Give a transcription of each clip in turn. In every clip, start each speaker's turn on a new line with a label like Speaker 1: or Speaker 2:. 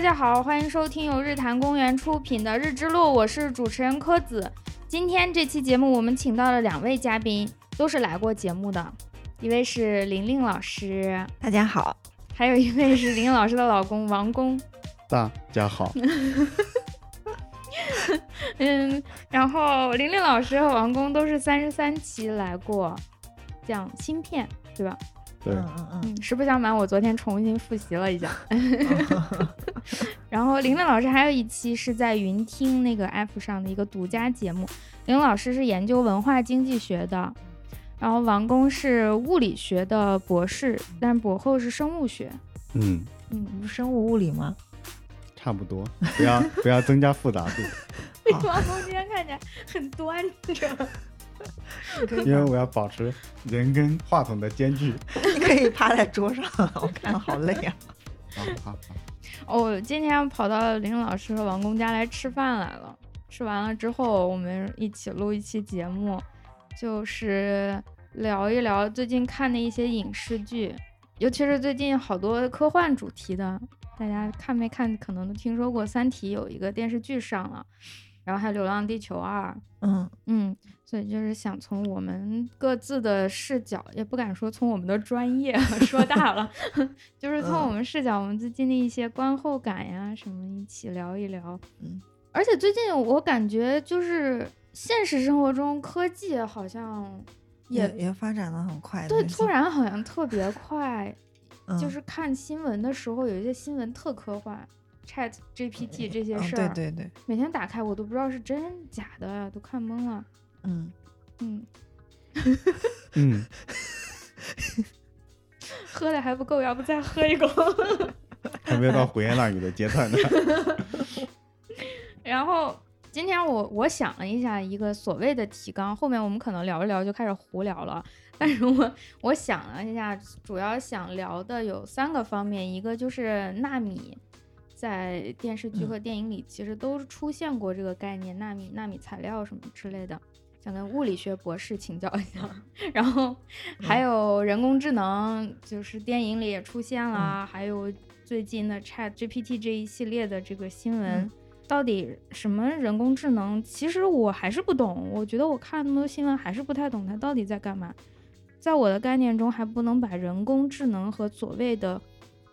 Speaker 1: 家好，欢迎收听由日坛公园出品的《日之路》，我是主持人柯子。今天这期节目我们请到了两位嘉宾，都是来过节目的，一位是玲玲老师，
Speaker 2: 大家好，
Speaker 1: 还有一位是玲老师的老公王工。
Speaker 3: 大家好，
Speaker 1: 嗯，然后玲玲老师和王工都是三十三期来过讲芯片，对吧？
Speaker 3: 对，
Speaker 2: 嗯
Speaker 1: 嗯，实不相瞒，我昨天重新复习了一下。
Speaker 2: 嗯，
Speaker 1: 然后玲玲老师还有一期是在云听那个 app 上的一个独家节目，玲玲老师是研究文化经济学的，然后王工是物理学的博士，但博后是生物学。
Speaker 3: 嗯，
Speaker 1: 嗯，
Speaker 2: 不是生物物理吗？
Speaker 3: 差不多，不要不要增加复杂度，
Speaker 1: 王工今天看起来很端着。
Speaker 3: 因为我要保持人跟话筒的间距。
Speaker 2: 你 可以趴在桌上， 我看好累啊。
Speaker 3: 啊，好，好
Speaker 1: 哦，今天跑到玲玲老师和王工家来吃饭来了，吃完了之后，我们一起录一期节目，就是聊一聊最近看的一些影视剧，尤其是最近好多科幻主题的，大家看没看？可能都听说过《三体》有一个电视剧上了，然后还有《流浪地球二》，
Speaker 2: 嗯，
Speaker 1: 嗯，所以就是想从我们各自的视角，也不敢说从我们的专业 说大了，就是从我
Speaker 2: 嗯
Speaker 1: 们视角，我们最近的一些观后感呀什么一起聊一聊。
Speaker 2: 嗯，
Speaker 1: 而且最近我感觉就是现实生活中科技好像也
Speaker 2: 也也发展的很快的那
Speaker 1: 对，
Speaker 2: 种，
Speaker 1: 突然好像特别快，
Speaker 2: 嗯
Speaker 1: 就是看新闻的时候有一些新闻特科幻。Chat GPT 这些
Speaker 2: 嗯
Speaker 1: 事儿、
Speaker 2: 对对对，
Speaker 1: 每天打开我都不知道是真假的，都看懵了。
Speaker 2: 嗯，
Speaker 1: 嗯，
Speaker 3: 嗯，
Speaker 1: 喝的还不够，要不再喝一口？
Speaker 3: 还没有到胡言乱语的阶段呢。
Speaker 1: 然后今天我我想了一下一个所谓的提纲，后面我们可能聊着聊就开始胡聊了。但是我我想了一下，主要想聊的有三个方面，一个就是纳米，在电视剧和电影里其实都出现过这个概念，纳米、纳米材料什么之类的。想跟物理学博士请教一下，然后还有人工智能，就是电影里也出现啦，还有最近的 Chat GPT 这一系列的这个新闻，
Speaker 2: 嗯
Speaker 1: 到底什么人工智能？其实我还是不懂，我觉得我看那么多新闻还是不太懂它到底在干嘛。在我的概念中，还不能把人工智能和所谓的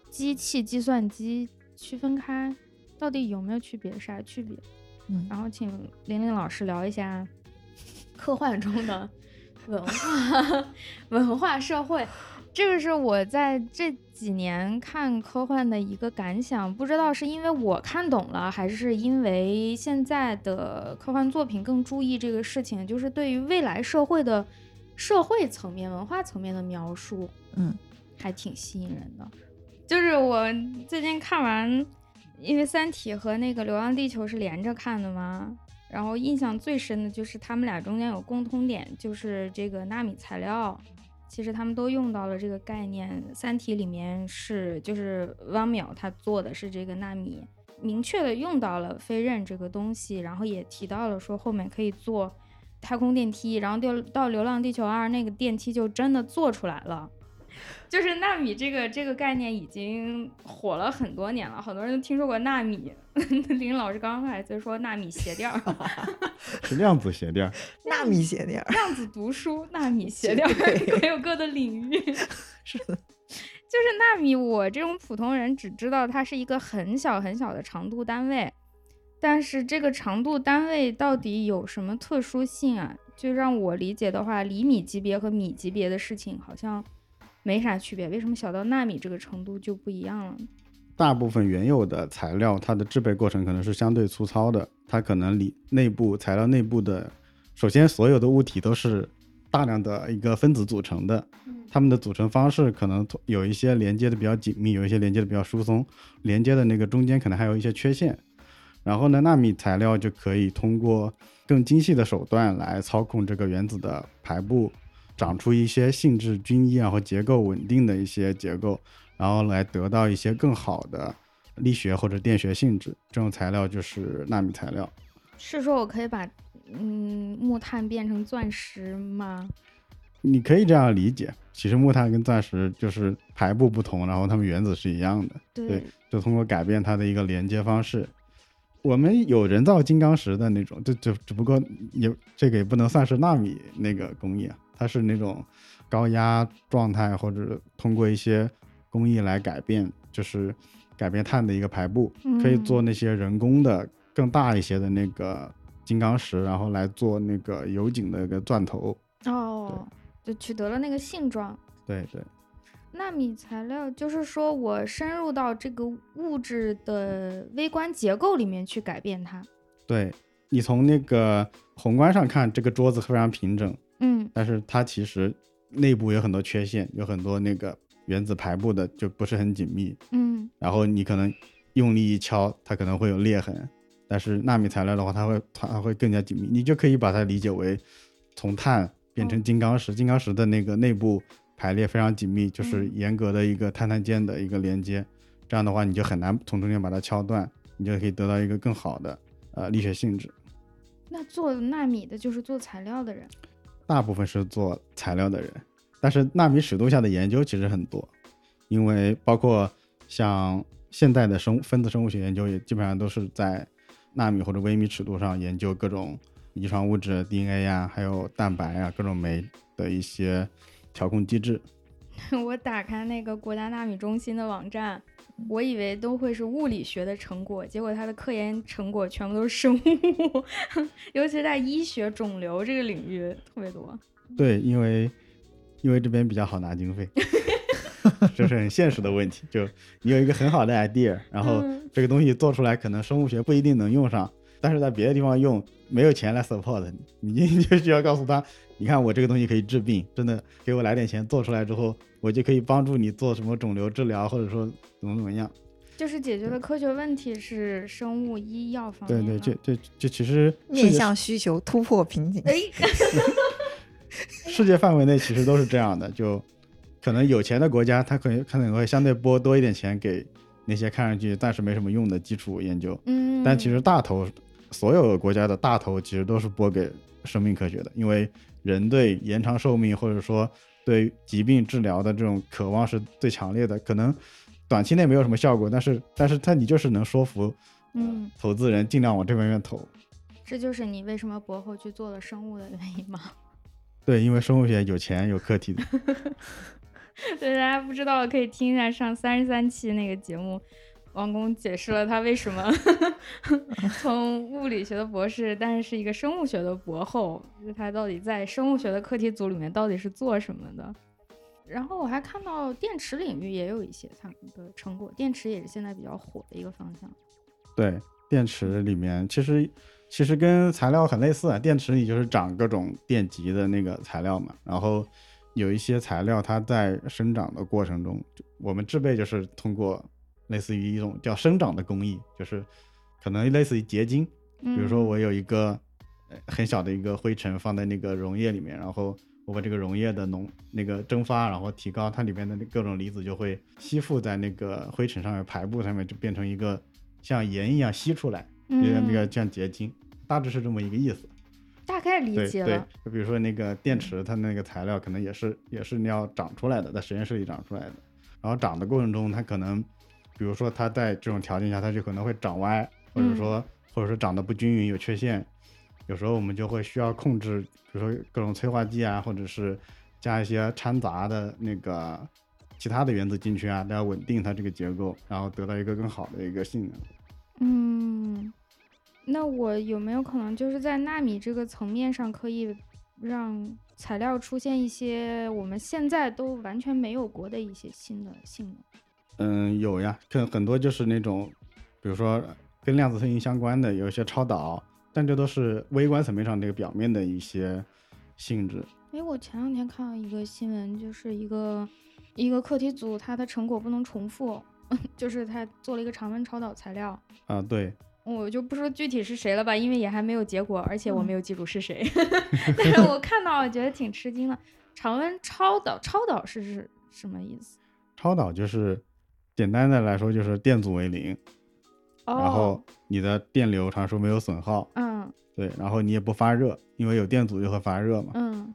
Speaker 1: 机器、计算机区分开，到底有没有区别？啥区别？
Speaker 2: 嗯
Speaker 1: 然后请玲玲老师聊一下科幻中的 文化、 文化社会。这个是我在这几年看科幻的一个感想，不知道是因为我看懂了，还是因为现在的科幻作品更注意这个事情，就是对于未来社会的社会层面、文化层面的描述，
Speaker 2: 嗯，
Speaker 1: 还挺吸引人的。就是我最近看完，因为《三体》和那个《流浪地球》是连着看的嘛，然后印象最深的就是他们俩中间有共通点，就是这个纳米材料，其实他们都用到了这个概念。《三体》里面是就是汪淼他做的是这个纳米，明确的用到了飞刃这个东西，然后也提到了说后面可以做太空电梯，然后就到《流浪地球二》那个电梯就真的做出来了。就是纳米这个这个概念已经火了很多年了，好多人都听说过纳米。 林老师刚刚还在说纳米鞋垫儿，
Speaker 3: 是量子鞋垫儿，
Speaker 2: 纳米鞋垫儿，
Speaker 1: 量子读书、纳米鞋垫
Speaker 2: 对
Speaker 1: 儿 各有各的领域。
Speaker 2: 是的，
Speaker 1: 就是纳米，我这种普通人只知道它是一个很小很小的长度单位，但是这个长度单位到底有什么特殊性啊？就让我理解的话，厘米级别和米级别的事情好像没啥区别，为什么小到纳米这个程度就不一样了？
Speaker 3: 大部分原有的材料，它的制备过程可能是相对粗糙的，它可能里内部材料内部的，首先所有的物体都是大量的一个分子组成的，它们的组成方式可能有一些连接的比较紧密，有一些连接的比较疏松，连接的那个中间可能还有一些缺陷。然后呢，纳米材料就可以通过更精细的手段来操控这个原子的排布，长出一些性质均一啊和结构稳定的一些结构，然后来得到一些更好的力学或者电学性质。这种材料就是纳米材料。
Speaker 1: 是说我可以把嗯木炭变成钻石吗？
Speaker 3: 你可以这样理解，其实木炭跟钻石就是排布不同，然后它们原子是一样的，对
Speaker 1: 对，
Speaker 3: 就通过改变它的一个连接方式。我们有人造金刚石的那种，就就只不过也这个也不能算是纳米那个工艺啊，它是那种高压状态或者通过一些工艺来改变，就是改变碳的一个排布，可以
Speaker 1: 嗯
Speaker 3: 做那些人工的更大一些的那个金刚石，然后来做那个油井的一个钻头。
Speaker 1: 哦，就取得了那个性状。
Speaker 3: 对对，
Speaker 1: 纳米材料就是说我深入到这个物质的微观结构里面去改变它。
Speaker 3: 对你从那个宏观上看，这个桌子非常平整，
Speaker 1: 嗯
Speaker 3: 但是它其实内部有很多缺陷，有很多那个原子排布的就不是很紧密，
Speaker 1: 嗯
Speaker 3: 然后你可能用力一敲，它可能会有裂痕。但是纳米材料的话，它会它会更加紧密，你就可以把它理解为从碳变成金刚石，金刚石的那个内部排列非常紧密，就是
Speaker 1: 嗯
Speaker 3: 严格的一个碳碳间的一个连接。这样的话，你就很难从中间把它敲断，你就可以得到一个更好的呃力学性质。
Speaker 1: 那做纳米的就是做材料的人。
Speaker 3: 大部分是做材料的人，但是纳米尺度下的研究其实很多，因为包括像现代的生物分子生物学研究也基本上都是在纳米或者微米尺度上研究各种遗传物质、DNA 呀、还有蛋白啊、各种酶的一些调控机制。
Speaker 1: 我打开那个国家纳米中心的网站，
Speaker 3: 嗯
Speaker 1: 我以为都会是物理学的成果，结果它的科研成果全部都是生物， 尤其是在医学肿瘤这个领域特别多。
Speaker 3: 对，因为因为这边比较好拿经费， 这是很现实的问题。就你有一个很好的 idea，然后
Speaker 1: 嗯
Speaker 3: 这个东西做出来，可能生物学不一定能用上，但是在别的地方用没有钱来 support 你，你就需要告诉他，你看我这个东西可以治病，真的给我来点钱，做出来之后，我就可以帮助你做什么肿瘤治疗，或者说怎么怎么样。
Speaker 1: 就是解决的科学问题是生物医药方
Speaker 3: 对
Speaker 1: 面。
Speaker 3: 对，这这这其实世
Speaker 2: 面
Speaker 3: 界
Speaker 2: 向需求，突破瓶颈。
Speaker 1: 哎，
Speaker 3: 世界范围内其实都是这样的，就可能有钱的国家，它可能可能会相对拨多一点钱给那些看上去暂时没什么用的基础研究，
Speaker 1: 嗯，
Speaker 3: 但其实大头所有国家的大头其实都是拨给生命科学的，因为人对延长寿命或者说对疾病治疗的这种渴望是最强烈的，可能短期内没有什么效果，但是但是它你就是能说服
Speaker 1: 嗯，
Speaker 3: 投资人尽量往这方面投。
Speaker 1: 这就是你为什么博后去做了生物的原因吗？
Speaker 3: 对，因为生物学有钱有课题的，
Speaker 1: 对，大家不知道可以听一下上三十三期那个节目，王工解释了他为什么 从物理学的博士，但是是一个生物学的博后，就是他到底在生物学的课题组里面到底是做什么的。然后我还看到电池领域也有一些他们的成果，电池也是现在比较火的一个方向。
Speaker 3: 对，电池里面其实其实跟材料很类似啊，电池里就是长各种电极的那个材料嘛，然后有一些材料它在生长的过程中，就我们制备就是通过类似于一种叫生长的工艺，就是可能类似于结晶，
Speaker 1: 比
Speaker 3: 比如说我有一个呃很小的一个灰尘放在那个溶液里面，然后我把这个溶液的浓那个蒸发，然后提高它里面的那各种离子就会吸附在那个灰尘上面排布上面，就变成一个像盐一样吸出来，
Speaker 1: 嗯
Speaker 3: 有点比较像结晶，大致是这么一个意思。
Speaker 1: 大概理
Speaker 3: 对
Speaker 1: 解
Speaker 3: 对
Speaker 1: 了，，
Speaker 3: 就比如说那个电池，它那个材料可能也是也是要长出来的，在实验室里长出来的。然后长的过程中，它可能，比如说它在这种条件下，它就可能会长歪，或者
Speaker 1: 嗯
Speaker 3: 说、或者说长得不均匀，有缺陷。有时候我们就会需要控制，比如说各种催化剂啊，或者是加一些掺杂的那个其他的原子进去啊，来稳定它这个结构，然后得到一个更好的一个性能。
Speaker 1: 嗯，那我有没有可能就是在纳米这个层面上，可以让材料出现一些我们现在都完全没有过的一些新的性能？
Speaker 3: 嗯，有呀，很很多就是那种，比如说跟量子特性相关的，有一些超导，但这都是微观层面上这个表面的一些性质。
Speaker 1: 哎，我前两天看到一个新闻，就是一个一个课题组，它的成果不能重复， 就是它做了一个常温超导材料。
Speaker 3: 啊、对，
Speaker 1: 我就不说具体是谁了吧，因为也还没有结果，而且我没有记住是谁。 但是我看到，我觉得挺吃惊的。常温超导，超导是是什么意思？
Speaker 3: 超导就是简单的来说就是电阻为零，
Speaker 1: 哦，
Speaker 3: 然后你的电流传输没有损耗，
Speaker 1: 嗯
Speaker 3: 对，然后你也不发热，因为有电阻就会发热嘛。
Speaker 1: 嗯，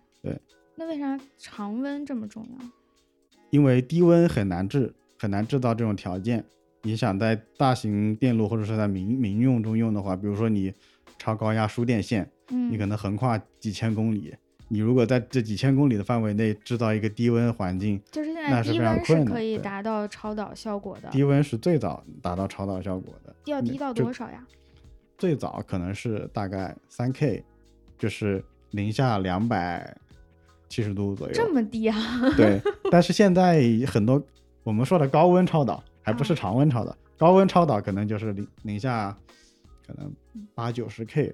Speaker 1: 那为啥常温这么重要？
Speaker 3: 因为低温很难制，很难制造这种条件。你想在大型电路或者是在民民用中用的话，比如说你超高压输电线，
Speaker 1: 嗯，
Speaker 3: 你可能横跨几千公里，你如果在这几千公里的范围内制造一个低温环境，
Speaker 1: 就是现
Speaker 3: 那
Speaker 1: 在
Speaker 3: 是
Speaker 1: 低
Speaker 3: 非常
Speaker 1: 温
Speaker 3: 困
Speaker 1: 是
Speaker 3: 难
Speaker 1: 可以
Speaker 3: 对
Speaker 1: 达到超导效果的，
Speaker 3: 低温是最早达到超导效果的。
Speaker 1: 啊要低到
Speaker 3: 就
Speaker 1: 多少呀？
Speaker 3: 最早可能是大概三 K，就是零下两百七十度左右。
Speaker 1: 这么低啊？
Speaker 3: 对，但是现在很多我们说的高温超导，还不是
Speaker 1: 啊
Speaker 3: 常温超导，高温超导可能就是零零下可能八九十 K，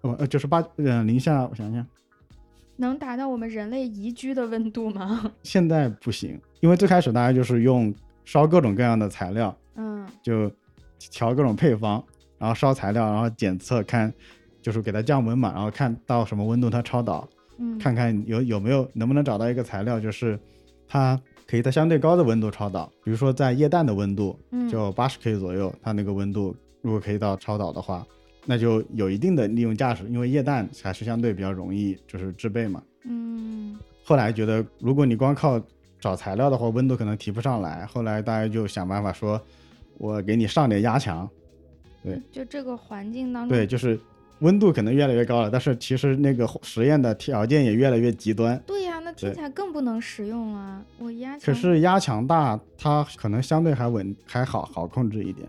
Speaker 3: 哦呃就是八嗯、零下我想想，
Speaker 1: 能达到我们人类宜居的温度吗？
Speaker 3: 现在不行，因为最开始大家就是用烧各种各样的材料，
Speaker 1: 嗯，
Speaker 3: 就调各种配方，然后烧材料，然后检测看就是给它降温嘛，然后看到什么温度它超导，
Speaker 1: 嗯，
Speaker 3: 看看有有没有能不能找到一个材料，就是它可以在相对高的温度超导，比如说在液氮的温度
Speaker 1: 嗯
Speaker 3: 就八十 K 左右，它那个温度如果可以到超导的话，那就有一定的利用价值，因为液氮还是相对比较容易就是制备嘛。
Speaker 1: 嗯
Speaker 3: 后来觉得，如果你光靠找材料的话，温度可能提不上来。后来大家就想办法说，我给你上点压强，对，
Speaker 1: 就这个环境当中，
Speaker 3: 对，就是温度可能越来越高了，但是其实那个实验的条件也越来越极端。
Speaker 1: 对呀、那听
Speaker 3: 对
Speaker 1: 起来更不能使用了。我压
Speaker 3: 可
Speaker 1: 强，
Speaker 3: 是压强大，它可能相对还稳，还好好控制一点。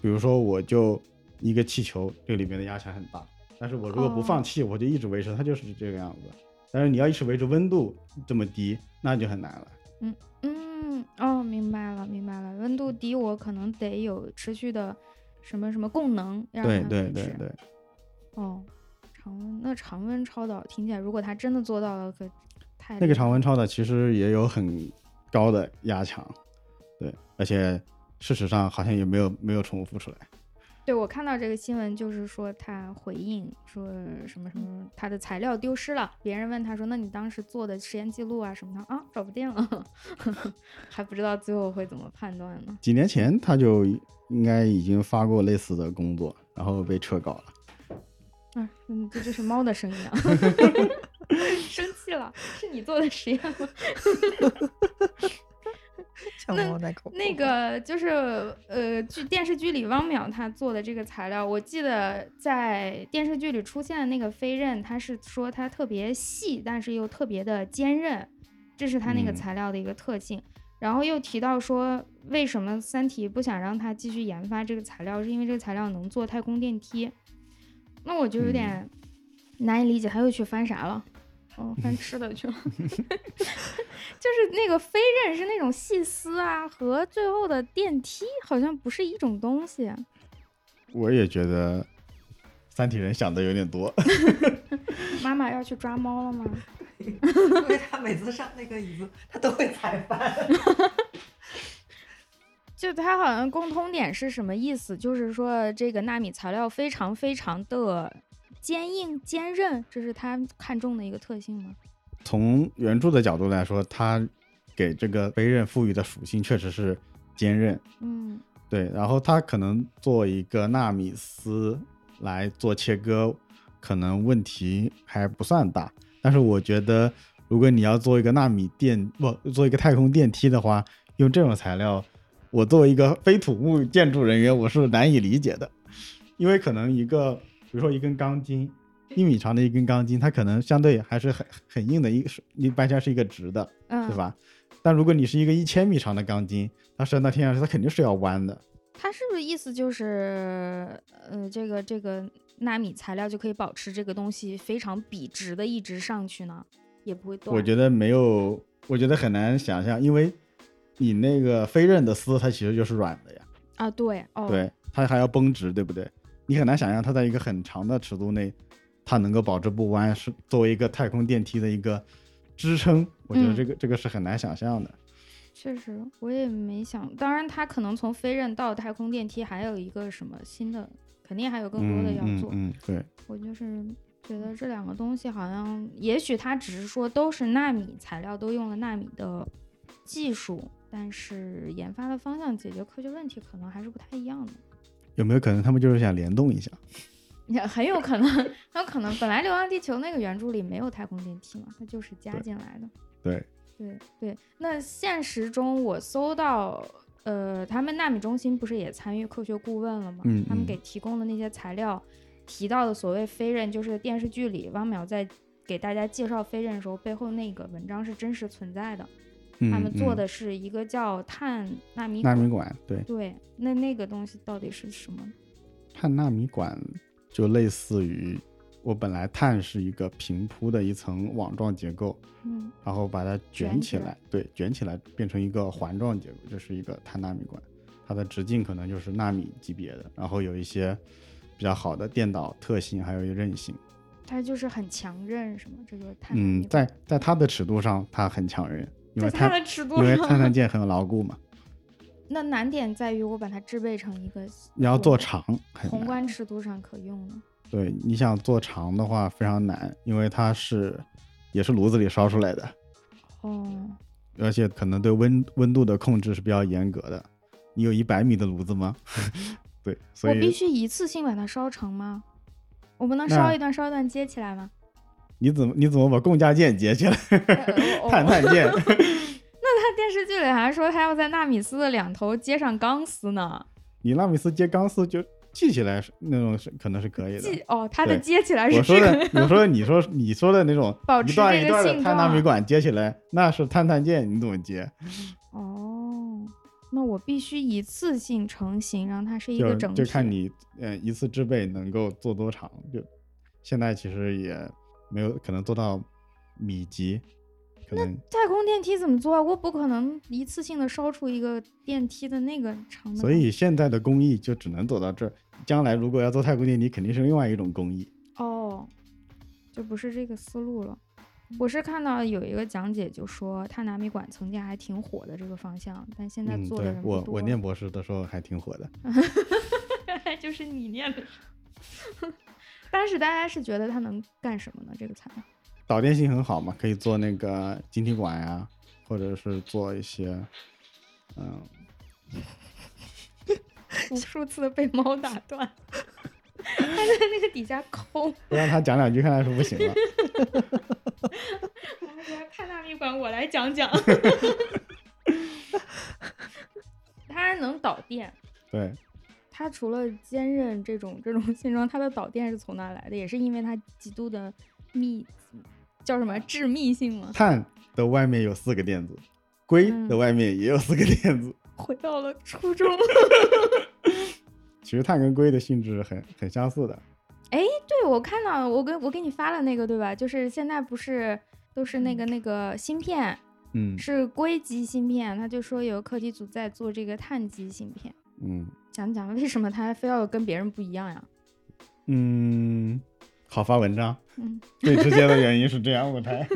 Speaker 3: 比如说，我就一个气球，这里面的压强很大，但是我如果不放气，我就一直维持，它就是这个样子。但是你要一直维持温度这么低，那就很难了。
Speaker 1: 嗯，哦，明白了，明白了。温度低，我可能得有持续的什么什么供能，让
Speaker 3: 对
Speaker 1: 它
Speaker 3: 对
Speaker 1: 维
Speaker 3: 对
Speaker 1: 持
Speaker 3: 对，
Speaker 1: 哦，常温那常温超导听起来，如果他真的做到了，可太
Speaker 3: 那
Speaker 1: 厉
Speaker 3: 个常
Speaker 1: 害
Speaker 3: 温超导其实也有很高的压强，对，而且事实上好像也没有没有重复出来。
Speaker 1: 对我看到这个新闻，就是说他回应说什么什么，他的材料丢失了。别人问他说：“那你当时做的实验记录啊什么的啊，找不见了， 还不知道最后会怎么判断呢。
Speaker 3: 几年前他就应该已经发过类似的工作，然后被撤稿了。”
Speaker 1: 啊，嗯，这就是猫的声音啊， 生气了，是你做的实验吗？
Speaker 2: 像猫在口
Speaker 1: 那个就是呃，剧电视剧里汪淼他做的这个材料，我记得在电视剧里出现的那个飞刃，他是说它特别细，但是又特别的坚韧，这是它那个
Speaker 3: 嗯
Speaker 1: 材料的一个特性。然后又提到说，为什么《三体》不想让它继续研发这个材料，是因为这个材料能做太空电梯。那我就有
Speaker 3: 嗯
Speaker 1: 点难以理解，他又去翻啥了？哦，翻吃的去了。 就是那个飞刃是那种细丝啊，和最后的电梯好像不是一种东西。
Speaker 3: 我也觉得三体人想的有点多。
Speaker 1: 妈妈要去抓猫了吗？
Speaker 2: 因为他每次上那个椅子，他都会踩翻。
Speaker 1: 就它好像共通点是什么意思？就是说这个纳米材料非常非常的坚硬坚韧，这是它看重的一个特性吗？
Speaker 3: 从原著的角度来说，它给这个飞刃赋予的属性确实是坚韧，
Speaker 1: 嗯
Speaker 3: 对。然后它可能做一个纳米丝来做切割，可能问题还不算大。但是我觉得，如果你要做一个纳米电不做一个太空电梯的话，用这种材料，我作为一个非土木建筑人员，我是难以理解的，因为可能一个比如说一根钢筋。一米长的一根钢筋，它可能相对还是很很硬的，一个是一般上是一个直的，
Speaker 1: 嗯，
Speaker 3: 对？吧？但如果你是一个一千米长的钢筋，它升到天上去，它肯定是要弯的。
Speaker 1: 它是不是意思就是呃，这个这个纳米材料就可以保持这个东西非常笔直的一直上去呢？也不会断。
Speaker 3: 我觉得没有，我觉得很难想象，因为你那个飞刃的丝，它其实就是软的呀，
Speaker 1: 啊，对哦，
Speaker 3: 对，它还要绷直，对不对？你很难想象它在一个很长的尺度内，它能够保持不弯，是作为一个太空电梯的一个支撑。我觉得
Speaker 1: 嗯
Speaker 3: 这个、这个是很难想象的。
Speaker 1: 确实，我也没想。当然，它可能从飞刃到太空电梯还有一个什么新的，肯定还有更多的要做。
Speaker 3: 嗯嗯嗯，对。
Speaker 1: 我就是觉得这两个东西好像，也许它只是说都是纳米材料，都用了纳米的技术，但是研发的方向、解决科学问题可能还是不太一样的。
Speaker 3: 有没有可能他们就是想联动一下？
Speaker 1: 也很有可能，很有可能本来《流浪地球》那个原著里没有太空电梯嘛，它就是加
Speaker 3: 对
Speaker 1: 进来的。
Speaker 3: 对，
Speaker 1: 对对，那现实中我搜到，呃，他们纳米中心不是也参与科学顾问了吗？
Speaker 3: 嗯
Speaker 1: 他们
Speaker 3: 嗯
Speaker 1: 给提供的那些材料提到的所谓飞刃，就是电视剧里汪淼在给大家介绍飞刃的时候，背后那个文章是真实存在的。他们做
Speaker 3: 嗯
Speaker 1: 的是一个叫碳纳米
Speaker 3: 纳
Speaker 1: 管
Speaker 3: 米管，对，
Speaker 1: 对，那那个东西到底是什么？
Speaker 3: 碳纳米管就类似于我本来碳是一个平铺的一层网状结构，
Speaker 1: 嗯，
Speaker 3: 然后把它卷
Speaker 1: 卷
Speaker 3: 起
Speaker 1: 起
Speaker 3: 来，
Speaker 1: 来
Speaker 3: 对，卷起来变成一个环状结构，就是一个碳纳米管，它的直径可能就是纳米级别的，然后有一些比较好的电导特性，还有一韧性。
Speaker 1: 它就是很强韧，什么这个碳纳米
Speaker 3: 嗯，
Speaker 1: 管。
Speaker 3: 在在它的尺度上，它很强韧，因为
Speaker 1: 在它
Speaker 3: 碳
Speaker 1: 的尺度
Speaker 3: 因为碳
Speaker 1: 上，
Speaker 3: 碳键很牢固嘛，
Speaker 1: 那难点在于我把它制备成一个
Speaker 3: 你要做
Speaker 1: 我
Speaker 3: 长很
Speaker 1: 宏
Speaker 3: 难。
Speaker 1: 观尺度上可用的。
Speaker 3: 对，你想做长的话非常难，因为它是也是炉子里烧出来的，
Speaker 1: 哦，
Speaker 3: 而且可能对温温度的控制是比较严格的。你有一百米的炉子吗？ 对，所
Speaker 1: 我必
Speaker 3: 以
Speaker 1: 须一次性把它烧成吗？我不能
Speaker 3: 那
Speaker 1: 烧一段烧一段接起来 吗？呃
Speaker 3: 你怎么你怎么把共价键截 起来？
Speaker 1: 我
Speaker 3: 碳碳键，
Speaker 1: 哦那电视剧里还说他要在纳米丝的两头接上钢丝呢。
Speaker 3: 你拉米斯接钢丝就系起来是那种是可能是可以
Speaker 1: 系
Speaker 3: 的。
Speaker 1: 哦，它的
Speaker 3: 对
Speaker 1: 接起来
Speaker 3: 我
Speaker 1: 是
Speaker 3: 说
Speaker 1: 这个
Speaker 3: 的，我说的你说你说的那种
Speaker 1: 保
Speaker 3: 一
Speaker 1: 持
Speaker 3: 段
Speaker 1: 这
Speaker 3: 一
Speaker 1: 个
Speaker 3: 段的
Speaker 1: 性
Speaker 3: 碳纳米
Speaker 1: 状
Speaker 3: 管接起来，那是碳碳键，你怎么接？
Speaker 1: 哦。那我必须一次性成型，让它是一
Speaker 3: 就
Speaker 1: 个整体。
Speaker 3: 就看你呃一次制备能够做多长。就现在其实也没有可能做到米级，可能
Speaker 1: 太空电梯怎么做啊？我不可能一次性的烧出一个电梯的那个长的。
Speaker 3: 所以现在的工艺就只能走到这儿。将来如果要做太空电梯，肯定是另外一种工艺。
Speaker 1: 哦，就不是这个思路了。
Speaker 3: 嗯
Speaker 1: 我是看到有一个讲解，就说碳纳米管曾经还挺火的这个方向，但现在
Speaker 3: 嗯，
Speaker 1: 做的
Speaker 3: 对
Speaker 1: 人不
Speaker 3: 我
Speaker 1: 多。
Speaker 3: 我念博士的时候还挺火的。
Speaker 1: 就是你念的。 当时大家是觉得它能干什么呢？这个材料
Speaker 3: 导电性很好嘛，可以做那个晶体管呀、啊或者是做一些，嗯，
Speaker 1: 无数次地被猫打断，它在那个底下抠。
Speaker 3: 不让他讲两句看来是不行了。
Speaker 1: 他说碳纳米管，我来讲 讲。它还能导电，
Speaker 3: 对，
Speaker 1: 它除了坚韧这种这种 性状，它的导电是从哪来的？也是因为它极度的密，叫什么致密性吗？
Speaker 3: 碳的外面有四个电子，硅
Speaker 1: 嗯
Speaker 3: 的外面也有四个电子。
Speaker 1: 回到了初中。
Speaker 3: 其实碳跟硅的性质很很相似的。
Speaker 1: 对，我看到我跟我给你发了那个对吧？就是现在不是都是那个那个芯片
Speaker 3: 嗯
Speaker 1: 是硅基芯片，他就说有个课题组在做这个碳基芯片，
Speaker 3: 嗯
Speaker 1: 讲讲为什么它非要跟别人不一样呀？
Speaker 3: 嗯，好发文章。
Speaker 1: 嗯，
Speaker 3: 最直接的原因是这样，我猜。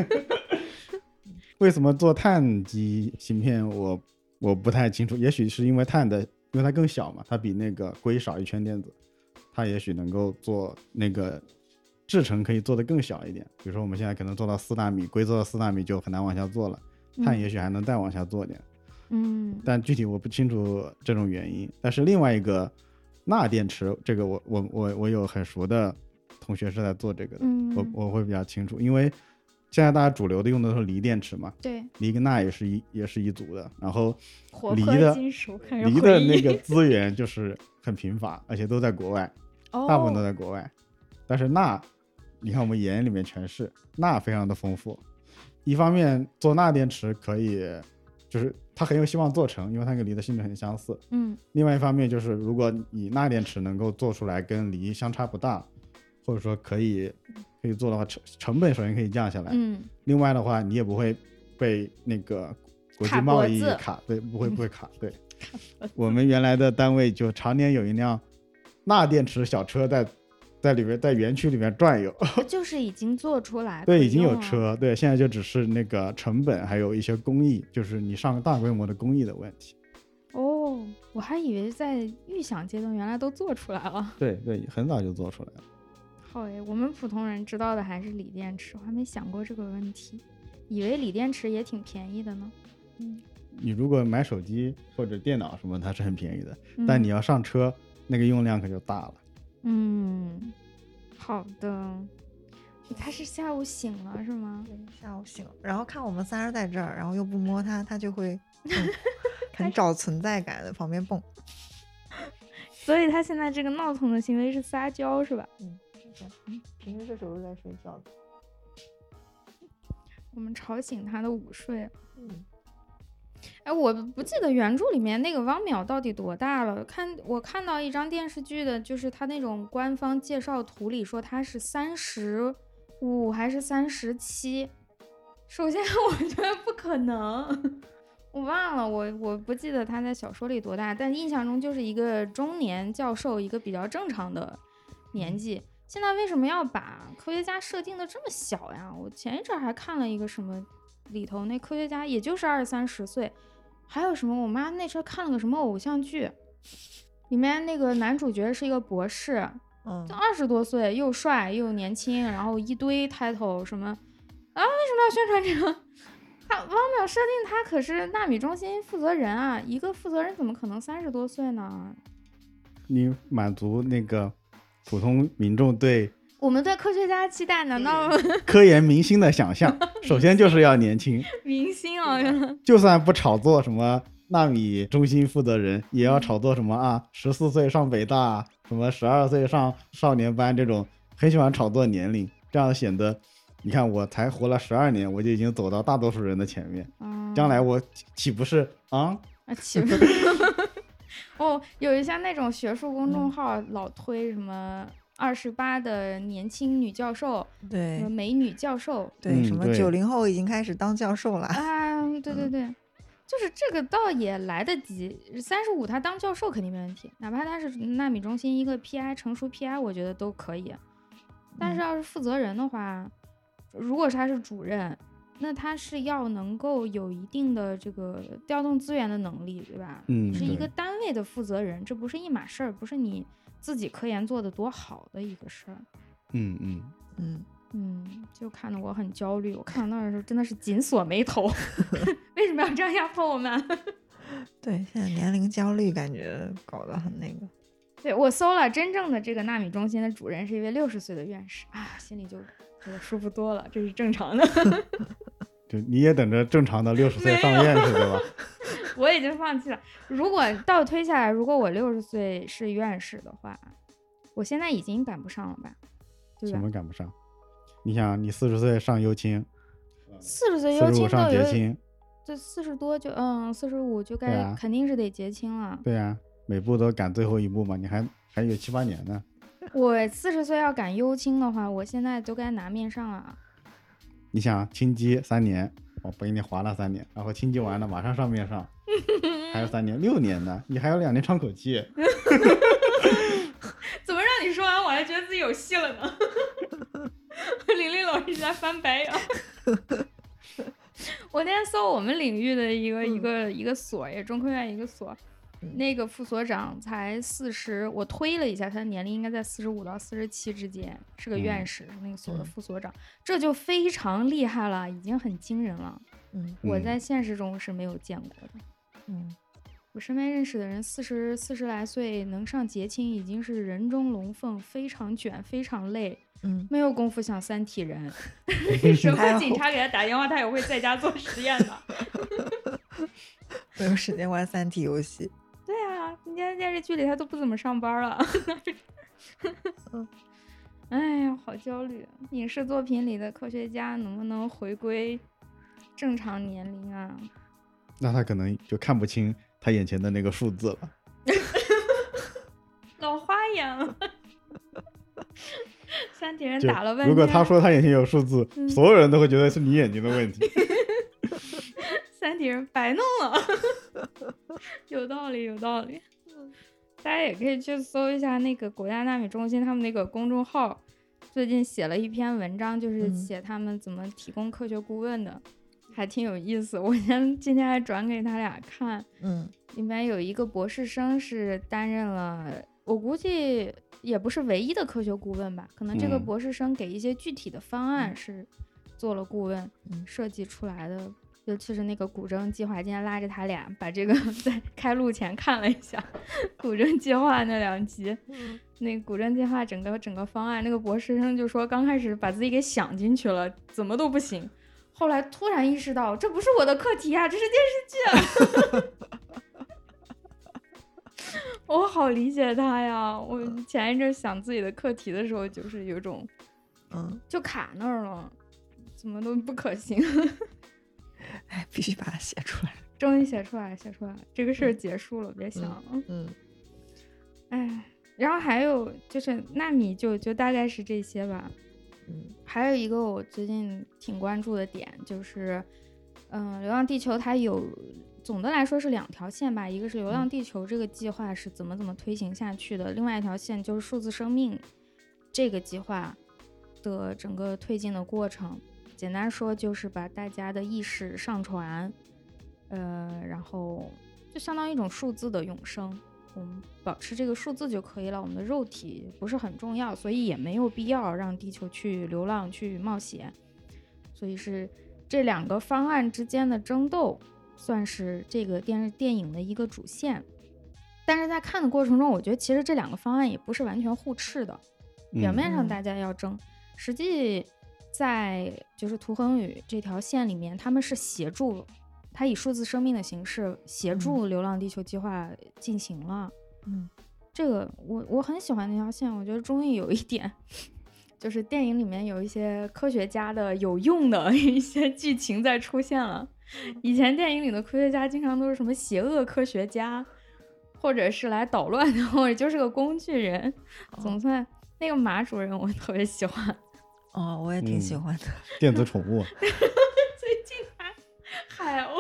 Speaker 3: 为什么做碳基芯片我？我不太清楚，也许是因为碳的，因为它更小嘛，它比那个硅少一圈电子，它也许能够做那个制成可以做得更小一点。比如说我们现在可能做到四纳米，硅做到四纳米就很难往下做了，碳也许还能再往下做点。
Speaker 1: 嗯
Speaker 3: 但具体我不清楚这种原因。但是另外一个钠电池，这个我我我我有很熟的同学是在做这个的，
Speaker 1: 嗯
Speaker 3: 我我会比较清楚，因为现在大家主流的用的都是锂电池嘛，
Speaker 1: 对，
Speaker 3: 锂跟钠也是一也是一组的，然后
Speaker 1: 活
Speaker 3: 锂
Speaker 1: 泼
Speaker 3: 的
Speaker 1: 金属开始
Speaker 3: 锂
Speaker 1: 回
Speaker 3: 的
Speaker 1: 忆
Speaker 3: 那个资源就是很贫乏，而且都在国外，大部分都
Speaker 1: 哦
Speaker 3: 在国外，但是钠，你看我们盐里面全是钠，非常的丰富。一方面做钠电池可以，就是它很有希望做成，因为它跟锂的性质很相似。
Speaker 1: 嗯
Speaker 3: 另外一方面就是，如果你钠电池能够做出来跟锂相差不大，或者说可以可以做的话，成成本首先可以降下来。
Speaker 1: 嗯
Speaker 3: 另外的话，你也不会被那个国际
Speaker 1: 卡
Speaker 3: 贸
Speaker 1: 脖
Speaker 3: 易
Speaker 1: 子
Speaker 3: 卡，对， 不会不会卡。对，我们原来的单位就常年有一辆钠电池小车在在里边在园区里面转悠，
Speaker 1: 就是已经做出来，
Speaker 3: 对，
Speaker 1: 可
Speaker 3: 已经有
Speaker 1: 用了，
Speaker 3: 车，对，现在就只是那个成本还有一些工艺，就是你上大规模的工艺的问题。
Speaker 1: 哦，我还以为在预想阶段，原来都做出来了。
Speaker 3: 对对，很早就做出来了。
Speaker 1: 好诶，我们普通人知道的还是锂电池，我还没想过这个问题，以为锂电池也挺便宜的呢。嗯，
Speaker 3: 你如果买手机或者电脑什么，它是很便宜的，
Speaker 1: 嗯
Speaker 3: 但你要上车，那个用量可就大了。
Speaker 1: 嗯，好的，他是下午醒了是吗？
Speaker 2: 下午醒，然后看我们仨人在这儿，然后又不摸它，它就会 很很找存在感的旁边蹦。
Speaker 1: 所以他现在这个闹腾的行为是撒娇是吧？
Speaker 2: 平时这时候在睡觉的。
Speaker 1: 我们吵醒他的午睡了。
Speaker 2: 嗯，
Speaker 1: 哎，我不记得原著里面那个汪淼到底多大了。看我看到一张电视剧的，就是他那种官方介绍图里说他是三十五还是三十七。首先， 我觉得不可能，我忘了，我我不记得他在小说里多大，但印象中就是一个中年教授，一个比较正常的年纪。现在为什么要把科学家设定的这么小呀？我前一阵儿还看了一个什么里头那科学家也就是二三十岁，还有什么？我妈那阵儿看了个什么偶像剧，里面那个男主角是一个博士，
Speaker 2: 嗯
Speaker 1: 就，二十多岁，又帅又年轻，然后一堆 title 什么啊？为什么要宣传这个？他汪淼设定他可是纳米中心负责人啊，一个负责人怎么可能三十多岁呢？
Speaker 3: 你满足那个普通民众对
Speaker 1: 我们对科学家期待难道
Speaker 3: 科研明星的想象，首先就是要年轻，
Speaker 1: 明星啊？原来
Speaker 3: 就算不炒作什么纳米中心负责人，也要炒作什么啊，十四岁上北大，什么十二岁上少年班这种，很喜欢炒作年龄，这样显得，你看我才活了十二年，我就已经走到大多数人的前面，
Speaker 1: 嗯
Speaker 3: 将来我岂岂不是啊？
Speaker 1: 啊，岂不？哦，有一些那种学术公众号老推什么二十八的年轻女教授，什
Speaker 2: 嗯对
Speaker 1: 么美女教 授，
Speaker 2: 对，什
Speaker 3: 嗯
Speaker 2: 么
Speaker 3: 对
Speaker 2: 九零后已经开始当教授了。
Speaker 1: 啊，对
Speaker 3: 嗯
Speaker 1: 对对，就是这个倒也来得及。三十五他当教授肯定没问题，哪怕他是纳米中心一个 PI 成熟 PI，我觉得都可以。但
Speaker 3: 嗯
Speaker 1: 是要是负责人的话，如果是他是主任，那他是要能够有一定的这个调动资源的能力，对吧？
Speaker 3: 嗯
Speaker 1: 是一
Speaker 3: 对
Speaker 1: 个单位的负责人，这不是一码事儿，不是你自己科研做的多好的一个事儿。
Speaker 3: 嗯嗯，
Speaker 2: 嗯，
Speaker 1: 嗯，就看得我很焦虑。我看到那儿的时候真的是紧锁眉头， 为什么要这样压迫我们？
Speaker 2: 对，现在年龄焦虑感觉搞得很那个。
Speaker 1: 对我搜了，真正的这个纳米中心的主人是一位六十岁的院士啊，心里就觉得舒服多了，这是正常的。
Speaker 3: 就你也等着正常的六十岁上院士对吧？
Speaker 1: 我已经放弃了。如果倒推下来，如果我六十岁是院士的话，我现在已经赶不上了吧？ 对
Speaker 3: 什
Speaker 1: 吧？
Speaker 3: 么赶不上？你想，你四十岁上优青，
Speaker 1: 四十岁有
Speaker 3: 四十
Speaker 1: 亲
Speaker 3: 五上
Speaker 1: 都
Speaker 3: 结
Speaker 1: 有，
Speaker 3: 亲，
Speaker 1: 这四十多就嗯，四十五就
Speaker 3: 对
Speaker 1: 该、
Speaker 3: 啊
Speaker 1: 肯定是得结亲了。
Speaker 3: 对啊，每步都赶最后一步嘛，你还还有七八年呢。
Speaker 1: 我四十岁要赶优青的话，我现在都该拿面上了啊。
Speaker 3: 你想清基三年，我不给你划了三年，然后清基完了马上上面上，还有三年六年呢，你还有两年窗口期。
Speaker 1: 怎么让你说完我还觉得自己有戏了呢？ 玲玲老师一直在翻白眼儿。 我那天搜我们领域的一个、一个一个所，也中科院一个所，
Speaker 2: 嗯
Speaker 1: 那个副所长才四十，我推了一下，他的年龄应该在四十五到四十七之间，是个院
Speaker 3: 嗯
Speaker 1: 士，是那个所的
Speaker 2: 嗯
Speaker 1: 副所长，这就非常厉害了，已经很惊人了。
Speaker 2: 嗯
Speaker 1: 我
Speaker 3: 嗯
Speaker 1: 在现实中是没有见过的。
Speaker 2: 嗯，
Speaker 1: 我身边认识的人，四十四十来岁能上结清，已经是人中龙凤，非常卷，非常累，
Speaker 2: 嗯，
Speaker 1: 没有功夫想三体 人。什
Speaker 2: 还
Speaker 1: 么
Speaker 2: 有
Speaker 1: 警察给他打电话，他也会在家做实验的。
Speaker 2: 没有时间玩三体游戏。
Speaker 1: 对啊，人家电视剧里他都不怎么上班了。 哎呀，好焦虑！影视作品里的科学家能不能回归正常年龄啊？
Speaker 3: 那他可能就看不清他眼前的那个数字了。
Speaker 1: 老花眼了， 三体人
Speaker 3: 就
Speaker 1: 打了半天。
Speaker 3: 如果他说他眼前有数字，
Speaker 1: 嗯
Speaker 3: 所有人都会觉得是你眼睛的问题。
Speaker 1: 三体人白弄了， 有道理，有道理。大家也可以去搜一下那个国家纳米中心他们那个公众号，最近写了一篇文章，就是
Speaker 2: 嗯
Speaker 1: 写他们怎么提供科学顾问的，还挺有意思。我先今天还转给他俩看，
Speaker 2: 嗯
Speaker 1: 里面有一个博士生是担任了，我估计也不是唯一的科学顾问吧，可能这个
Speaker 3: 嗯
Speaker 1: 博士生给一些具体的方案是做了顾问，
Speaker 2: 嗯
Speaker 1: 设计出来的，尤其是那个古筝计划，今天拉着他俩把这个 在开录前看了一下古筝计划那两集，
Speaker 2: 嗯
Speaker 1: 那古筝计划整个整个方案，那个博士生就说刚开始把自己给想进去了，怎么都不行，后来突然意识到这不是我的课题啊，这是电视剧、啊。我好理解他呀！我前一阵想自己的课题的时候，就是有一种
Speaker 2: 嗯，
Speaker 1: 就卡那儿了，怎么都不可行。
Speaker 2: 哎，必须把它写出来。
Speaker 1: 终于写出来，写出来，这个事儿结束了，别想了。
Speaker 2: 嗯
Speaker 1: 哎，然后还有就是纳米就就大概是这些吧。
Speaker 2: 嗯
Speaker 1: 还有一个我最近挺关注的点就是，嗯，《流浪地球》它有总的来说是两条线吧，一个是《流浪地球》这个计划是怎么怎么推行下去的，另外一条线就是数字生命这个计划的整个推进的过程。简单说就是把大家的意识上传，呃，然后就相当于一种数字的永生。我们保持这个数字就可以了，我们的肉体不是很重要，所以也没有必要让地球去流浪、去冒险。所以是这两个方案之间的争斗，算是这个电视电影的一个主线。但是在看的过程中，我觉得其实这两个方案也不是完全互斥的， 表面上
Speaker 2: 嗯
Speaker 1: 大家要争，实际在就是涂恒宇这条线里面，他们是协助，他以数字生命的形式协助《流浪地球》计划进行了。
Speaker 2: 嗯
Speaker 1: 这个我我很喜欢那条线，我觉得终于有一点，就是电影里面有一些科学家的有用的一些剧情在出现了。以前电影里的科学家经常都是什么邪恶科学家，或者是来捣乱的， 或者就是个工具人。总算那个马主任我特别喜欢，
Speaker 2: 哦，我也挺喜
Speaker 3: 嗯
Speaker 2: 欢的。
Speaker 3: 电子宠物，
Speaker 1: 最近还海鸥，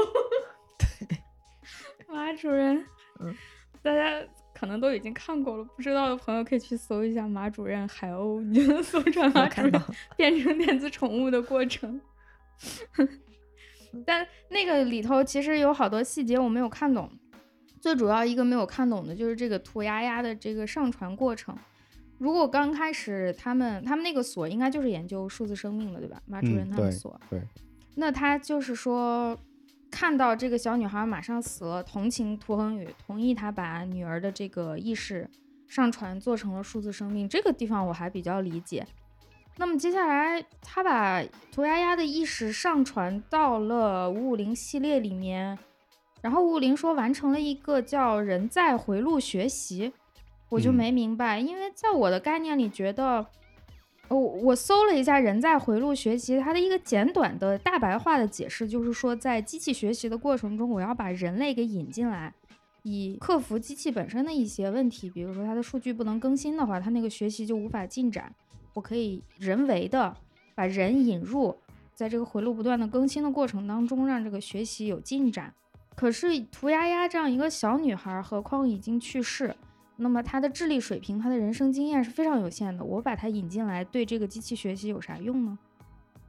Speaker 1: 马主任，
Speaker 2: 嗯
Speaker 1: 大家可能都已经看过了，不知道的朋友可以去搜一下马主任海鸥，你就能搜出来马
Speaker 2: 我
Speaker 1: 主
Speaker 2: 看
Speaker 1: 任
Speaker 2: 到，
Speaker 1: 变成电子宠物的过程。 但那个里头其实有好多细节我没有看懂，最主要一个没有看懂的就是这个涂鸦鸦的这个上传过程。如果刚开始他们他们那个所应该就是研究数字生命的，对吧？马主任
Speaker 3: 嗯
Speaker 1: 他们
Speaker 3: 对
Speaker 1: 所，
Speaker 3: 对，
Speaker 1: 那他就是说，看到这个小女孩马上死了，同情涂恒宇，同意他把女儿的这个意识上传做成了数字生命，这个地方我还比较理解。那么接下来，他把涂鸦鸦的意识上传到了五五零系列里面，然后五五零说完成了一个叫“人在回路学习”，我就
Speaker 3: 嗯
Speaker 1: 没明白，因为在我的概念里觉得。我我搜了一下“人在回路学习”，它的一个简短的大白话的解释就是说，在机器学习的过程中，我要把人类给引进来，以克服机器本身的一些问题，比如说它的数据不能更新的话，它那个学习就无法进展。我可以人为的把人引入，在这个回路不断的更新的过程当中，让这个学习有进展。可是涂丫丫这样一个小女孩，何况已经去世，那么她的智力水平、她的人生经验是非常有限的。我把她引进来，对这个机器学习有啥用呢？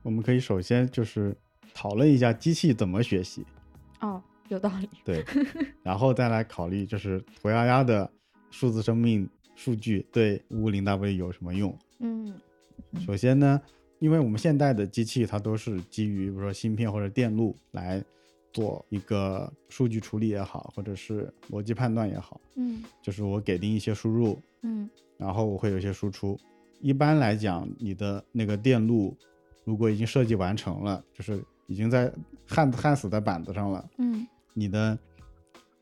Speaker 3: 我们可以首先就是讨论一下机器怎么学习，
Speaker 1: 哦，有道理。
Speaker 3: 对， 然后再来考虑就是涂鸦鸦的数字生命数据对五零 W 有什么用。
Speaker 1: 嗯
Speaker 3: 首先呢，因为我们现代的机器它都是基于比如说芯片或者电路来做一个数据处理也好，或者是逻辑判断也好，
Speaker 1: 嗯
Speaker 3: 就是我给定一些输入，
Speaker 1: 嗯
Speaker 3: 然后我会有一些输出。一般来讲，你的那个电路如果已经设计完成了，就是已经在焊焊死在板子上了，
Speaker 1: 嗯
Speaker 3: 你的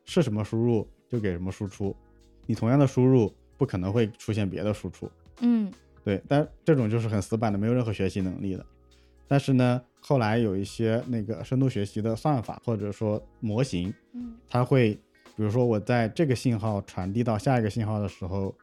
Speaker 3: 是什么输入就给什么输出，你同样的输入不可能会出现别的输出。
Speaker 1: 嗯
Speaker 3: 对，但这种就是很死板的，没有任何学习能力的。但是呢，后来有一些那个深度学习的算法或者说模型，
Speaker 1: 嗯
Speaker 3: 它会，比如说我在这个信号传递到下一个信号的时候，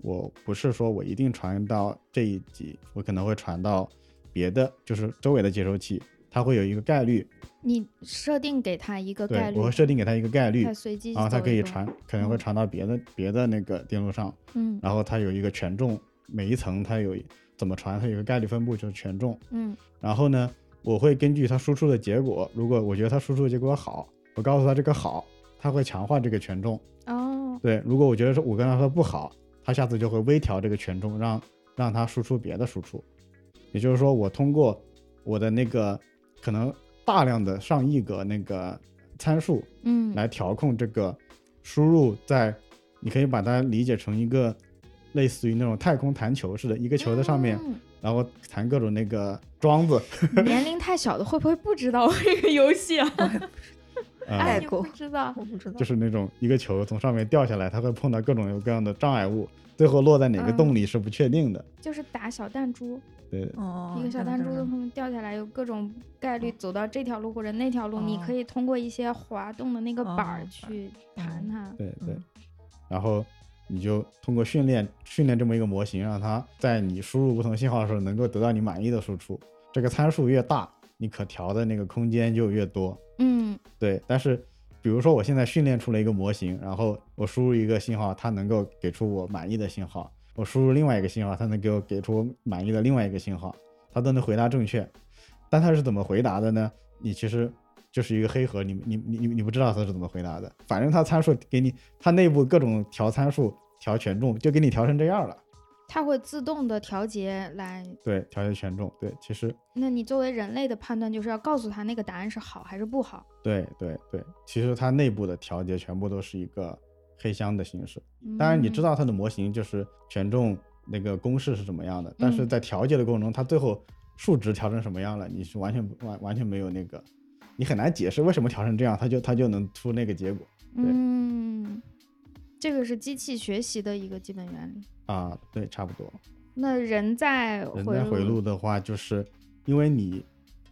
Speaker 3: 我不是说我一定传到这一级，我可能会传到别的，就是周围的接收器，它会有一个概率，
Speaker 1: 你设定给她一个概
Speaker 3: 对
Speaker 1: 率，
Speaker 3: 我会设定给它一个概率，
Speaker 1: 她随机
Speaker 3: 然后它
Speaker 1: 走
Speaker 3: 可
Speaker 1: 一
Speaker 3: 以
Speaker 1: 走
Speaker 3: 传，可能会
Speaker 1: 嗯
Speaker 3: 传到别的别的那个电路上，
Speaker 1: 嗯
Speaker 3: 然后它有一个权重，每一层它有怎么传，它有一个概率分布就是权重，
Speaker 1: 嗯
Speaker 3: 然后呢，我会根据它输出的结果，如果我觉得它输出的结果好，我告诉它这个好，它会强化这个权重。
Speaker 1: 哦
Speaker 3: 对，如果我觉得是我跟他说不好，他下次就会微调这个权重，让让他输出别的输出。也就是说，我通过我的那个可能大量的上亿个那个参数
Speaker 1: 嗯，
Speaker 3: 来调控这个输入在，你可以把它理解成一个类似于那种太空弹球似的，一个球在上面，
Speaker 1: 嗯
Speaker 3: 然后弹各种那个桩 子，
Speaker 1: 年龄太小的会不会不知道这个游戏啊？
Speaker 3: 呃、
Speaker 1: 哎，
Speaker 2: 代
Speaker 1: 你
Speaker 2: 购
Speaker 1: 不知道，
Speaker 2: 我不知道，
Speaker 3: 就是那种一个球从上面掉下来，它会碰到各种各样的障碍物，最后落在哪个洞里是不确定的。
Speaker 1: 就是打小弹珠，
Speaker 3: 对，
Speaker 2: 哦，
Speaker 1: 一个小
Speaker 2: 这
Speaker 1: 弹
Speaker 2: 样
Speaker 1: 珠
Speaker 2: 这
Speaker 1: 从
Speaker 2: 样
Speaker 1: 上面掉下来，有各种概率走到这条路或者那条路，你
Speaker 2: 哦
Speaker 1: 可以通过一些滑动的那个板儿
Speaker 2: 哦
Speaker 1: 去弹它。
Speaker 3: 对对
Speaker 2: 嗯，
Speaker 3: 然后你就通过训练训练这么一个模型，让它在你输入不同信号的时候能够得到你满意的输出。这个参数越大，你可调的那个空间就越多。
Speaker 1: 嗯
Speaker 3: 对，但是比如说我现在训练出了一个模型，然后我输入一个信号，它能够给出我满意的信号；我输入另外一个信号，它能给我给出我满意的另外一个信号，它都能回答正确。但它是怎么回答的呢？你其实就是一个黑盒，你你你你你不知道它是怎么回答的。反正它参数给你，它内部各种调参数、调权重，就给你调成这样了。
Speaker 1: 它会自动的调节来，
Speaker 3: 对，调节权重，对，其实
Speaker 1: 那你作为人类的判断就是要告诉他那个答案是好还是不好。
Speaker 3: 对对对，其实它内部的调节全部都是一个黑箱的形式。当然，你知
Speaker 1: 嗯
Speaker 3: 道它的模型就是权重那个公式是怎么样的，但是
Speaker 1: 嗯
Speaker 3: 在调节的过程中，它最后数值调成什么样了，你是完全不完完全没有那个，你很难解释为什么调成这样，它就它就能出那个结果对
Speaker 1: 嗯，这个是机器学习的一个基本原理。
Speaker 3: 啊。对，差不多。
Speaker 1: 那人在
Speaker 3: 人
Speaker 1: 回
Speaker 3: 在回路的话，就是因为你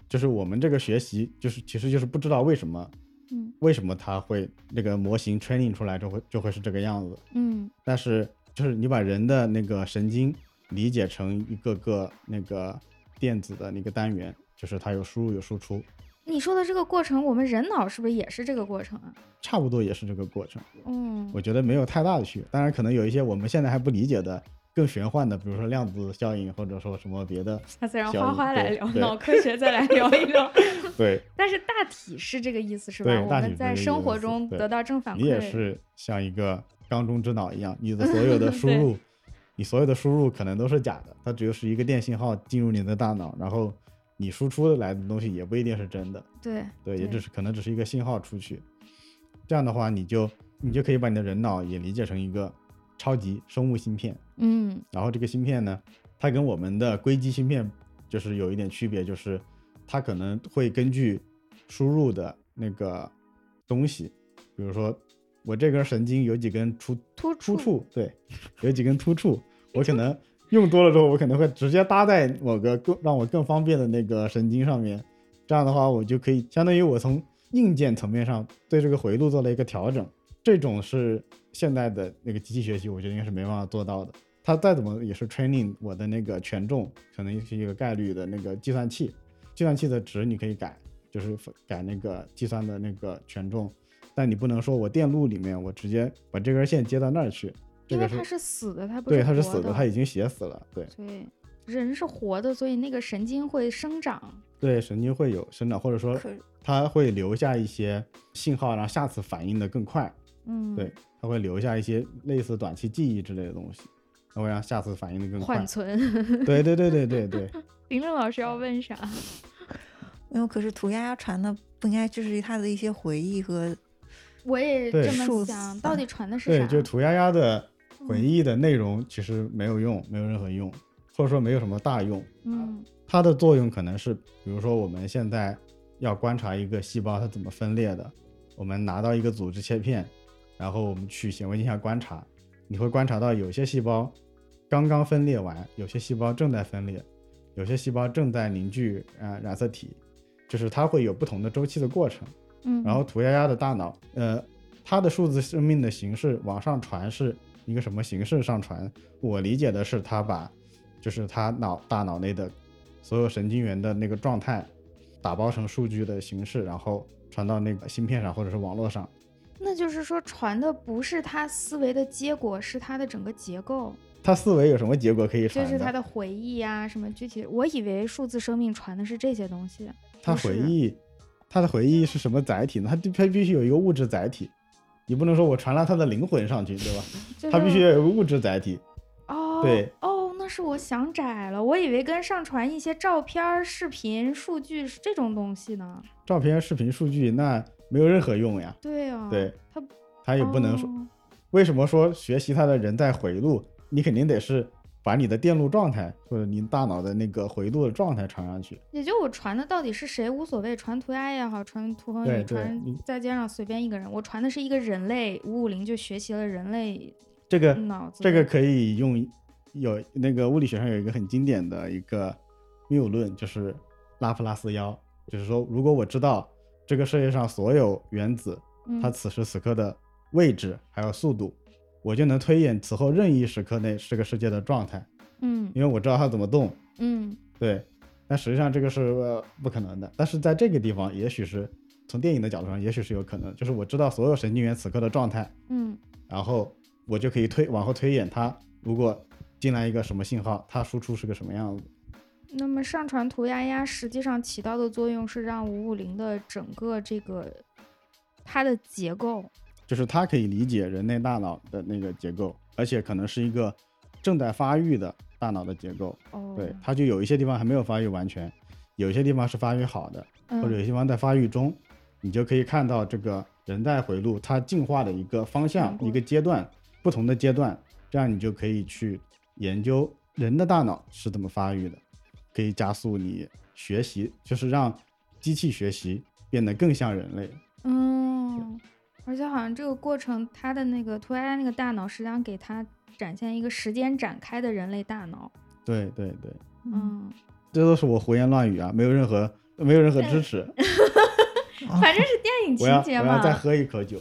Speaker 3: 就是我们这个学习，就是其实就是不知道为什么
Speaker 1: 嗯
Speaker 3: 为什么它会那个模型 training 出来就会就会是这个样子，
Speaker 1: 嗯
Speaker 3: 但是就是你把人的那个神经理解成一个个那个电子的那个单元，就是它有输入有输出，
Speaker 1: 你说的这个过程，我们人脑是不是也是这个过程啊？
Speaker 3: 差不多也是这个过程。
Speaker 1: 嗯，
Speaker 3: 我觉得没有太大的区别，当然可能有一些我们现在还不理解的更玄幻的，比如说量子效应或者说什么别的。
Speaker 1: 下次让花
Speaker 3: 小一
Speaker 1: 花
Speaker 3: 对
Speaker 1: 来聊
Speaker 3: 对
Speaker 1: 脑科学，再来聊一 聊。
Speaker 3: 对
Speaker 1: 但是大体是这个意思，是吧？
Speaker 3: 对
Speaker 1: 我
Speaker 3: 大体
Speaker 1: 们
Speaker 3: 是
Speaker 1: 在
Speaker 3: 这个
Speaker 1: 生
Speaker 3: 意
Speaker 1: 活
Speaker 3: 思
Speaker 1: 中
Speaker 3: 对
Speaker 1: 得到正反馈，
Speaker 3: 你也是像一个缸中之脑一样，你的所 有的输
Speaker 1: 对
Speaker 3: 入，你所有的输入可能都是假的，它只是一个电信号进入你的大脑，然后你输出的来的东西也不一定是真的。
Speaker 1: 对
Speaker 3: 对，也
Speaker 1: 对
Speaker 3: 只是可能只是一个信号出去。这样的话，你就你就可以把你的人脑也理解成一个超级生物芯片。
Speaker 1: 嗯
Speaker 3: 然后这个芯片呢，它跟我们的硅基芯片就是有一点区别，就是它可能会根据输入的那个东西，比如说我这根神经有几根出
Speaker 1: 突触
Speaker 3: 突触，对，有几根突触，我可能用多了之后，我可能会直接搭在某个更让我更方便的那个神经上面。这样的话，我就可以相当于我从硬件层面上对这个回路做了一个调整。这种是现在的那个机器学习，我觉得应该是没办法做到的。它再怎么也是 training 我的那个权重，可能是一个概率的那个计算器，计算器的值你可以改，就是改那个计算的那个权重，但你不能说我电路里面我直接把这根线接到那儿去，这
Speaker 1: 因为
Speaker 3: 个
Speaker 1: 它是死的，它不
Speaker 3: 对，
Speaker 1: 它
Speaker 3: 它是死的，它已经写死了。对
Speaker 1: 对，人是活的，所以那个神经会生长。
Speaker 3: 对，神经会有生长，或者说
Speaker 2: 可
Speaker 3: 它会留下一些信号，然后下次反应的更快。
Speaker 1: 嗯，
Speaker 3: 对，它会留下一些类似短期记忆之类的东西，它会让下次反应的更快
Speaker 1: 缓。存。
Speaker 3: 对对对对对对，
Speaker 1: 林正老师要问啥？
Speaker 2: 没有，可是涂鸦鸦传的不应该就是他的一些回忆和
Speaker 1: 我也
Speaker 3: 对啊
Speaker 1: 这么
Speaker 2: 数
Speaker 1: 想，
Speaker 2: 字
Speaker 1: 到底传的 是啥？嗯
Speaker 3: 对，就涂鸦鸦的回忆的内容其实没有用，没有任何用，或者说没有什么大用。
Speaker 1: 嗯
Speaker 3: 它的作用可能是，比如说我们现在要观察一个细胞它怎么分裂的，我们拿到一个组织切片，然后我们去显微镜下观察，你会观察到有些细胞刚刚分裂完，有些细胞正在分裂，有些细胞正在凝聚啊、呃染色体，就是它会有不同的周期的过程。
Speaker 1: 嗯，
Speaker 3: 然后涂鸦鸦的大脑，呃，它的数字生命的形式往上传是一个什么形式上传？我理解的是，它把就是它脑大脑内的所有神经元的那个状态打包成数据的形式，然后传到那个芯片上或者是网络上。
Speaker 1: 那就是说传的不是他思维的结果，是他的整个结构，
Speaker 3: 它思维有什么结果可以
Speaker 1: 就
Speaker 3: 传
Speaker 1: 是他
Speaker 3: 的
Speaker 1: 的回忆啊，什么具体。我以为数字生命传的是这些东西，
Speaker 3: 它
Speaker 1: 不是
Speaker 3: 回忆，它的回忆是什么载体呢？它它必须有一个物质载体，你不能说我传了它的灵魂上去，对吧？
Speaker 1: 就是
Speaker 3: 它必须要有一个物质载体。
Speaker 1: 哦
Speaker 3: 对
Speaker 1: 哦，那的是我想窄了，我以为跟上传一些照片儿、视频、数据是这种东西呢。
Speaker 3: 照片、视频、数据那没有任何用呀。
Speaker 1: 对啊，
Speaker 3: 对，
Speaker 1: 它
Speaker 3: 他也不能说，
Speaker 1: 哦
Speaker 3: 为什么说学习它的人在回路？你肯定得是把你的电路状态或者你大脑的那个回路的状态传上去。
Speaker 1: 也就我传的到底是谁无所谓，传涂鸦也好，传屠恒
Speaker 3: 对
Speaker 1: 宇，
Speaker 3: 对嗯
Speaker 1: 传
Speaker 3: 你
Speaker 1: 在街上随便一个人，我传的是一个人类，五五零就学习了人类
Speaker 3: 这个
Speaker 1: 脑子。
Speaker 3: 这个可以用有那个物理学上有一个很经典的一个谬论，就是拉普拉斯妖，就是说如果我知道这个世界上所有原子
Speaker 1: 嗯
Speaker 3: 它此时此刻的位置还有速度，我就能推演此后任意时刻内这个世界的状态，
Speaker 1: 嗯
Speaker 3: 因为我知道它怎么动。
Speaker 1: 嗯
Speaker 3: 对，但实际上这个是呃不可能的。但是在这个地方，也许是从电影的角度上，也许是有可能，就是我知道所有神经元此刻的状态，
Speaker 1: 嗯
Speaker 3: 然后我就可以推往后推演它，如果进来一个什么信号，它输出是个什么样子。
Speaker 1: 那么上传涂鸦呀，实际上起到的作用是让五五零的整个这个它的结构，
Speaker 3: 就是它可以理解人类大脑的那个结构，而且可能是一个正在发育的大脑的结构。
Speaker 1: 哦，
Speaker 3: 对，它就有一些地方还没有发育完全，有一些地方是发育好的，
Speaker 1: 嗯，
Speaker 3: 或者有些地方在发育中，你就可以看到这个人带回路它进化的一个方向
Speaker 1: 全、部
Speaker 3: 一个阶段、不同的阶段，这样你就可以去研究人的大脑是怎么发育的，可以加速你学习，就是让机器学习变得更像人类。
Speaker 1: 嗯，而且好像这个过程，它的那个涂鸦的那个大脑，实际上给它展现一个时间展开的人类大脑，
Speaker 3: 对对对，
Speaker 2: 嗯，
Speaker 1: 嗯，
Speaker 3: 这都是我胡言乱语啊，没有任何没有任何支持。
Speaker 1: 嗯反正是电影
Speaker 3: 我要
Speaker 1: 情
Speaker 3: 我
Speaker 1: 节嘛
Speaker 3: 要，再喝一口酒。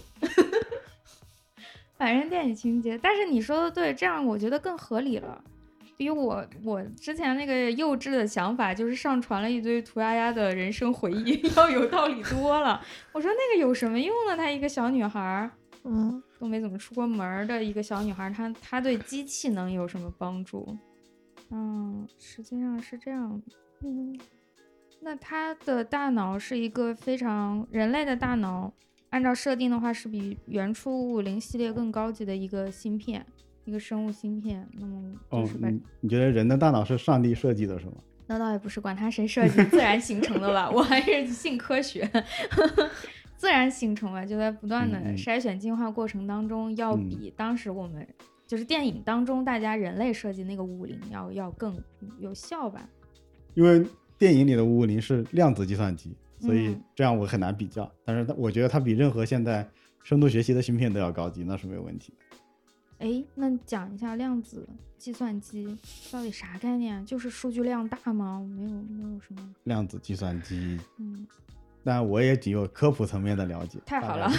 Speaker 1: 反正电影情节。但是你说的对，这样我觉得更合理了。比我我之前那个幼稚的想法，就是上传了一堆涂鸦鸦的人生回忆， 要有道理多了。我说那个有什么用呢？她一个小女孩儿
Speaker 2: 嗯，
Speaker 1: 都没怎么出过门儿的一个小女孩儿，她她对机器能有什么帮助？嗯，实际上是这样的。
Speaker 2: 嗯
Speaker 1: 那它的大脑是一个非常人类的大脑，按照设定的话是比原初五五零系列更高级的一个芯片，一个生物芯片。那么就
Speaker 3: 哦
Speaker 1: 是，把、
Speaker 3: 你你觉得人的大脑是上帝设计的是吗？
Speaker 1: 那倒也不是管它谁设计，自然形成的吧，我还是信科学。 自然形成吧，就在不断的
Speaker 3: 嗯嗯
Speaker 1: 筛选进化过程当中，要
Speaker 3: 嗯
Speaker 1: 比当时我们就是电影当中大家人类设计那个五五零要要更有效吧。
Speaker 3: 因为电影里的五五零是量子计算机，所以
Speaker 1: 嗯
Speaker 3: 这样我很难比较。但是它，我觉得它比任何现在深度学习的芯片都要高级，那是没有问题的。
Speaker 1: 哎，那你讲一下量子计算机到底啥概念？啊就是数据量大吗？没有，没有什么。
Speaker 3: 量子计算机，
Speaker 1: 嗯，
Speaker 3: 但我也仅有科普层面的了解。
Speaker 1: 太
Speaker 3: 大
Speaker 1: 好
Speaker 3: 概
Speaker 1: 了，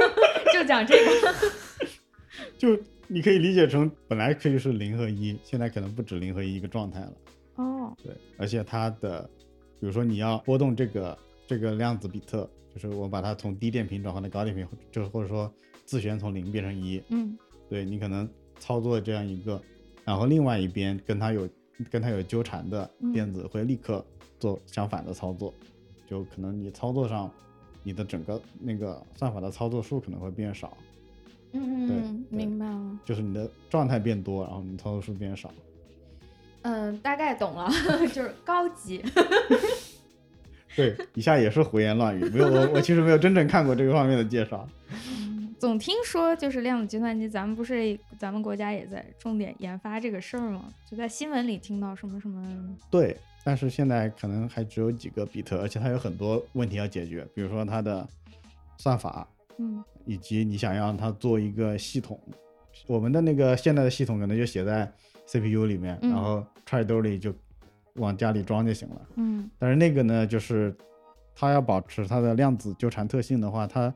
Speaker 1: 就讲这个。
Speaker 3: 就你可以理解成本来可以是零和一，现在可能不止零和一一个状态了。
Speaker 1: 哦，
Speaker 3: 对，而且它的，比如说你要波动这个这个量子比特，就是我把它从低电平转换到高电平，就或者说自旋从零变成一，
Speaker 1: 嗯
Speaker 3: 对你可能操作这样一个，然后另外一边跟它有跟它有纠缠的
Speaker 1: 嗯
Speaker 3: 电子会立刻做相反的操作，就可能你操作上你的整个那个算法的操作数可能会变少，
Speaker 1: 嗯嗯
Speaker 3: 对
Speaker 1: 嗯，
Speaker 3: 对
Speaker 1: 明白了。
Speaker 3: 就是你的状态变多，然后你操作数变少。
Speaker 1: 嗯，大概懂了， 就是高级。
Speaker 3: 对，以下也是胡言乱语，没有我我其实没有真正看过这个方面的介绍。
Speaker 1: 总听说就是量子计算机，咱们不是咱们国家也在重点研发这个事儿吗？就在新闻里听到什么什么。
Speaker 3: 对，但是现在可能还只有几个比特，而且它有很多问题要解决，比如说它的算法，
Speaker 1: 嗯
Speaker 3: 以及你想让它做一个系统。我们的那个现在的系统可能就写在 CPU 里面，
Speaker 1: 嗯
Speaker 3: 然后揣兜里就往家里装就行了。
Speaker 1: 嗯
Speaker 3: 但是那个呢，就是它要保持它的量子纠缠特性的话，它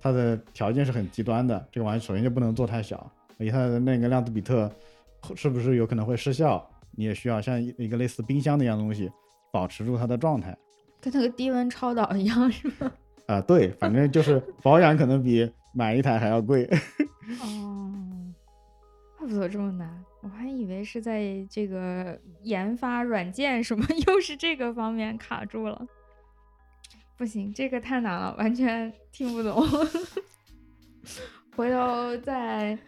Speaker 3: 它的条件是很极端的。这个玩意首先就不能做太小，而且它的那个量子比特是不是有可能会失效，你也需要像一一个类似冰箱那样东西保持住它的状态。
Speaker 1: 跟那个低温超导一样是吧？
Speaker 3: 啊、对，反正就是保养可能比买一台还要贵。
Speaker 1: 哦，怪不得这么难，我还以为是在这个研发软件什么， 又是这个方面卡住了。不行，这个太 难了，完全听不懂。回头再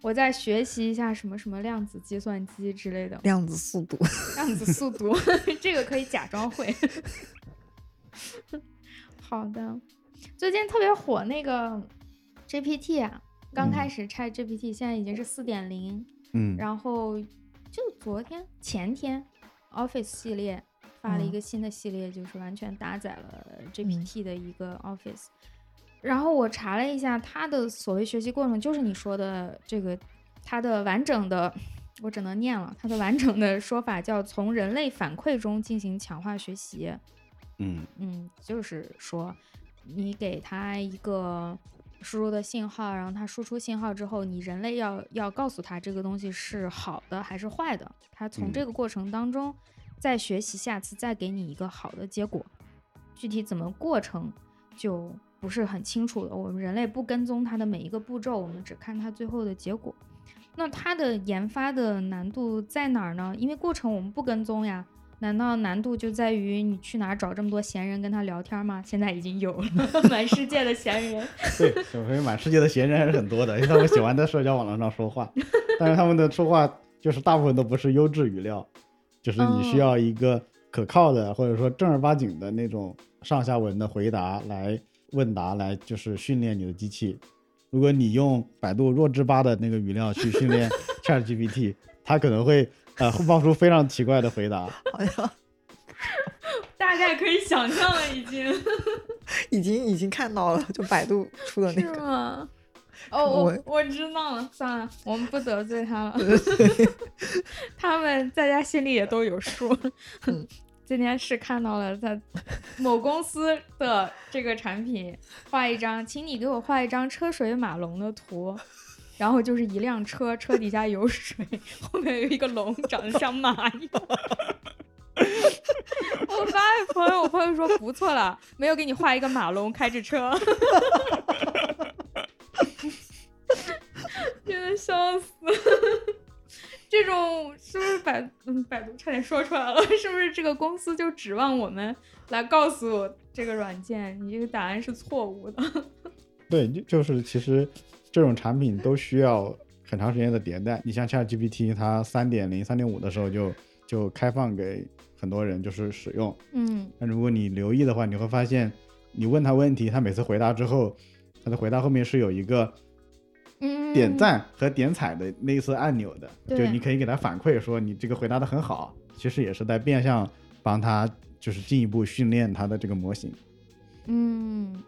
Speaker 1: 我再学习一下什么什么量子计算机之类的，
Speaker 2: 量子速度，
Speaker 1: 量子速读， 这个可以假装会。 好的，最近特别火那个 GPT 啊，刚开
Speaker 3: 嗯
Speaker 1: 始 Chat GPT，、现在已经是四点零，
Speaker 3: 嗯
Speaker 1: 然后就昨天前天 Office 系列发了一
Speaker 2: 嗯
Speaker 1: 个新的系列，就是完全搭载了 GPT 的一个 Office。然后我查了一下，它的所谓学习过程就是你说的这个，它的完整的，我只能念了，它的完整的说法叫从人类反馈中进行强化学习。
Speaker 3: 嗯
Speaker 1: 嗯，就是说你给它一个输入的信号，然后它输出信号之后，你人类要要告诉它这个东西是好的还是坏的，它从这
Speaker 3: 嗯
Speaker 1: 个过程当中再学习，下次再给你一个好的结果。具体怎么过程就不是很清楚了。我们人类不跟踪它的每一个步骤，我们只看它最后的结果。那它的研发的难度在哪儿呢？因为过程我们不跟踪呀，难道难度就在于你去哪儿找这么多闲人跟他聊天吗？现在已经有了 满世界的闲人，
Speaker 3: 对，小朋友满世界的闲人还是很多的，因为他们喜欢在社交网络上说话，但是他们的说话就是大部分都不是优质语料，就是你
Speaker 1: 哦
Speaker 3: 需要一个可靠的、或者说正儿八经的那种上下文的回答来问答来，就是训练你的机器。如果你用百度弱智吧的那个语料去训练 ChatGPT，它可能会呃冒出非常奇怪的回答。
Speaker 2: 好像
Speaker 1: 大概可以想象了，已经
Speaker 2: 已经已经看到了，就百度出 的那
Speaker 1: 是啊
Speaker 2: 个，
Speaker 1: 吗？哦，我
Speaker 2: 我
Speaker 1: 我知道了，算了，我们不得罪他了， 他们在家心里也都有数。
Speaker 2: 嗯
Speaker 1: 今天是看到了在某公司的这个产品，画一张，请你给我画一张车水马龙的图，然后就是一辆车，车底下有水，后面有一个龙，长得像蚂蚁。 我发给朋友，我朋友说不错了，没有给你画一个马龙开着车， 真的笑死。这种是不是百嗯百度差点说出来了？是不是这个公司就指望我们来告诉这个软件，你这个答案是错误的？
Speaker 3: 对，就就是其实这种产品都需要很长时间的迭代。你像 ChatGPT，它三点零、三点五的时候就就开放给很多人就是使用。
Speaker 1: 嗯，
Speaker 3: 但如果你留意的话，你会发现，你问他问题，他每次回答之后，他的回答后面是有一个
Speaker 1: 嗯
Speaker 3: 点，赞和点彩的类似按钮的，
Speaker 1: 对
Speaker 3: 就你可以给他反馈说你这个回答的很好，其实也是在变相帮他就是进一步训练他的这个模型。
Speaker 1: 嗯，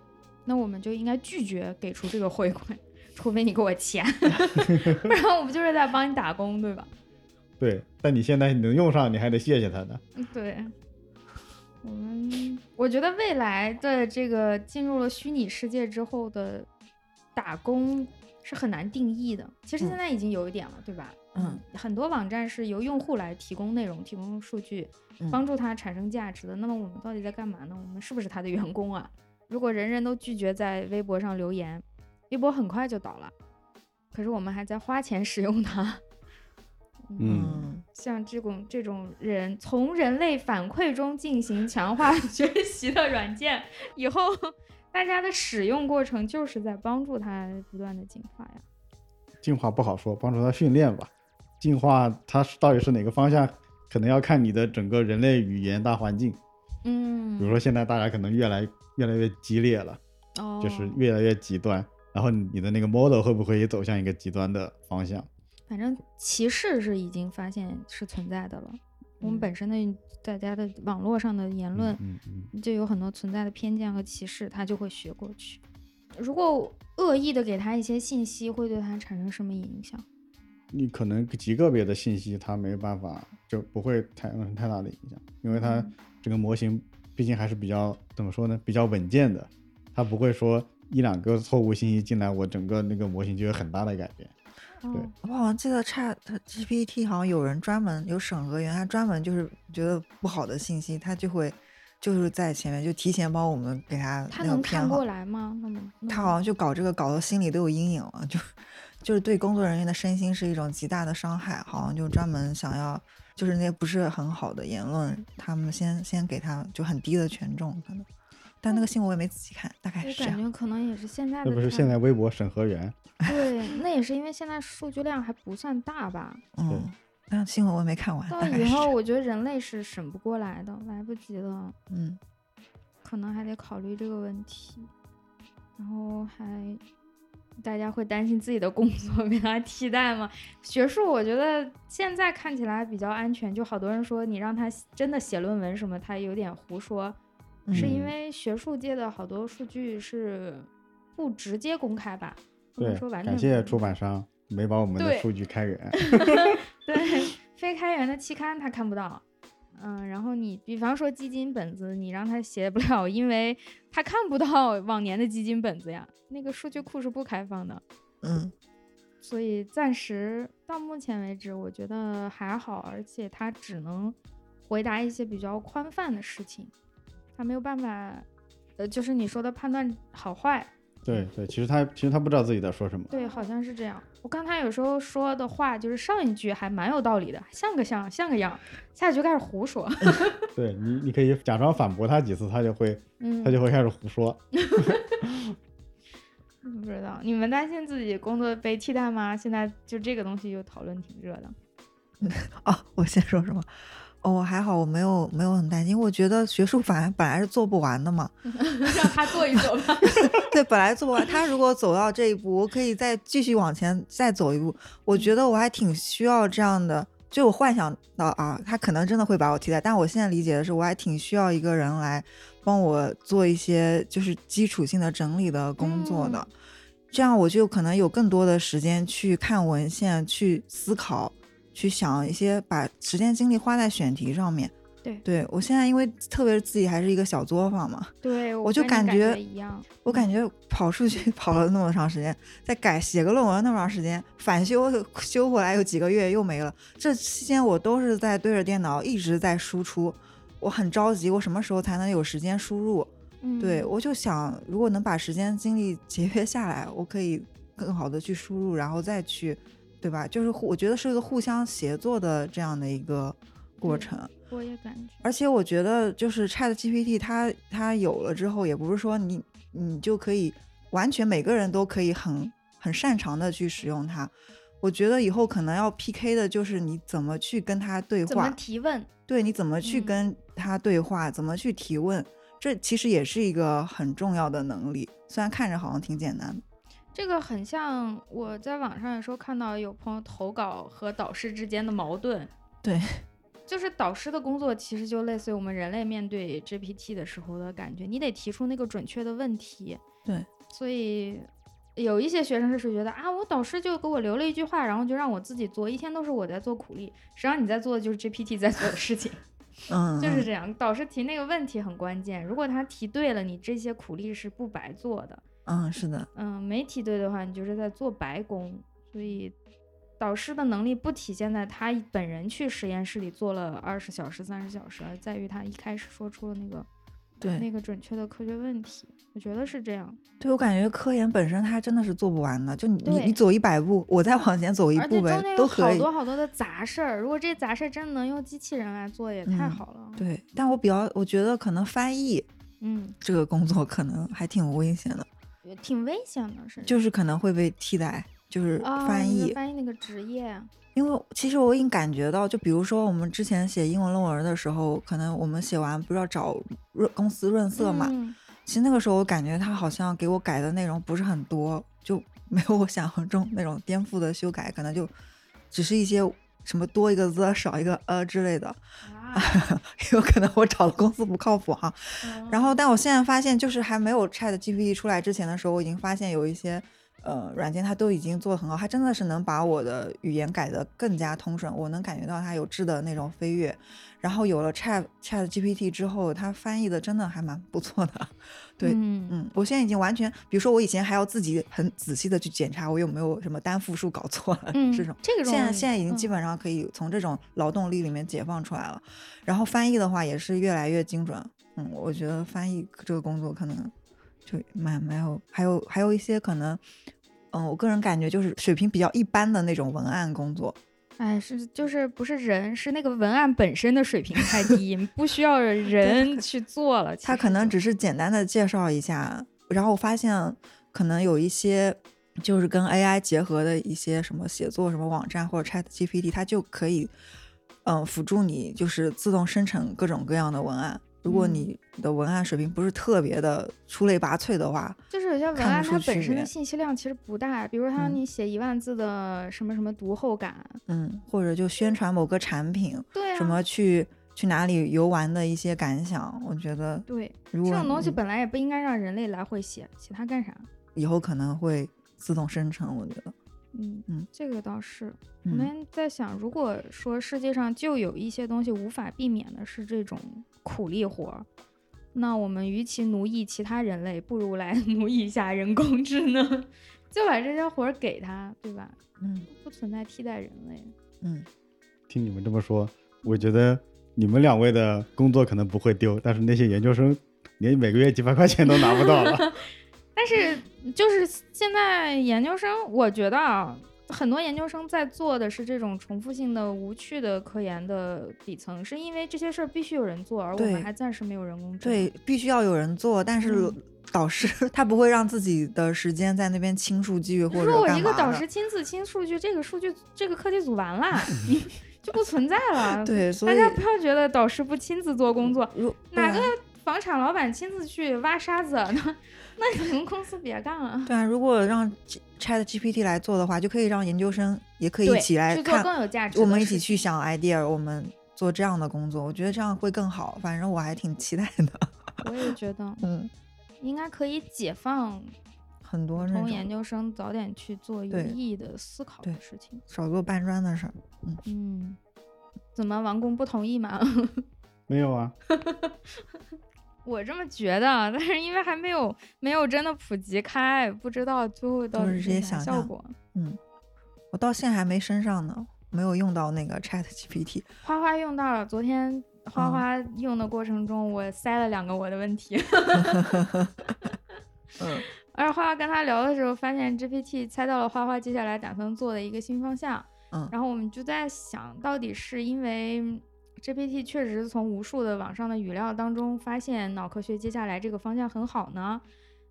Speaker 1: 那我们就应该拒绝给出这个回馈，除非你给我钱， 不然我不就是在帮你打工，对吧？
Speaker 3: 对，但你现在能用上，你还得谢谢他呢。
Speaker 2: 嗯
Speaker 1: 对， 我们我觉得未来的这个进入了虚拟世界之后的打工是很难定义的。其实现在已经有一点了，对吧？
Speaker 2: 嗯，
Speaker 1: 很多网站是由用户来提供内容、提供数据，
Speaker 2: 嗯
Speaker 1: 帮助他产生价值的。那么我们到底在干嘛呢？我们是不是他的员工啊？如果人人都拒绝在微博上留言，微博很快就倒了。可是我们还在花钱使用它。
Speaker 2: 嗯，
Speaker 1: 像这种这种人从人类反馈中进行强化 学习的软件，以后大家的使用过程就是在帮助它不断的进化呀。
Speaker 3: 进化不好说，帮助他训练吧。进化它是到底是哪个方向，可能要看你的整个人类语言大环境。比如
Speaker 1: 嗯，
Speaker 3: 说现在大家可能越来越来越激烈了，
Speaker 1: 哦，
Speaker 3: 就是越来越极端。然后你的那个 model 会不会也走向一个极端的方向？
Speaker 1: 反正歧视是已经发现是存在的了。我们
Speaker 2: 嗯
Speaker 1: 本身的大家的网络上的言论，
Speaker 3: 嗯嗯
Speaker 1: 就有很多存在的偏见和歧视，他就会学过去。如果恶意的给他一些信息，会对他产生什么影响？
Speaker 3: 你可能极个别的信息它没办法，就不会太产生太大的影响，因为它
Speaker 1: 嗯
Speaker 3: 这个模型毕竟还是比较怎么说呢，比较稳健的，它不会说一两个错误信息进来，我整个那个模型就有很大的改变。对
Speaker 1: 哦，
Speaker 2: 我好像记得 Chat GPT 好像有人专门有审核员，他专门就是觉得不好的信息，他就会就是在前面就提前帮我们给他
Speaker 1: 他
Speaker 2: 那个
Speaker 1: 能
Speaker 2: 偏
Speaker 1: 看
Speaker 2: 好
Speaker 1: 过。来吗？那么那
Speaker 2: 他
Speaker 1: 么
Speaker 2: 好像就搞这个搞得心里都有阴影了，就就是对工作人员的身心是一种极大的伤害。好像就专门想要就是那些不是很好的言论，他们先先给他就很低的权重，可能但那个新闻我也没仔细看，大概
Speaker 1: 我
Speaker 2: 是
Speaker 1: 嗯
Speaker 2: 这
Speaker 1: 感
Speaker 2: 样。
Speaker 1: 觉可能也是现在的
Speaker 3: 这哎啊不是
Speaker 1: 他
Speaker 3: 现
Speaker 1: 们
Speaker 3: 在微博审核员，
Speaker 1: 对，那也是因为现在数据量还不算大 吧。
Speaker 2: 嗯，但新闻我也没看完，
Speaker 1: 到
Speaker 2: 大
Speaker 3: 哎
Speaker 2: 概
Speaker 1: 以
Speaker 2: 是这
Speaker 3: 啊
Speaker 1: 后，
Speaker 2: 样。
Speaker 1: 我觉得人类是审不过来的，来不及了，
Speaker 2: 嗯，
Speaker 1: 可能还得考虑这个问题。然后还，大家会担心自己的工作 被它替代吗？学术我觉得现在看起来比较安全，就好多人说你让他真的写论文什么，他有点胡说，是因
Speaker 3: 嗯
Speaker 1: 为学术界的好多数据是不直接公开吧？不能
Speaker 3: 对
Speaker 1: 说，完全
Speaker 3: 感
Speaker 1: 不
Speaker 3: 谢
Speaker 1: 公
Speaker 3: 出
Speaker 1: 开
Speaker 3: 版商没把我们的
Speaker 1: 对
Speaker 3: 数据开 源。
Speaker 1: 对，非开源的期刊他看不到。嗯，然后你比方说基金本子，你让他写不了，因为他看不到往年的基金本子呀，那个数据库是不开放的。
Speaker 2: 嗯
Speaker 1: 所以暂时到目前为止，我觉得还好，而且他只能回答一些比较宽泛的事情，他没有办法，呃，就是你说的判断好坏，
Speaker 3: 对对，其实他其实他不知道自己在说什么。
Speaker 1: 对，好像是这样。我看他有时候说的话，就是上一句还蛮有道理的，像个像像个样，下一句开始胡说。
Speaker 3: 对你，你可以假装反驳他几次，他就会
Speaker 1: 嗯，
Speaker 3: 他就会开始胡说。
Speaker 1: 不知道你们担心自己工作被替代吗？现在就这个东西又讨论挺热的。
Speaker 2: 哦，我先说什么？哦，我还好，我没有没有很担心。我觉得学术反而本来是做不完的嘛，
Speaker 1: 让他做一做吧。
Speaker 2: 对，本来做不完。他如果走到这一步，我可以再继续往前再走一步。我觉得我还挺需要这样的，就我幻想到啊，他可能真的会把我替代，但我现在理解的是，我还挺需要一个人来帮我做一些就是基础性的整理的工作的，这样我就可能有更多的时间去看文献、去思考、去想一些，把时间精力花在选题上面。
Speaker 1: 对
Speaker 2: 对我现在因为特别是自己还是一个小作坊嘛，
Speaker 1: 对，
Speaker 2: 我就
Speaker 1: 跟你
Speaker 2: 感
Speaker 1: 感
Speaker 2: 觉
Speaker 1: 一样。
Speaker 2: 我感觉跑数据 跑了那么长时间，再改写个论文那么长时间，返修 修回来有几个月又没了。这期间我都是在对着电脑一直在输出，我很着急，我什么时候才能有时间输入？
Speaker 1: 嗯，
Speaker 2: 对我就想，如果能把时间精力节约下来，我可以更好的去输入，然后再去，对吧？就是互我觉得是一个互相协作的这样的一个过
Speaker 1: 对
Speaker 2: 程。
Speaker 1: 我也感觉。
Speaker 2: 而且我觉得，就是 Chat GPT 它它有了之后，也不是说你你就可以完全每个人都可以很很擅长的去使用它。我觉得以后可能要 PK 的就是你怎么去跟它对
Speaker 1: 怎么
Speaker 2: 话，
Speaker 1: 提问？
Speaker 2: 对你怎么去
Speaker 1: 嗯
Speaker 2: 跟它对话，怎么去提问，这其实也是一个很重要的能力。虽然看着好像挺简单的，
Speaker 1: 这个很像我在网上有时候看到有朋友投稿和导师之间的矛盾。
Speaker 2: 对，
Speaker 1: 就是导师的工作其实就类似于我们人类面对 GPT 的时候的感觉，你得提出那个准确的问题。
Speaker 2: 对，
Speaker 1: 所以有一些学生是觉得啊，我导师就给我留了一句话，然后就让我自己做，一天都是我在做苦力，实际上你在做的就是 GPT 在做的事 情，
Speaker 2: 嗯，
Speaker 1: 就是这样。导师提那个问题很关键，如果他提对了，你这些苦力是不白做的。
Speaker 2: 嗯，是的，
Speaker 1: 嗯，没提对的话，你就是在做白工。所以，导师的能力不体现在他本人去实验室里做了二十小时、三十小时，而在于他一开始说出了那个
Speaker 2: 对
Speaker 1: 那个准确的科学问题。我觉得是这样，
Speaker 2: 对我感觉科研本身它真的是做不完的，就你你
Speaker 1: 对
Speaker 2: 你走一百步，我再往前走一
Speaker 1: 而且
Speaker 2: 步
Speaker 1: 中
Speaker 2: 呗
Speaker 1: 间，有
Speaker 2: 都可
Speaker 1: 好
Speaker 2: 以。
Speaker 1: 多好多的杂事儿。如果这杂事儿真能用机器人来做，也太
Speaker 2: 嗯
Speaker 1: 好了。，
Speaker 2: 对，但我比较，我觉得可能翻译
Speaker 1: 嗯，
Speaker 2: 这个工作可能还挺危险的，
Speaker 1: 也挺危险的，是
Speaker 2: 就是可能会被替代，就是
Speaker 1: 啊，
Speaker 2: 翻
Speaker 1: 那个
Speaker 2: 译。
Speaker 1: 翻译那个职业，
Speaker 2: 因为其实我已经感觉到，就比如说我们之前写英文论文的时候，可能我们写完不是要找润公司润色嘛，
Speaker 1: 嗯
Speaker 2: 其实那个时候我感觉他好像给我改的内容不是很多，就 没有我想象中那种颠覆的修改，可能就只是一些什么多一个 the 少一个呃之类的，
Speaker 1: 啊
Speaker 2: 有可能我找的公司不靠谱哈、
Speaker 1: 嗯
Speaker 2: 然后，但我现在发现，就是还没有 Chat GPT 出来之前的时候，我已经发现有一些呃软件它都已经做得很好，它真的是能把我的语言改得更加通顺，我能感觉到它有质的那种飞跃。然后有了 Chat Chat GPT 之后，它翻译的真的还蛮不错的。 对
Speaker 1: 嗯
Speaker 2: 嗯，我现在已经完全，比如说我以前还要自己很仔细的去检查我有没有什么单复数搞错了、
Speaker 1: 嗯，
Speaker 2: 这种。
Speaker 1: 这个嗯
Speaker 2: 现在现在已经基
Speaker 1: 本
Speaker 2: 本上可以从这种劳动力里面解放出来了，然后翻译的话也是越来越精准。嗯，我觉得翻译这个工作可能就蛮蛮有，还有还有一些可能，嗯，我个人感觉就是水平比较一般的那种文案工作，
Speaker 1: 哎，是就是不是人，是那个文案本身的水平太低，不需要人去做了。
Speaker 2: 他可能只
Speaker 1: 是
Speaker 2: 是简单的介绍一下，然后我发现可能有一些就是跟 AI 结合的一些什么写作什么网站或者 Chat GPT，它就可以嗯辅助你，就是自动生成各种各样的文案。如果
Speaker 1: 嗯
Speaker 2: 你的文案水平不是特别的出类拔萃的话，
Speaker 1: 就是有些文
Speaker 2: 看不
Speaker 1: 案
Speaker 2: 出
Speaker 1: 它
Speaker 2: 区
Speaker 1: 本身
Speaker 2: 别
Speaker 1: 的信息量其实不大，比如他让
Speaker 2: 嗯
Speaker 1: 你写一万字的什么什么读后感，
Speaker 2: 嗯，或者就宣传某个产品，
Speaker 1: 对啊，
Speaker 2: 什么去去哪里游玩的一些感想，我觉得
Speaker 1: 对，
Speaker 2: 如
Speaker 1: 这
Speaker 2: 果
Speaker 1: 种东西
Speaker 2: 嗯
Speaker 1: 本来也不应该让人类来回写，写它干啥？
Speaker 2: 以后可能会自动生成，我觉得，
Speaker 1: 嗯
Speaker 2: 嗯
Speaker 1: 这个倒是。我
Speaker 2: 嗯，
Speaker 1: 们在想，如果说世界上就有一些东西无法避免的是这种苦力活儿，那我们与其奴役其他人类，不如来 奴役一下人工智能，就把这些活儿给他，对吧？
Speaker 2: 嗯
Speaker 1: 不存在替代人类。
Speaker 2: 嗯，
Speaker 3: 听你们这么说，我觉得你们两位的工作可能不会丢，但是那些研究生连每个月几百块钱都拿不 到了。
Speaker 1: 但是就是现在研究生，我觉得啊，很多研究生在做的是这种重复性的、无趣的科研的底层，是因为这些事儿必须有人做，而我
Speaker 2: 对
Speaker 1: 们还暂时没有人工智能。
Speaker 2: 对，必须要有人做，但是
Speaker 1: 嗯
Speaker 2: 导师他不会让自己的时间在那边清数据或
Speaker 1: 如
Speaker 2: 者
Speaker 1: 果
Speaker 2: 干
Speaker 1: 一个
Speaker 2: 嘛
Speaker 1: 导
Speaker 2: 的
Speaker 1: 师亲自清数据，这个数据这个课题组完了， 就不存在了。，
Speaker 2: 对，所
Speaker 1: 大
Speaker 2: 以
Speaker 1: 家不要觉得导师不亲自做工作，
Speaker 2: 如
Speaker 1: 哪
Speaker 2: 对
Speaker 1: 个
Speaker 2: 啊
Speaker 1: 房产老板亲自去挖沙子， 那那你们公司别干了。
Speaker 2: 对啊？如果让 G- Chat GPT 来做的话，就可以让研究生也 可以
Speaker 1: 对，
Speaker 2: 一起来
Speaker 1: 去做
Speaker 2: 看，
Speaker 1: 更有价值的事情。
Speaker 2: 我们一起去想 idea，我们做这样的工作，我觉得这样会更好。反正我还挺期待的，
Speaker 1: 我也觉得
Speaker 2: 嗯，
Speaker 1: 应该可以解放
Speaker 2: 很多
Speaker 1: 普
Speaker 2: 那
Speaker 1: 通
Speaker 2: 种
Speaker 1: 研究生早点去做有
Speaker 2: 对
Speaker 1: 意义的思考
Speaker 2: 对
Speaker 1: 的事情。
Speaker 2: 少做搬砖的事儿。
Speaker 1: 嗯，怎么王工不同意吗？
Speaker 3: 没有啊，
Speaker 1: 我这么觉得，啊但是因为还没有没有真的普及开，不知道最后到底
Speaker 2: 就是直接
Speaker 1: 啥
Speaker 2: 想
Speaker 1: 效
Speaker 2: 象
Speaker 1: 果。
Speaker 2: 嗯，我到现在还没升上呢，没有用到那个 Chat GPT。
Speaker 1: 花花用到了，昨天花
Speaker 2: 哦
Speaker 1: 花用的过程中，我塞了两个我的问题，
Speaker 2: 嗯
Speaker 1: 而花花跟他聊的时候，发现 GPT 猜到了花花接下来打算做的一个新方向。
Speaker 2: 嗯
Speaker 1: 然后我们就在想到底是因为 GPT 确实从无数的网上的语料当中发现脑科学接下来这个方向很好呢，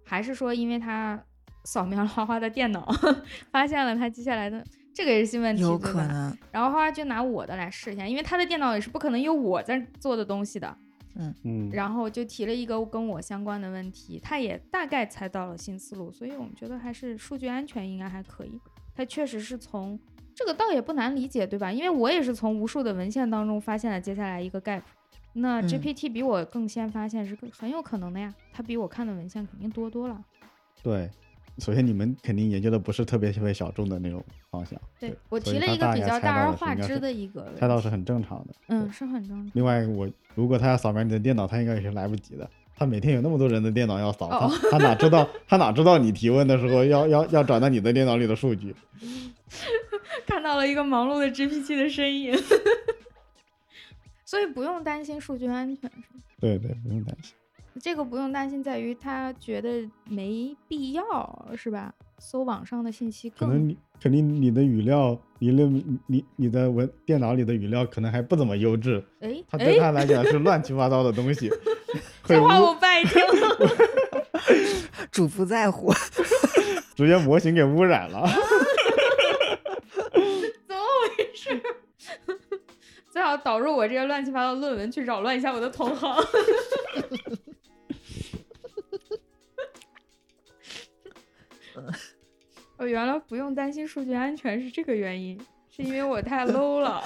Speaker 1: 还是说因为它扫描了花花的电脑， 发现了它接下来的这个也是新问题，
Speaker 2: 有
Speaker 1: 对
Speaker 2: 可
Speaker 1: 吧
Speaker 2: 能，
Speaker 1: 然后花花就拿我的来试一下，因为他的电脑也是不可能有我在做的东西的。
Speaker 3: 嗯，
Speaker 1: 然后就提了一个跟我相关的问题，他也大概猜到了新思路，所以我们觉得还是数据安全应该还可以。他确实是从这个倒也不难理解，对吧？因为我也是从无数的文献当中发现了接下来一个 gap。那
Speaker 2: 嗯
Speaker 1: GPT 比我更先发现是更很有可能的呀，他比我看的文献肯定多多了。
Speaker 3: 对。首先，你们肯定研究的不是特别特别小众的那种方向，对
Speaker 1: 我
Speaker 3: 所
Speaker 1: 提
Speaker 3: 以
Speaker 1: 了
Speaker 3: 他
Speaker 1: 一个
Speaker 3: 大
Speaker 1: 比
Speaker 3: 概
Speaker 1: 较
Speaker 3: 猜
Speaker 1: 大
Speaker 3: 到
Speaker 1: 而
Speaker 3: 了什么
Speaker 1: 化
Speaker 3: 样
Speaker 1: 之
Speaker 3: 是
Speaker 1: 的一个问题，
Speaker 3: 猜到是很正常的。
Speaker 1: 嗯
Speaker 3: 对。
Speaker 1: 是很正 常。
Speaker 3: 另外，我如果他要扫描你的电脑，他应该也是来不及的。他每天有那么多人的电脑要扫，
Speaker 1: 哦
Speaker 3: 他他哪知道 他哪知道你提问的时候要要要转到你的电脑里的数据？
Speaker 1: 看到了一个忙碌的 GPT 的身 影， 所以不用担心数据安全。
Speaker 3: 对对，不用担心。
Speaker 1: 这个不用担心，在于他觉得没必要，是吧？搜网上的信息
Speaker 3: 可
Speaker 1: 更
Speaker 3: 能你肯定你的语料，你的你你的文电脑里的语料可能还不怎么优质，
Speaker 1: 哎
Speaker 3: 他对
Speaker 1: 哎，
Speaker 3: 他来讲是乱七八糟的东 西，会
Speaker 1: 这话
Speaker 3: 污
Speaker 1: 我不爱听。
Speaker 2: 主不在乎。
Speaker 3: 直接模型给污染了。
Speaker 1: 怎么回事？ 最好导入我这些乱七八糟的论文去扰乱一下我的同行。 我原来不用担心数据安全是这个原因，是因为我太 low 了。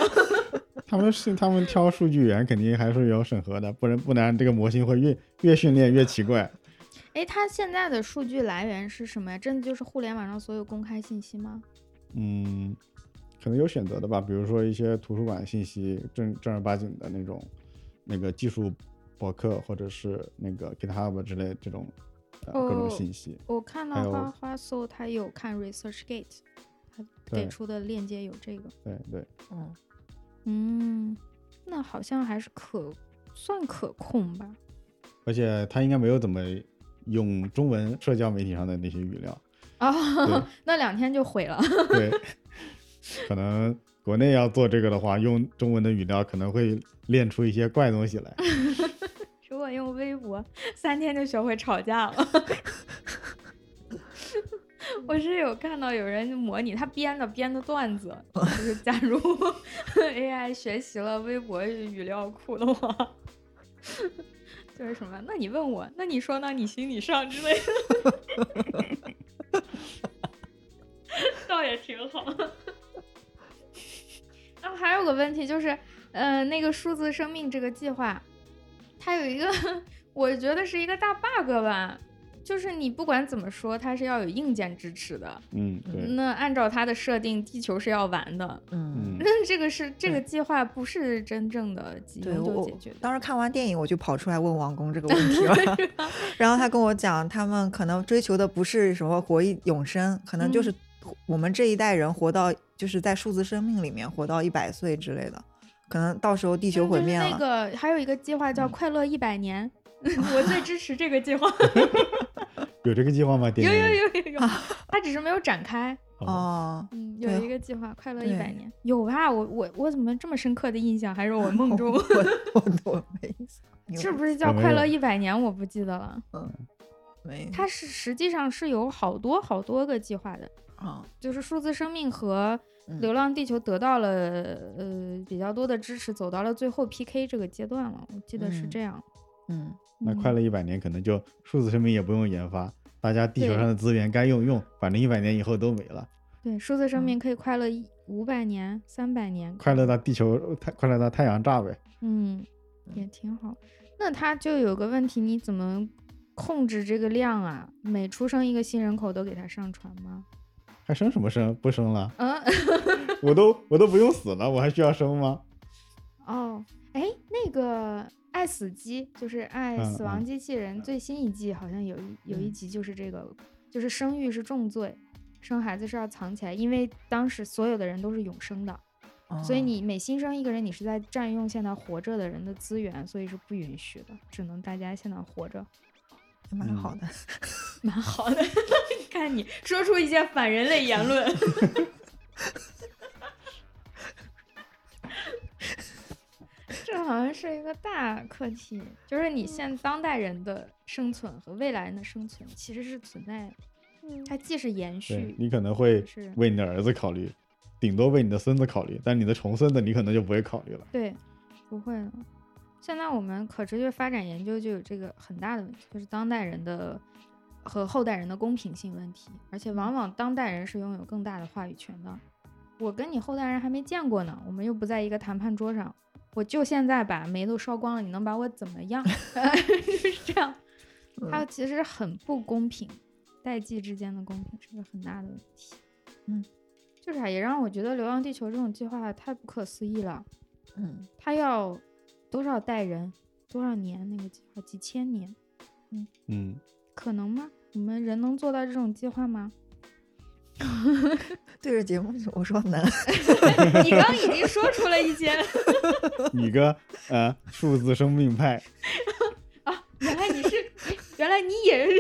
Speaker 3: 他们是他们挑数据源肯定还是有审核的，不然不然这个模型会越越训练越奇怪。
Speaker 1: 哎，它现在的数据来源是什么呀？真的就是互联网上所有公开信息吗？
Speaker 3: 嗯，可能有选择的吧，比如说一些图书馆信息，正正儿八经的那种，那个技术博客或者是那个 GitHub 之类这种、呃各
Speaker 1: 哦
Speaker 3: 种信息。
Speaker 1: 我看
Speaker 3: 还
Speaker 1: 到
Speaker 3: 有
Speaker 1: 花花搜，他有看 ResearchGate，他给
Speaker 3: 对
Speaker 1: 出的链接有这个。
Speaker 3: 对对，
Speaker 2: 嗯，
Speaker 1: 嗯，那好像还是可算可控吧。
Speaker 3: 而且他应该没有怎么用中文社交媒体上 的那些语料，
Speaker 1: 啊、
Speaker 3: 对
Speaker 1: 那两天就毁了。
Speaker 3: 对，可能国内要做这个的话，用中文的语料可能会练出一些怪东西来。
Speaker 1: 如果用微博，三天就学会吵架了。 我是有看到有人模拟他编的编的段子，就是假如 AI 学习了微博语料库的话， 就是什么？那你问我，那你说呢？你行你上之类的， 倒也挺好。然后还有个问题就是，呃，那个数字生命这个计划，它有一个我觉得是一个大 bug 吧，就是你不管怎么说，它是要有硬件支持的。
Speaker 3: 嗯，对，
Speaker 1: 那按照它的设定，地球是要完的。
Speaker 2: 嗯，
Speaker 3: 嗯，
Speaker 1: 那这个是这个计划不是真正的急
Speaker 2: 对
Speaker 1: 用就
Speaker 2: 我
Speaker 1: 解决的。
Speaker 2: 当时看完电影我就跑出来问王工这个问 题了， 然后他跟我讲，他们可能追求的不是什么活一永生，可能就
Speaker 1: 嗯
Speaker 2: 是我们这一代人活到就是在数字生命里面活到一百岁之类的，可能到时候地球
Speaker 1: 就
Speaker 2: 毁
Speaker 1: 是
Speaker 2: 灭了。嗯
Speaker 1: 那 个还有一个计划叫“快乐一百年”， 我最支持这个 计划。
Speaker 3: 有这个计划吗？
Speaker 1: 有
Speaker 3: 电影
Speaker 1: 有有有有，它只是没有展开。
Speaker 3: 哦，
Speaker 2: 哦，
Speaker 1: 嗯，有
Speaker 2: 啊对
Speaker 1: 一个计划“快乐
Speaker 2: 对
Speaker 1: 一百年”，有吧？我我我怎么这么深刻的印象？还 是我 梦中
Speaker 2: 我我我没没 有
Speaker 1: 是不是叫“
Speaker 3: 没
Speaker 1: 快乐
Speaker 3: 有
Speaker 1: 一百年”？我不记得了。
Speaker 2: 没
Speaker 1: 它是实际上是有好多好多个计划的，
Speaker 2: 啊，
Speaker 1: 就是数字生命和
Speaker 3: 嗯
Speaker 1: 《流浪地球》得到了呃比较多的支持，走到了最后 PK 这个阶段了。我记得是
Speaker 2: 嗯
Speaker 1: 这样。
Speaker 2: 嗯
Speaker 3: 那快乐一百年可能就数字生命也不用研发，大家地球
Speaker 1: 对
Speaker 3: 上的资源该用用，反正一百年以后都没了。
Speaker 1: 对，数字生
Speaker 3: 嗯
Speaker 1: 命可以快乐一五百年、三百年，
Speaker 3: 快乐到地球太快乐到太阳炸呗。
Speaker 1: 嗯，也挺好。那它就有个问题，你怎么控制这个量啊？每出生一个新人口都给它上传吗？
Speaker 3: 还生什么生？不生了，
Speaker 1: 嗯，
Speaker 3: 我都我都不用死了，我还需要生吗？
Speaker 1: 哦，哎，那个《爱死机》就是《爱
Speaker 3: 嗯
Speaker 1: 死亡
Speaker 3: 嗯
Speaker 1: 机器人》最新一季，好像有一有一
Speaker 2: 嗯
Speaker 1: 集就是这个，就是生育是重罪，生孩子是要藏起来，因为当时所有的人都是永生的，嗯所以
Speaker 2: 哦
Speaker 1: 你每新生一个人，你是在占用现在活着的人的资源，所以是不允许的，只能大家现在活着，
Speaker 2: 也蛮好的，
Speaker 1: 蛮好的。 你看你说出一些反人类言论。 这好像是一个大课题，就是你现当代人的生存和未来人的生存其实是存在的，它既是延
Speaker 3: 对
Speaker 1: 续，
Speaker 3: 你可能会
Speaker 1: 是
Speaker 3: 为你的儿子考虑，顶多为你的孙子考虑，但你的重孙子你可能就不会考虑了。
Speaker 1: 对，不会的。现在我们可持续发展研究就有这个很大的问题，就是当代人的和后代人的公平性问题，而且往往当代人是拥有更大的话语权的。我跟你后代人还没见过呢，我们又不在一个谈判桌上，我就现在把煤都烧光了，你能把我怎么样？ 就是这样，它其实很不公平，代际之间的公平是个很大的问题。
Speaker 2: 嗯，
Speaker 1: 就是啊，也让我觉得《流浪地球》这种计划太不可思议了。
Speaker 2: 嗯
Speaker 1: 他要多少代人，多少年那个计划，几千年，
Speaker 3: 嗯，
Speaker 1: 可能吗？我们人能做到这种计划吗？
Speaker 2: 对着节目我说能，
Speaker 1: 你刚刚已经说出了一些，
Speaker 3: 你个呃数字生命派，
Speaker 1: 原来你是，哎原来你也是。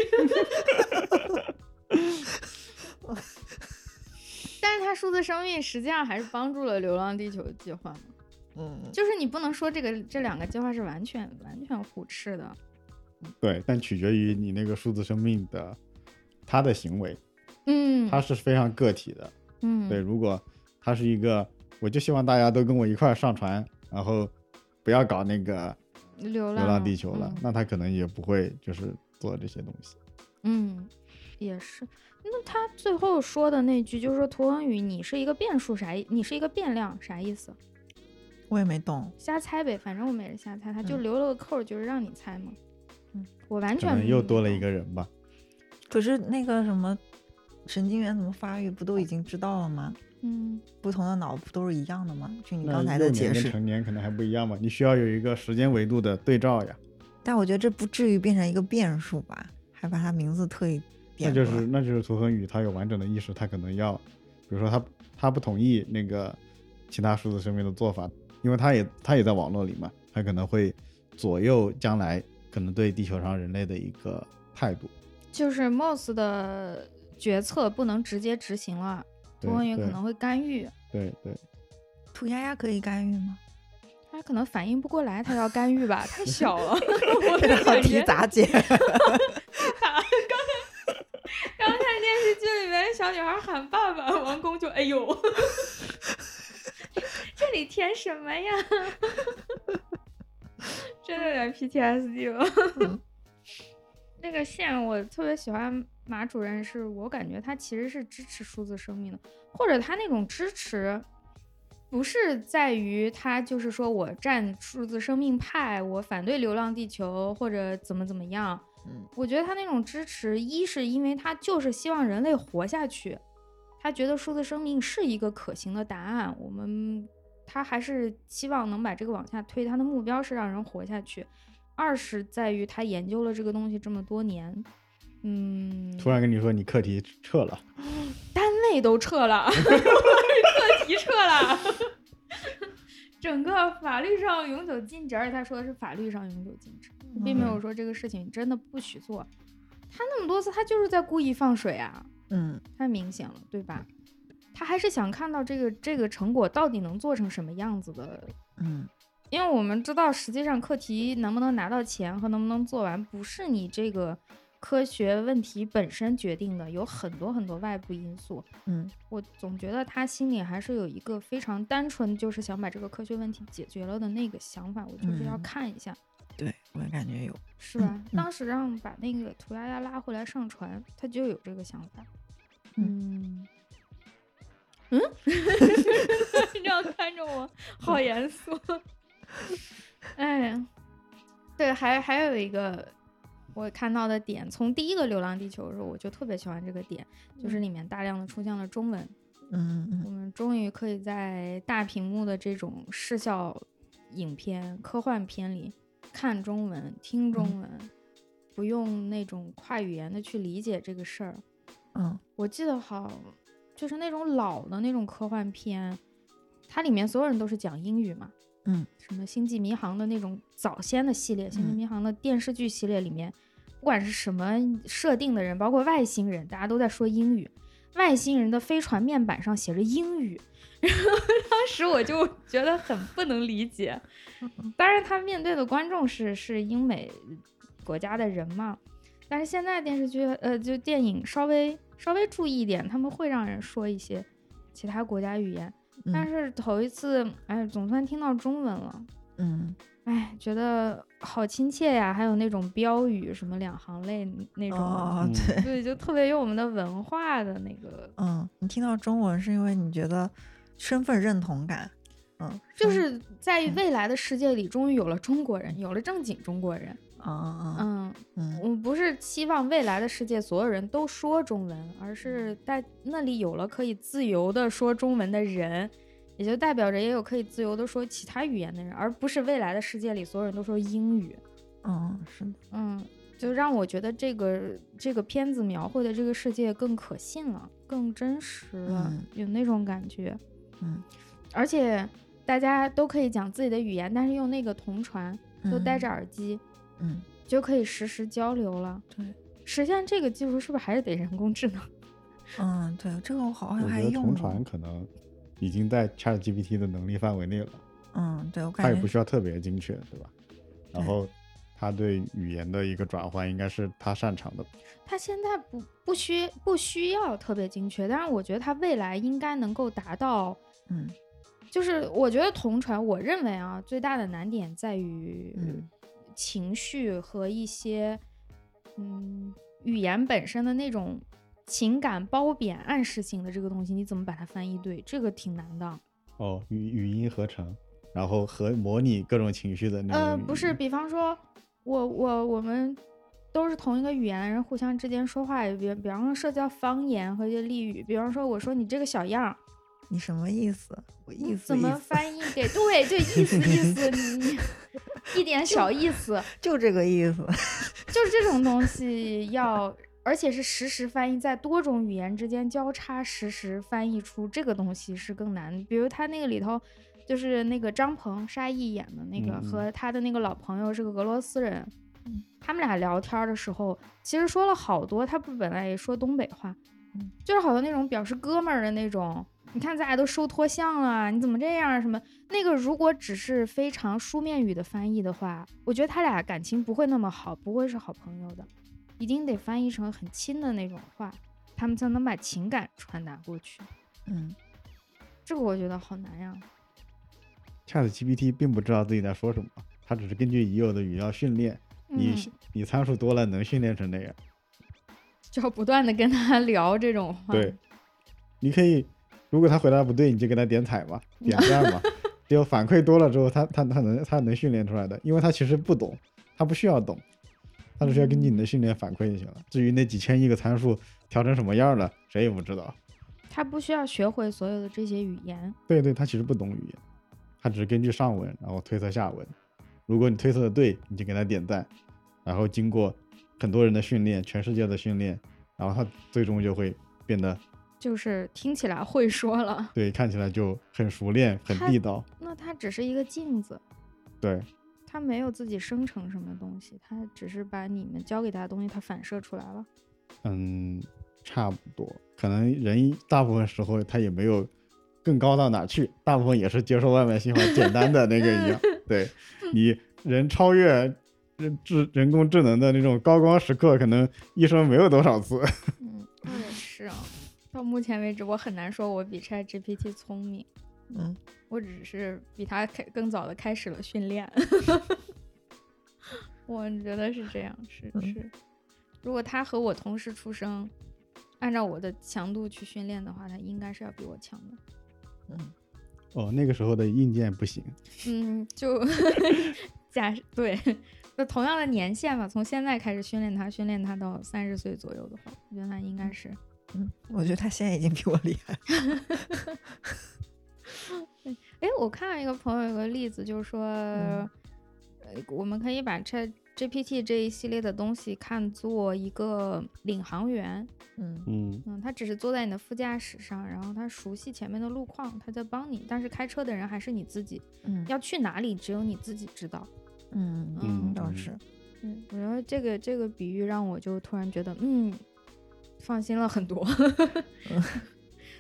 Speaker 1: 但是它数字生命实际上还是帮助了《流浪地球》计划嘛，
Speaker 2: 嗯
Speaker 1: 就是你不能说这个这两个计划是完全完全互斥的，
Speaker 3: 对，但取决于你那个数字生命的他的行为，
Speaker 1: 嗯
Speaker 3: 他是非常个体的。
Speaker 1: 嗯，
Speaker 3: 对，如果他是一个，我就希望大家都跟我一块儿上船，然后不要搞那个
Speaker 1: 流
Speaker 3: 流
Speaker 1: 浪
Speaker 3: 浪地球了，
Speaker 1: 嗯
Speaker 3: 那他可能也不会就是做这些东西。
Speaker 1: 嗯，也是。那他最后说的那句，就是说涂恒宇，你是一个变数，啥意？你是一个变量，啥意思？
Speaker 2: 我也没懂，
Speaker 1: 瞎猜呗，反正我们也是瞎猜，他就
Speaker 2: 嗯
Speaker 1: 留了个扣儿，就是让你猜嘛。
Speaker 2: 嗯，
Speaker 1: 我完
Speaker 3: 可
Speaker 1: 全
Speaker 3: 能又
Speaker 1: 不
Speaker 3: 多了一
Speaker 1: 懂。
Speaker 3: 个人吧。
Speaker 2: 可是那个什么神经元怎么发育不都已经知道了吗？
Speaker 1: 嗯，
Speaker 2: 不同的脑不都是一样的吗？据你
Speaker 3: 那
Speaker 2: 刚才
Speaker 3: 幼
Speaker 2: 的
Speaker 3: 年
Speaker 2: 解
Speaker 3: 跟
Speaker 2: 释，
Speaker 3: 成年可能还不一样嘛，你需要有一个时间维度的对照呀。
Speaker 2: 但我觉得这不至于变成一个变数吧，还把它名字特意
Speaker 3: 那
Speaker 2: 变出
Speaker 3: 就
Speaker 2: 来。
Speaker 3: 是那就是涂恒宇，他有完整的意识，他可能要，比如说他他不同意那个其他数字生命的做法，因为他也他也在网络里嘛，他可能会左右将来可能对地球上人类的一个态度。
Speaker 1: 就是 Moss 的决策不能直接执行了，
Speaker 3: 对
Speaker 1: 涂恒宇可
Speaker 3: 对
Speaker 1: 能会干预。
Speaker 3: 对对，
Speaker 2: 涂鸦呀可以干预 吗？
Speaker 1: 他可能反应不过来，他要干预 吧，太小了。 我
Speaker 2: 这
Speaker 1: 就
Speaker 2: 道
Speaker 1: 感
Speaker 2: 题
Speaker 1: 觉
Speaker 2: 咋解？
Speaker 1: 刚才电视剧里面小女孩喊爸爸，王宫就哎呦， 这里填什么呀？真的有点 PTSD 了。那个线我特别喜欢马主任是，我感觉他其实是支持数字生命的，或者他那种支持。不是在于他就是说我站数字生命派，我反对流浪地球或者怎么怎么样，
Speaker 3: 嗯
Speaker 1: 我觉得他那种支持，一是因为他就是希望人类活下去，他觉得数字生命是一个可行的答案，我们他还是希望能把这个往下推，他的目标是让人活下去。二是在于他研究了这个东西这么多年，嗯，
Speaker 3: 突然跟你说你课题撤了，
Speaker 1: 单位都撤了， 课题撤了，整个法律上永久禁止，而且他说的是法律上永久禁止，并没有说这个事情真的不许做。他那么多次，他就是在故意放水啊，
Speaker 2: 嗯，
Speaker 1: 太明显了，对吧？他还是想看到这个这个成果到底能做成什么样子的，
Speaker 2: 嗯
Speaker 1: 因为我们知道，实际上课题能不能拿到钱和能不能做完，不是你这个科学问题本身决定的，有很多很多外部因素。
Speaker 2: 嗯
Speaker 1: 我总觉得他心里还是有一个非常单纯，就是想把这个科学问题解决了的那个想法。我就是要
Speaker 2: 嗯
Speaker 1: 看一下，
Speaker 2: 对我也感觉有，
Speaker 1: 是吧？当时让把那个涂鸦鸦拉回来上传，他就有这个想法。嗯，嗯， 你这样看着 我，好严肃。 哎呀，对，还还有一个我看到的点，从第一个《流浪地球》的时候，我就特别喜欢这个点，就是里面大量的出现了中文。
Speaker 2: 嗯嗯
Speaker 1: 我们终于可以在大屏幕的这种视效影片、科幻片里看中文、听中文，不用那种跨语言的去理解这个事儿。
Speaker 2: 嗯
Speaker 1: 我记得好，就是那种老的那种科幻片，它里面所有人都是讲英语嘛。
Speaker 2: 嗯，
Speaker 1: 什么《星际迷航》的那种早先的系列，星际
Speaker 2: 嗯
Speaker 1: 迷航》的电视剧系列里面，不管是什么设定的人，包括外星人，大家都在说英语。外星人的飞船面板上写着英语，然后当时我就觉得很不能理解。
Speaker 2: 嗯
Speaker 1: 当然，他面对的观众是是英美国家的人嘛，但是现在电视剧呃就电影稍微稍微注意一点，他们会让人说一些其他国家语言。
Speaker 2: 嗯
Speaker 1: 但是头一次，哎，总算听到中文了，
Speaker 2: 嗯
Speaker 1: 哎，觉得好亲切呀。还有那种标语，什么两行泪那种，
Speaker 2: 哦
Speaker 3: 嗯
Speaker 2: 对，
Speaker 1: 对，就特别有我们的文化的那个，
Speaker 2: 嗯，你听到中文是因为你觉得身份认同感，嗯，
Speaker 1: 就
Speaker 2: 身
Speaker 1: 是在未来的世界里，终于有了中国人，有了正经中国人。
Speaker 2: 啊啊
Speaker 1: 嗯，
Speaker 2: 嗯
Speaker 1: 我不是希望未来的世界所有人都说中文，而
Speaker 2: 嗯
Speaker 1: 是在那里有了可以自由的说中文的人，也就代表着也有可以自由的说其他语言的人，而不是未来的世界里所有人都说英语。
Speaker 2: 嗯是的，
Speaker 1: 嗯，就让我觉得这个这个片子描绘的这个世界更可信了，更真实了，
Speaker 2: 嗯
Speaker 1: 有那种感觉。
Speaker 2: 嗯，
Speaker 1: 而且大家都可以讲自己的语言，但是用那个同传，都戴着耳机，
Speaker 2: 嗯
Speaker 1: 就可以实时交流了。
Speaker 2: 对，
Speaker 1: 实现这个技术是不是还是得人工智能？
Speaker 2: 嗯对，这个我好
Speaker 3: 我
Speaker 2: 像
Speaker 3: 觉
Speaker 2: 还
Speaker 3: 得
Speaker 2: 用
Speaker 3: 同
Speaker 2: 过
Speaker 3: 传，可能已经在 Chat GPT 的能力范围内了，
Speaker 2: 嗯对我
Speaker 3: 它
Speaker 2: 感
Speaker 3: 也
Speaker 2: 觉
Speaker 3: 不需要特别精确，对吧？
Speaker 2: 对
Speaker 3: 然后它对语言的一个转换应该是它擅长的，
Speaker 1: 它现在不不需不需要特别精确，但是我觉得它未来应该能够达到。
Speaker 2: 嗯
Speaker 1: 就是我觉得同传，我认为啊，最大的难点在于
Speaker 2: 嗯
Speaker 1: 情绪和一些嗯语言本身的那种情感褒贬暗示性的这个东西，你怎么把它翻译对？这个挺难的。
Speaker 3: 哦，语语音合成，然后和模拟各种情绪的那种语
Speaker 1: 呃，
Speaker 3: 音。
Speaker 1: 不是，比方说我我我们都是同一个语言的人，互相之间说话，比比方说涉及到方言和一些俚语，比方说我说你这个小样儿，
Speaker 2: 你什么意思？我意思
Speaker 1: 怎
Speaker 2: 意
Speaker 1: 么
Speaker 2: 思
Speaker 1: 翻译给对对意思意思 你。你一点小意思，
Speaker 2: 就这个意思，
Speaker 1: 就是这种东西要，而且是实时翻译，在多种语言之间交叉实时翻译出这个东西是更难。比如他那个里头，就是那个张鹏沙溢演的那个，
Speaker 3: 嗯嗯
Speaker 1: 和他的那个老朋友是个俄罗斯人
Speaker 2: 嗯，
Speaker 1: 他们俩聊天的时候，其实说了好多，他不本来也说东北话
Speaker 2: 嗯，
Speaker 1: 就是好多那种表示哥们儿的那种。你看咱俩都收脱相了，你怎么这样啊儿？什么那个如果只是非常书面语的翻译的话，我觉得他俩感情不会那么好，不会是好朋友的，一定得翻译成很亲的那种话，他们才能把情感传达过去。
Speaker 2: 嗯，
Speaker 1: 这个我觉得好难呀。
Speaker 3: Chat GPT 并不知道自己在说什么，它只是根据已有的语料训练，你、
Speaker 1: 嗯，
Speaker 3: 你参数多了能训练成那样。
Speaker 1: 就要不断的跟他聊这种话。
Speaker 3: 对，你可以，如果他回答不对，你就给他点彩嘛，点赞嘛，只有反馈多了之后，他他他能他能训练出来的，因为他其实不懂，他不需要懂，他只需要根据你的训练反馈就行了。至于那几千亿个参数调成什么样了，谁也不知道。
Speaker 1: 他不需要学会所有的这些语言。
Speaker 3: 对对，他其实不懂语言，他只是根据上文然后推测下文。如果你推测的对，你就给他点赞，然后经过很多人的训练，全世界的训练，然后他最终就会变得
Speaker 1: 就是听起来会说了，
Speaker 3: 对，看起来就很熟练、很
Speaker 1: 他
Speaker 3: 地道。
Speaker 1: 那他只是一个镜子，
Speaker 3: 对，
Speaker 1: 他没有自己生成什么东西，他只是把你们教给他的东西，他反射出来了。
Speaker 3: 嗯，差不多。可能人大部分时候他也没有更高到哪儿去，大部分也是接受外面信号简单的那个一样。对你人超越人智人工智能的那种高光时刻，可能一生没有多少次。
Speaker 1: 嗯，我也是啊。到目前为止，我很难说我比 Chat GPT 聪明，
Speaker 2: 嗯，
Speaker 1: 我只是比他开更早的开始了训练。 我觉得是这样，是
Speaker 2: 嗯
Speaker 1: 是。如果他和我同时出生，按照我的强度去训练的话，他应该是要比我强的。
Speaker 3: 哦，那个时候的硬件不行。
Speaker 1: 嗯，就 假设对，那同样的年限吧，从现在开始训练他，训练他到三十岁左右的话，我觉得他应该是
Speaker 2: 嗯，我觉得他现在已经比我厉害了。
Speaker 1: 哎，我看一个朋友有个例子，就是说，
Speaker 2: 嗯
Speaker 1: 呃，我们可以把 Chat GPT 这一系列的东西看作一个领航员，
Speaker 2: 嗯
Speaker 3: 嗯，
Speaker 1: 嗯，他只是坐在你的副驾驶上，然后他熟悉前面的路况，他在帮你，但是开车的人还是你自己，
Speaker 2: 嗯
Speaker 1: 要去哪里只有你自己知道。
Speaker 2: 嗯
Speaker 1: 嗯
Speaker 2: 倒是，
Speaker 1: 嗯，我觉得这个这个比喻让我就突然觉得，嗯，放心了很多。
Speaker 3: 嗯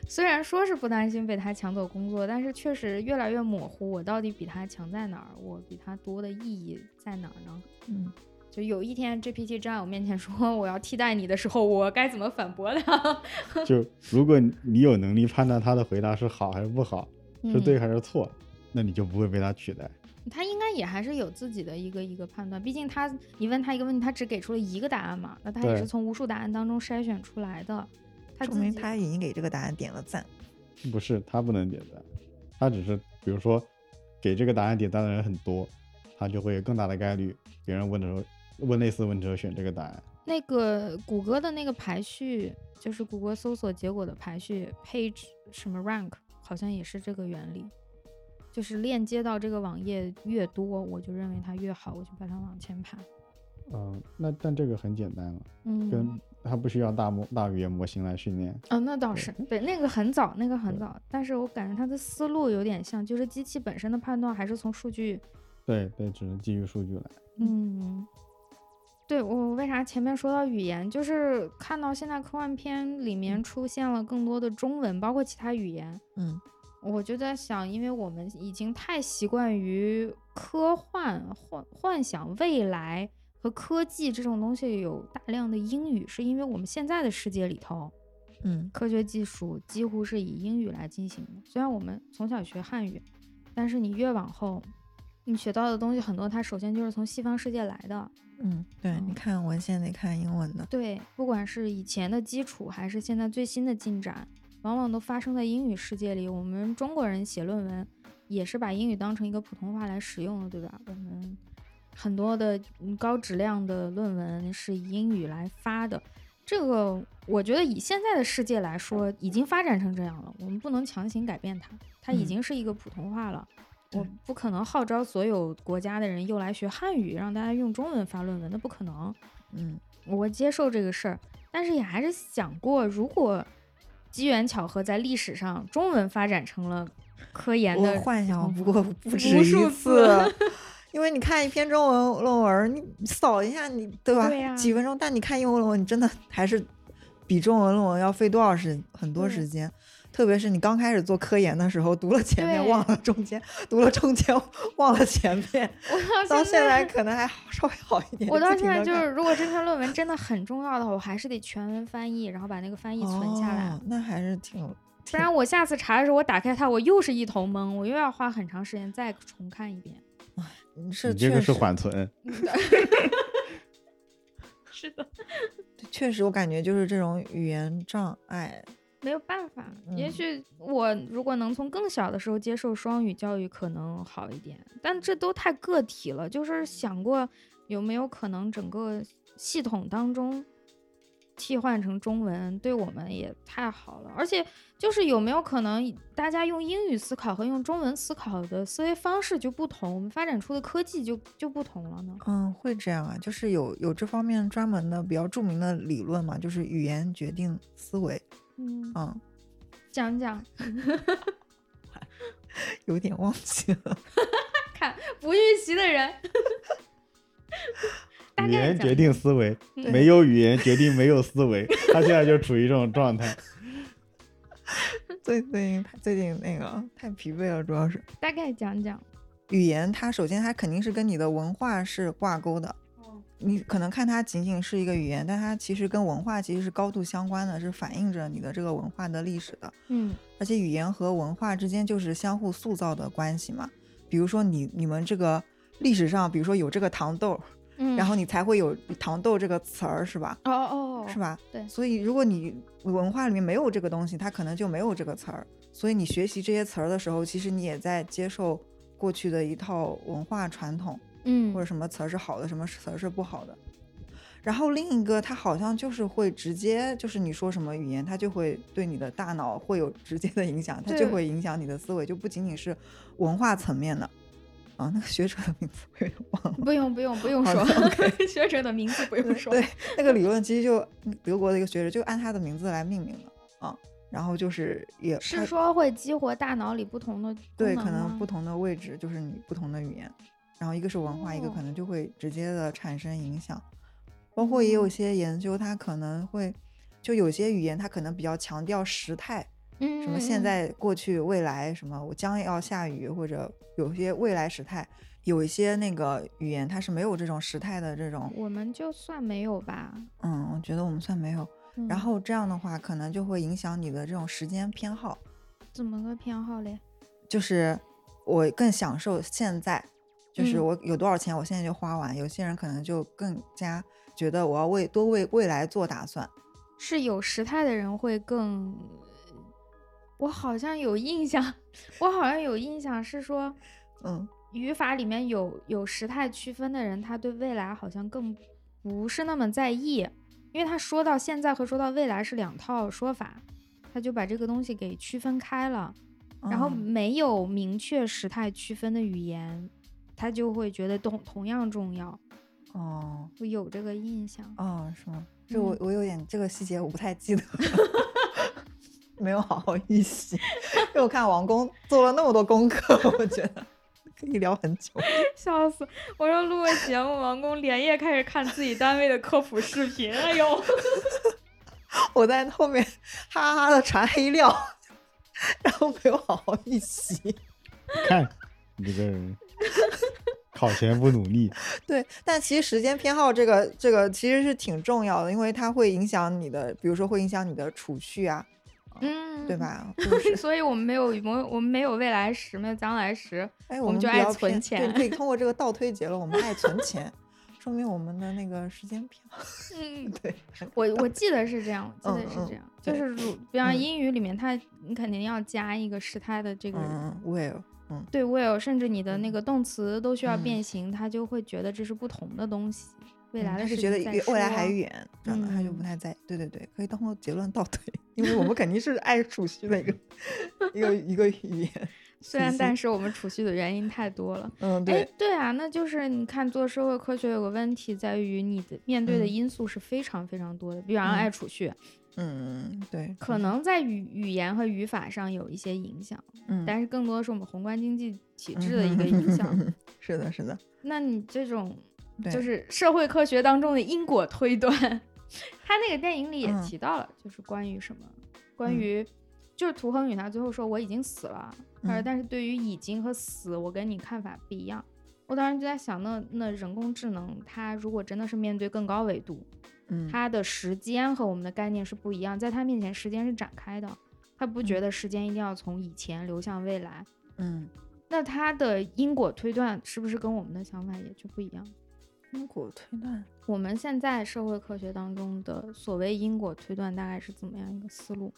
Speaker 1: 虽然说是不担心被他抢走工作，但是确实越来越模糊，我到底比他强在哪儿？我比他多的意义在哪儿呢？
Speaker 2: 嗯
Speaker 1: 就有一天 GPT 站在我面前说我要替代你的时候，我该怎么反驳他？
Speaker 3: 就如果你有能力判断他的回答是好还是不好，是
Speaker 1: 嗯
Speaker 3: 对啊还是错，那你就不会被他取代。
Speaker 1: 他应该也还是有自己的一个一个判断，毕竟他你问他一个问题，他只给出了一个答案嘛，那他也
Speaker 3: 对
Speaker 1: 是从无数答案当中筛选出来的。他
Speaker 2: 说
Speaker 1: 自
Speaker 2: 明
Speaker 1: 己
Speaker 2: 他已经给这个答案点了赞。
Speaker 3: 不是他不能点赞，他只是比如说给这个答案点赞的人很多，他就会有更大的概率别人问的时候问类似问题的时候选这个答案。
Speaker 1: 那个谷歌的那个排序，就是谷歌搜索结果的排序，page 什么 rank，好像也是这个原理，就是链接到这个网页越多，我就认为它越好，我就把它往前排。
Speaker 3: 嗯，那但这个很简单了，跟
Speaker 1: 嗯，
Speaker 3: 他不需要大模大语言模型来训练。
Speaker 1: 啊、那倒是，对，那个很早，那个很
Speaker 3: 对
Speaker 1: 早，但是我感觉它的思路有点像，就是机器本身的判断还是从数据
Speaker 3: 对对，只能基于数据来。
Speaker 1: 嗯，对我为啥前面说到语言，就是看到现在科幻片里面出现了更多的中文，包括其他语言，
Speaker 2: 嗯
Speaker 1: 我就在想，因为我们已经太习惯于科幻、幻幻想未来和科技这种东西有大量的英语，是因为我们现在的世界里头，
Speaker 2: 嗯
Speaker 1: 科学技术几乎是以英语来进行的。虽然我们从小学汉语，但是你越往后，你学到的东西很多，它首先就是从西方世界来的。
Speaker 2: 嗯，对，
Speaker 1: 嗯
Speaker 2: 你看文献得看英文的。
Speaker 1: 对，不管是以前的基础，还是现在最新的进展，往往都发生在英语世界里。我们中国人写论文也是把英语当成一个普通话来使用的，对吧？我们很多的嗯高质量的论文是以英语来发的。这个我觉得以现在的世界来说，已经发展成这样了，我们不能强行改变它，它已
Speaker 2: 嗯
Speaker 1: 经是一个普通话了。我
Speaker 2: 对
Speaker 1: 不可能号召所有国家的人又来学汉语，让大家用中文发论文，那不可能。
Speaker 2: 嗯
Speaker 1: 我接受这个事儿，但是也还是想过，如果机缘巧合在历史上中文发展成了科研
Speaker 2: 我
Speaker 1: 的，
Speaker 2: 幻想
Speaker 1: 嗯
Speaker 2: 不过不止
Speaker 1: 无
Speaker 2: 一
Speaker 1: 数次
Speaker 2: 因为你看一篇中文论文，你扫一下你，对吧？
Speaker 1: 对呀
Speaker 2: 几分钟，但你看英文论文，你真的还是比中文论文要费多少时很多
Speaker 1: 对
Speaker 2: 时间。特别是你刚开始做科研的时候，读了前面忘了中间，读了中间忘了前面，
Speaker 1: 我
Speaker 2: 到
Speaker 1: 到
Speaker 2: 现在
Speaker 1: 在，
Speaker 2: 可能还好稍微好一点。
Speaker 1: 我到
Speaker 2: 自己
Speaker 1: 现在
Speaker 2: 能
Speaker 1: 就
Speaker 2: 看
Speaker 1: 是，如果这篇论文真的很重要的话，我还是得全文翻译，然后把那个翻译存下来，
Speaker 2: 哦，那还是挺
Speaker 1: 不然我下次查的时候，我打开它，我又是一头懵，我又要花很长时间再重看一遍。
Speaker 2: 是
Speaker 3: 你
Speaker 2: 确
Speaker 3: 这个
Speaker 2: 实
Speaker 3: 是缓存，
Speaker 1: 是的，
Speaker 2: 确实，我感觉就是这种语言障碍，
Speaker 1: 没有办法。也
Speaker 2: 嗯
Speaker 1: 许我如果能从更小的时候接受双语教育，可能好一点。但这都太个体了，就是想过有没有可能整个系统当中替换成中文，对我们也太好了。而且就是有没有可能大家用英语思考和用中文思考的思维方式就不同，我们发展出的科技就就不同了呢？
Speaker 2: 嗯，会这样啊，就是有有这方面专门的比较著名的理论嘛，就是语言决定思维，
Speaker 1: 嗯，
Speaker 2: 嗯，
Speaker 1: 讲讲。
Speaker 2: 有点忘记了，
Speaker 1: 看不预习的人， 大
Speaker 3: 语
Speaker 1: 概
Speaker 3: 言
Speaker 1: 讲
Speaker 3: 决定思维，
Speaker 1: 嗯
Speaker 3: 没有语言决定没有思维。他现在就处于这种状态。
Speaker 2: 最最近最近那个太疲惫了，主要是
Speaker 1: 大概讲讲。
Speaker 2: 语言它首先它肯定是跟你的文化是挂钩的，你可能看它仅仅是一个语言，但它其实跟文化其实是高度相关的，是反映着你的这个文化的历史的。
Speaker 1: 嗯
Speaker 2: 而且语言和文化之间就是相互塑造的关系嘛。比如说你你们这个历史上，比如说有这个糖豆，
Speaker 1: 嗯，
Speaker 2: 然后你才会有糖豆这个词儿，是吧？
Speaker 1: 哦哦，
Speaker 2: 是？吧？
Speaker 1: 对
Speaker 2: 所以如果你文化里面没有这个东西，它可能就没有这个词儿。所以你学习这些词儿的时候，其实你也在接受过去的一套文化传统。
Speaker 1: 嗯，
Speaker 2: 或者什么词儿是好的，什么词儿是不好的。然后另一个，它好像就是会直接，就是你说什么语言，它就会对你的大脑会有直接的影响，它就
Speaker 1: 对
Speaker 2: 会影响你的思维，就不仅仅是文化层面的。啊，那个学者的名字我有点忘了。
Speaker 1: 不用不用不用
Speaker 2: 好
Speaker 1: 说
Speaker 2: 的，
Speaker 1: 学者的名字不 用说。
Speaker 2: 对，那个理论其实就德国的一个学者就按他的名字来命名的啊。然后就是也
Speaker 1: 是
Speaker 2: 他
Speaker 1: 说会激活大脑里不同的
Speaker 2: 对，
Speaker 1: 功
Speaker 2: 可能
Speaker 1: 吗
Speaker 2: 不同的位置就是你不同的语言，然后一个是文化，一个可
Speaker 1: 哦
Speaker 2: 能就会直接的产生影响。包括也有
Speaker 1: 嗯
Speaker 2: 些研究，它可能会就有些语言，它可能比较强调时态，
Speaker 1: 嗯
Speaker 2: 什么现在、过去、未来，什么我将要下雨，或者有些未来时态。有一些那个语言它是没有这种时态的这
Speaker 1: 嗯
Speaker 2: 种，
Speaker 1: 我们就算没有吧。
Speaker 2: 嗯，我觉得我们算没有。
Speaker 1: 嗯
Speaker 2: 然后这样的话，可能就会影响你的这种时间偏好，
Speaker 1: 怎么个偏好嘞？
Speaker 2: 就是我更享受现在，就是
Speaker 1: 嗯
Speaker 2: 我有多少钱，我现在就花完。有些人可能就更加觉得我要为多为未来做打算。
Speaker 1: 是有时态的人会更，我好像有印象， 我好像有印象是说，
Speaker 2: 嗯，
Speaker 1: 语法里面有有时态区分的人，他对未来好像更不是那么在意，因为他说到现在和说到未来是两套说法，他就把这个东西给区分开了。然后
Speaker 2: 嗯
Speaker 1: 没有明确时态区分的语言，他就会觉得同同样重要。
Speaker 2: 哦
Speaker 1: 我有这个印象，
Speaker 2: 哦，是吗？这我
Speaker 1: 嗯
Speaker 2: 我有点这个细节我不太 记得，没有好好预习。因为我看王工做了那么多功课，我觉得可以聊很久。
Speaker 1: 笑死！我说录个节目，王工连夜开始看自己单位的科普视频，哎呦，
Speaker 2: 我在后面哈哈的传黑料， 然后没有好好预习。
Speaker 3: 看，你这个人，考前不努力，
Speaker 2: 对，但其实时间偏好这个这个其实是挺重要的，因为它会影响你的，比如说会影响你的储蓄啊，
Speaker 1: 嗯，
Speaker 2: 对？吧？就是，
Speaker 1: 所以我们没有我我们没有未来时，没有将来时，
Speaker 2: 哎，
Speaker 1: 我
Speaker 2: 们
Speaker 1: 们就
Speaker 2: 比
Speaker 1: 爱
Speaker 2: 较
Speaker 1: 存
Speaker 2: 偏对，
Speaker 1: 钱
Speaker 2: 可以通过这个倒推结论，我们爱存钱， 说明我们的那个时间偏好。
Speaker 1: 嗯，
Speaker 2: 对，
Speaker 1: 我我记得是这样，我记
Speaker 2: 嗯
Speaker 1: 得是
Speaker 2: 嗯
Speaker 1: 这样，就
Speaker 2: 对
Speaker 1: 是如比方
Speaker 2: 嗯
Speaker 1: 英语里面它，你肯定要加一个时态的这个、
Speaker 2: 嗯，will，嗯，
Speaker 1: 对 will，甚至你的那个动词都需要
Speaker 2: 嗯
Speaker 1: 变形，他就会觉得这是不同的东西。未来
Speaker 2: 他
Speaker 1: 的
Speaker 2: 嗯是
Speaker 1: 事
Speaker 2: 觉得
Speaker 1: 情再
Speaker 2: 越未来还
Speaker 1: 说
Speaker 2: 远，这样的他就不
Speaker 1: 嗯
Speaker 2: 太在意。对对对，可以通过结论倒推，因为我们肯定是爱储蓄的一个 一个一个语言。
Speaker 1: 虽然
Speaker 2: 信
Speaker 1: 但
Speaker 2: 息
Speaker 1: 是我们储蓄的原因太多了。
Speaker 2: 嗯，
Speaker 1: 哎
Speaker 2: 对，，
Speaker 1: 对啊，那就是你看做社会科学有个问题在于你的面对的
Speaker 2: 嗯
Speaker 1: 因素是非常非常多的，比方
Speaker 2: 嗯
Speaker 1: 爱储蓄，
Speaker 2: 嗯，对，
Speaker 1: 可能在语语言和语法上有一些影响，
Speaker 2: 嗯，
Speaker 1: 但是更多的是我们宏观经济体制的一个影响。
Speaker 2: 嗯。是的，是的，
Speaker 1: 那你这种
Speaker 2: 对，
Speaker 1: 就是社会科学当中的因果 推断，他那个电影里也
Speaker 2: 嗯
Speaker 1: 提到了，就是关于什么，关
Speaker 2: 嗯
Speaker 1: 于、就是涂恒宇他最后说我已经死了，他说
Speaker 2: 嗯
Speaker 1: 但是对于已经和死，我跟你看法不一样。我当时就在想，那那人工智能它如果真的是面对更高维度，
Speaker 2: 嗯，
Speaker 1: 它的时间和我们的概念是不一样，在它面前时间是展开的，它不觉得时间一定要从以前流向未来。
Speaker 2: 嗯，
Speaker 1: 那它的因果推断是不是跟我们的想法也就不一样？
Speaker 2: 因果推断，
Speaker 1: 我们现在社会科学当中的所谓因果推断大概是怎么样一个思路？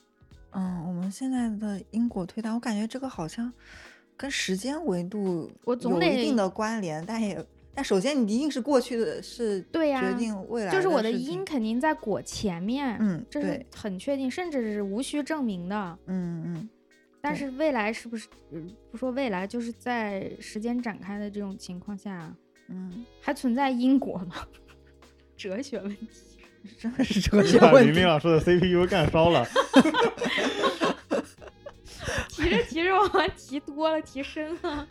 Speaker 2: 嗯，我们现在的因果推断，我感觉这个好像跟时间维度
Speaker 1: 我总
Speaker 2: 有
Speaker 1: 得
Speaker 2: 一定的关联，但也但首先你一定是过去的是
Speaker 1: 对呀
Speaker 2: 决定未来
Speaker 1: 就是我的
Speaker 2: 事情
Speaker 1: 因，肯定在果前面，
Speaker 2: 嗯，
Speaker 1: 这是
Speaker 2: 对，
Speaker 1: 很确定，甚至是无需证明的。
Speaker 2: 嗯嗯
Speaker 1: 但
Speaker 2: 对
Speaker 1: 是未来是不是，嗯不说未来，就是在时间展开的这种情况下，
Speaker 2: 嗯，
Speaker 1: 还存在因果吗？ 哲学问题。
Speaker 2: 真的是哲学
Speaker 3: 把
Speaker 2: 问
Speaker 3: 明
Speaker 2: 题
Speaker 3: 明。老师的 CPU 干烧了。
Speaker 1: 提着提着，我提多了，提深了。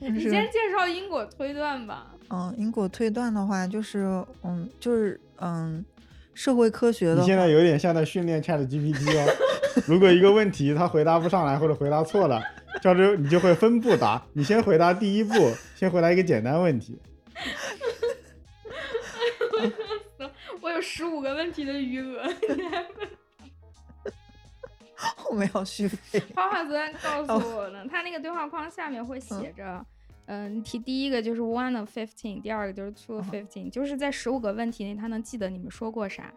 Speaker 2: 真
Speaker 1: 你
Speaker 2: 是
Speaker 1: 先介绍因果推断吧。
Speaker 2: 嗯，因果推断的话，就是嗯，就是嗯，社会科学的
Speaker 3: 你
Speaker 2: 话，
Speaker 3: 现在有点像在训练 Chat GPT 哦。如果一个问题他回答不上来或者回答错了，赵州你就会分步答，你先回答第一步，先回答一个简单问题。
Speaker 1: 我有十五个问题的余额。
Speaker 2: 我没有续费。
Speaker 1: 花花昨天告诉
Speaker 2: 哦
Speaker 1: 我呢，他那个对话框下面会写着，嗯，你提第一个就是 one of fifteen，第二个就是 two of
Speaker 2: 哦
Speaker 1: fifteen，就是在十五个问题内，他能记得你们说过啥，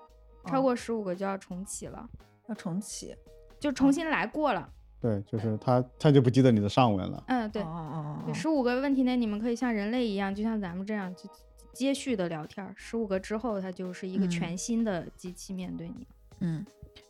Speaker 1: 超
Speaker 2: 哦
Speaker 1: 过十五个就要重启了，
Speaker 2: 要重启。
Speaker 1: 就
Speaker 2: 嗯
Speaker 1: 重新来过了。
Speaker 3: 对，就是他他就不记得你的上文了。
Speaker 1: 嗯，对
Speaker 2: 哦，哦哦
Speaker 1: 对，十五个问题内，你们可以像人类一样，就像咱们这样，就接续的聊天儿。十五个之后，它就是一个
Speaker 2: 嗯
Speaker 1: 全新的机器面对你。
Speaker 2: 嗯，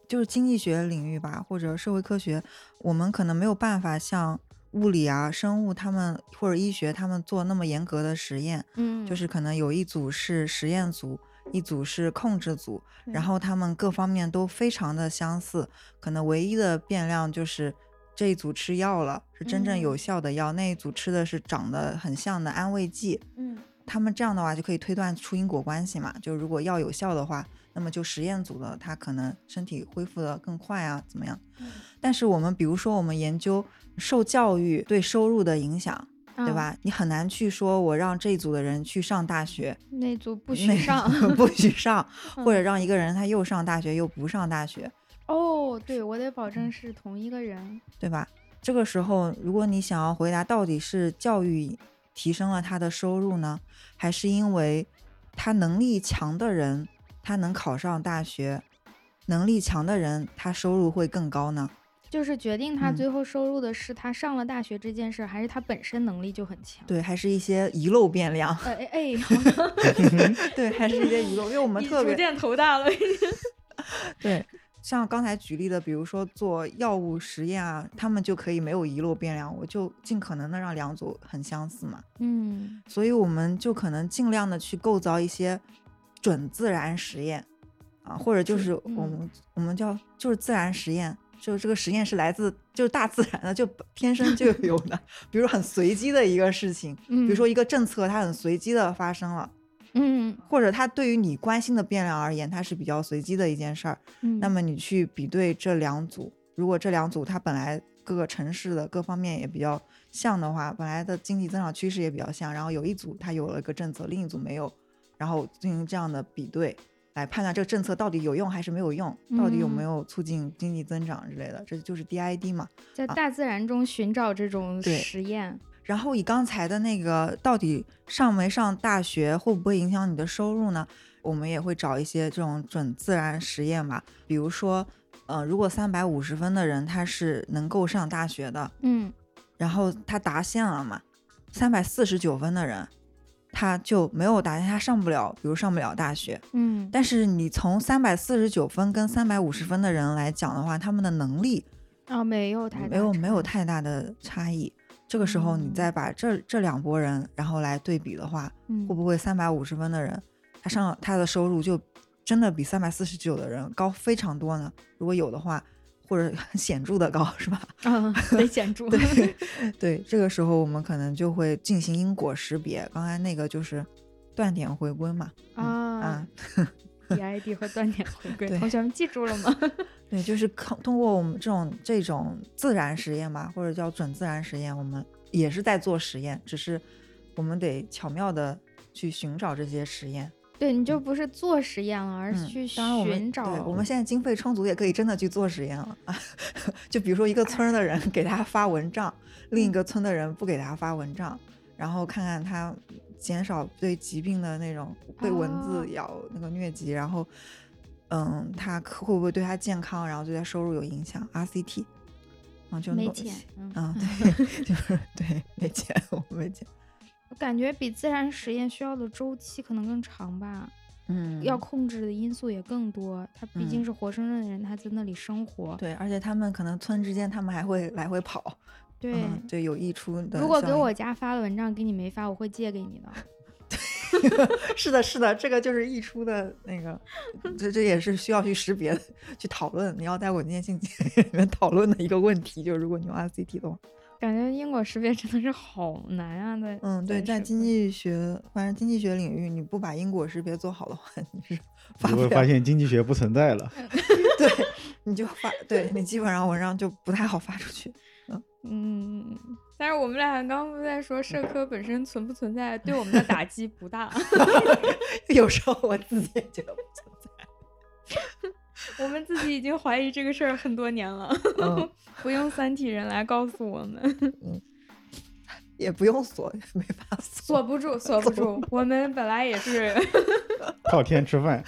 Speaker 2: 就是经济学领域吧，或者社会科学，我们可能没有办法像物理啊、生物他们或者医学他们做那么严格的实验，
Speaker 1: 嗯，
Speaker 2: 就是可能有一组是实验组，一组是控制组，
Speaker 1: 对
Speaker 2: 然后他们各方面都非常的相似，可能唯一的变量就是这一组吃药了，是真正有
Speaker 1: 嗯
Speaker 2: 效的药，那一组吃的是长得很像的安慰剂。
Speaker 1: 嗯
Speaker 2: 他们这样的话就可以推断出因果关系嘛，就如果药有效的话，那么就实验组的他可能身体恢复的更快啊，怎么样？
Speaker 1: 嗯
Speaker 2: 但是我们比如说我们研究受教育对收入的影响，对
Speaker 1: 啊
Speaker 2: 吧？你很难去说我让这一组的人去上大学，
Speaker 1: 嗯那组不
Speaker 2: 不
Speaker 1: 许上，
Speaker 2: 不许上，或者
Speaker 1: 嗯
Speaker 2: 让一个人他又上大学又不上大学，
Speaker 1: 哦，对我得保
Speaker 2: 嗯
Speaker 1: 证是同一个人。
Speaker 2: 对吧？这个时候，如果你想要回答到底是教育提升了他的收入呢，还是因为他能力强的人他能考上大学，能力强的人他收入会更高呢？
Speaker 1: 就是决定他
Speaker 2: 嗯
Speaker 1: 最后收入的是他上了大学这件事，还是他本身能力就很强？，
Speaker 2: 对，还是一些遗漏变量？
Speaker 1: 呃哎哎，好像
Speaker 2: 对，还是一些遗漏，因为我们
Speaker 1: 你
Speaker 2: 特
Speaker 1: 逐
Speaker 2: 别
Speaker 1: 渐头大了。
Speaker 2: 对，像刚才举例的，比如说做药物实验啊，他们就可以没有遗漏变量，我就尽可能的让两组很相似嘛。
Speaker 1: 嗯
Speaker 2: 所以我们就可能尽量的去构造一些准自然实验啊，或者就是我们、我们叫就是自然实验，就是这个实验是来自就是大自然的，就天生就有的，比如很随机的一个事情，
Speaker 1: 嗯，
Speaker 2: 比如说一个政策它很随机的发生了，
Speaker 1: 嗯
Speaker 2: 或者它对于你关心的变量而言，它是比较随机的一件事儿。
Speaker 1: 嗯，
Speaker 2: 那么你去比对这两组，如果这两组它本来各个城市的各方面也比较像的话，本来的经济增长趋势也比较像，然后有一组它有了一个政策，另一组没有，然后进行这样的比对，来判断这个政策到底有用还是没有用，到底有没
Speaker 1: 嗯
Speaker 2: 有促进经济增长之类的，这就是 DID 嘛。
Speaker 1: 在大自然中寻找这种
Speaker 2: 啊对
Speaker 1: 实验，
Speaker 2: 然后以刚才的那个到底上没上大学会不会影响你的收入呢？我们也会找一些这种准自然实验嘛，比如说，呃，如果三百五十分的人他是能够上大学的，
Speaker 1: 嗯
Speaker 2: 然后他达线了嘛，三百四十九分的人他就没有达线，他上不了，比如上不了大学。
Speaker 1: 嗯，
Speaker 2: 但是你从三百四十九分跟三百五十分的人来讲的话，他们的能力
Speaker 1: 啊没有太
Speaker 2: 没有
Speaker 1: 大
Speaker 2: 没有
Speaker 1: 差
Speaker 2: 太大的差异。这个时候，你再把这这两拨人，然后来对比的话，
Speaker 1: 嗯
Speaker 2: 会不会三百五十分的人，他上他的收入就真的比三百四十九的人高非常多呢？如果有的话，或者很 显著的高，是吧？
Speaker 1: 啊得 显著
Speaker 2: 对对，这个时候我们可能就会进行因果识别。刚才那个就是断点回归嘛，嗯
Speaker 1: 啊
Speaker 2: 啊，
Speaker 1: DID 和断点回归，
Speaker 2: 对
Speaker 1: 同学们记住了吗？
Speaker 2: 对，就是靠通过我们这种这种自然实验吧，或者叫准自然实验，我们也是在做实验，只是我们得巧妙的去寻找这些实验。
Speaker 1: 对，你就不是做实验了，而
Speaker 2: 嗯
Speaker 1: 是去
Speaker 2: 当然我们
Speaker 1: 寻找。
Speaker 2: 对，我们现在经费充足，也可以真的去做实验了。 就比如说一个村儿的人给他发蚊帐，另
Speaker 1: 嗯
Speaker 2: 一个村的人不给他发蚊帐，然后看看他减少对疾病的那种被蚊
Speaker 1: 哦
Speaker 2: 子咬那个疟疾，然后嗯，他可会不会对他健康，然后对他收入有影响？RCT，啊，就那
Speaker 1: 没
Speaker 2: 种
Speaker 1: 钱，嗯
Speaker 2: 啊，对， 就是对，没钱，我没钱，
Speaker 1: 我感觉比自然实验需要的周期可能更长吧，
Speaker 2: 嗯，
Speaker 1: 要控制的因素也更多。他毕竟
Speaker 2: 嗯
Speaker 1: 是活生生的人，他在那里生活。
Speaker 2: 对，而且他们可能村之间他们还会来回跑，
Speaker 1: 对
Speaker 2: 嗯，对，有溢出的效应。
Speaker 1: 如果给我家发了文章，给你没发，我会借给你的。
Speaker 2: 是的，是的，这个就是溢出的那个，这这也是需要去识别的、去讨论。你要在稳健性节里面 讨论的一个问题，就是如果你用 RCT 的话，
Speaker 1: 感觉因果识别真的是好难啊！在
Speaker 2: 嗯，对，在
Speaker 1: 识
Speaker 2: 经
Speaker 1: 别
Speaker 2: 济学，反正经济学领域，你不把因果识别做好的话， 你是发
Speaker 4: 你
Speaker 2: 不
Speaker 4: 会
Speaker 2: 了，
Speaker 4: 发现经济学不存在 了。
Speaker 2: 对，你就发，对你基本上文章就不太好发出去。
Speaker 1: 嗯， 但是我们俩刚刚不是在说社科本身存不存在，对我们的打击不 大。
Speaker 2: 有时候我自己也觉得不存在。
Speaker 1: 我们自己已经怀疑这个事儿很多年了，
Speaker 2: 嗯
Speaker 1: 不用三体人来告诉我们，
Speaker 2: 也不用锁，也没法
Speaker 1: 锁
Speaker 2: 锁。
Speaker 1: 不住，锁不住。我们本来也是，
Speaker 4: 靠天吃饭，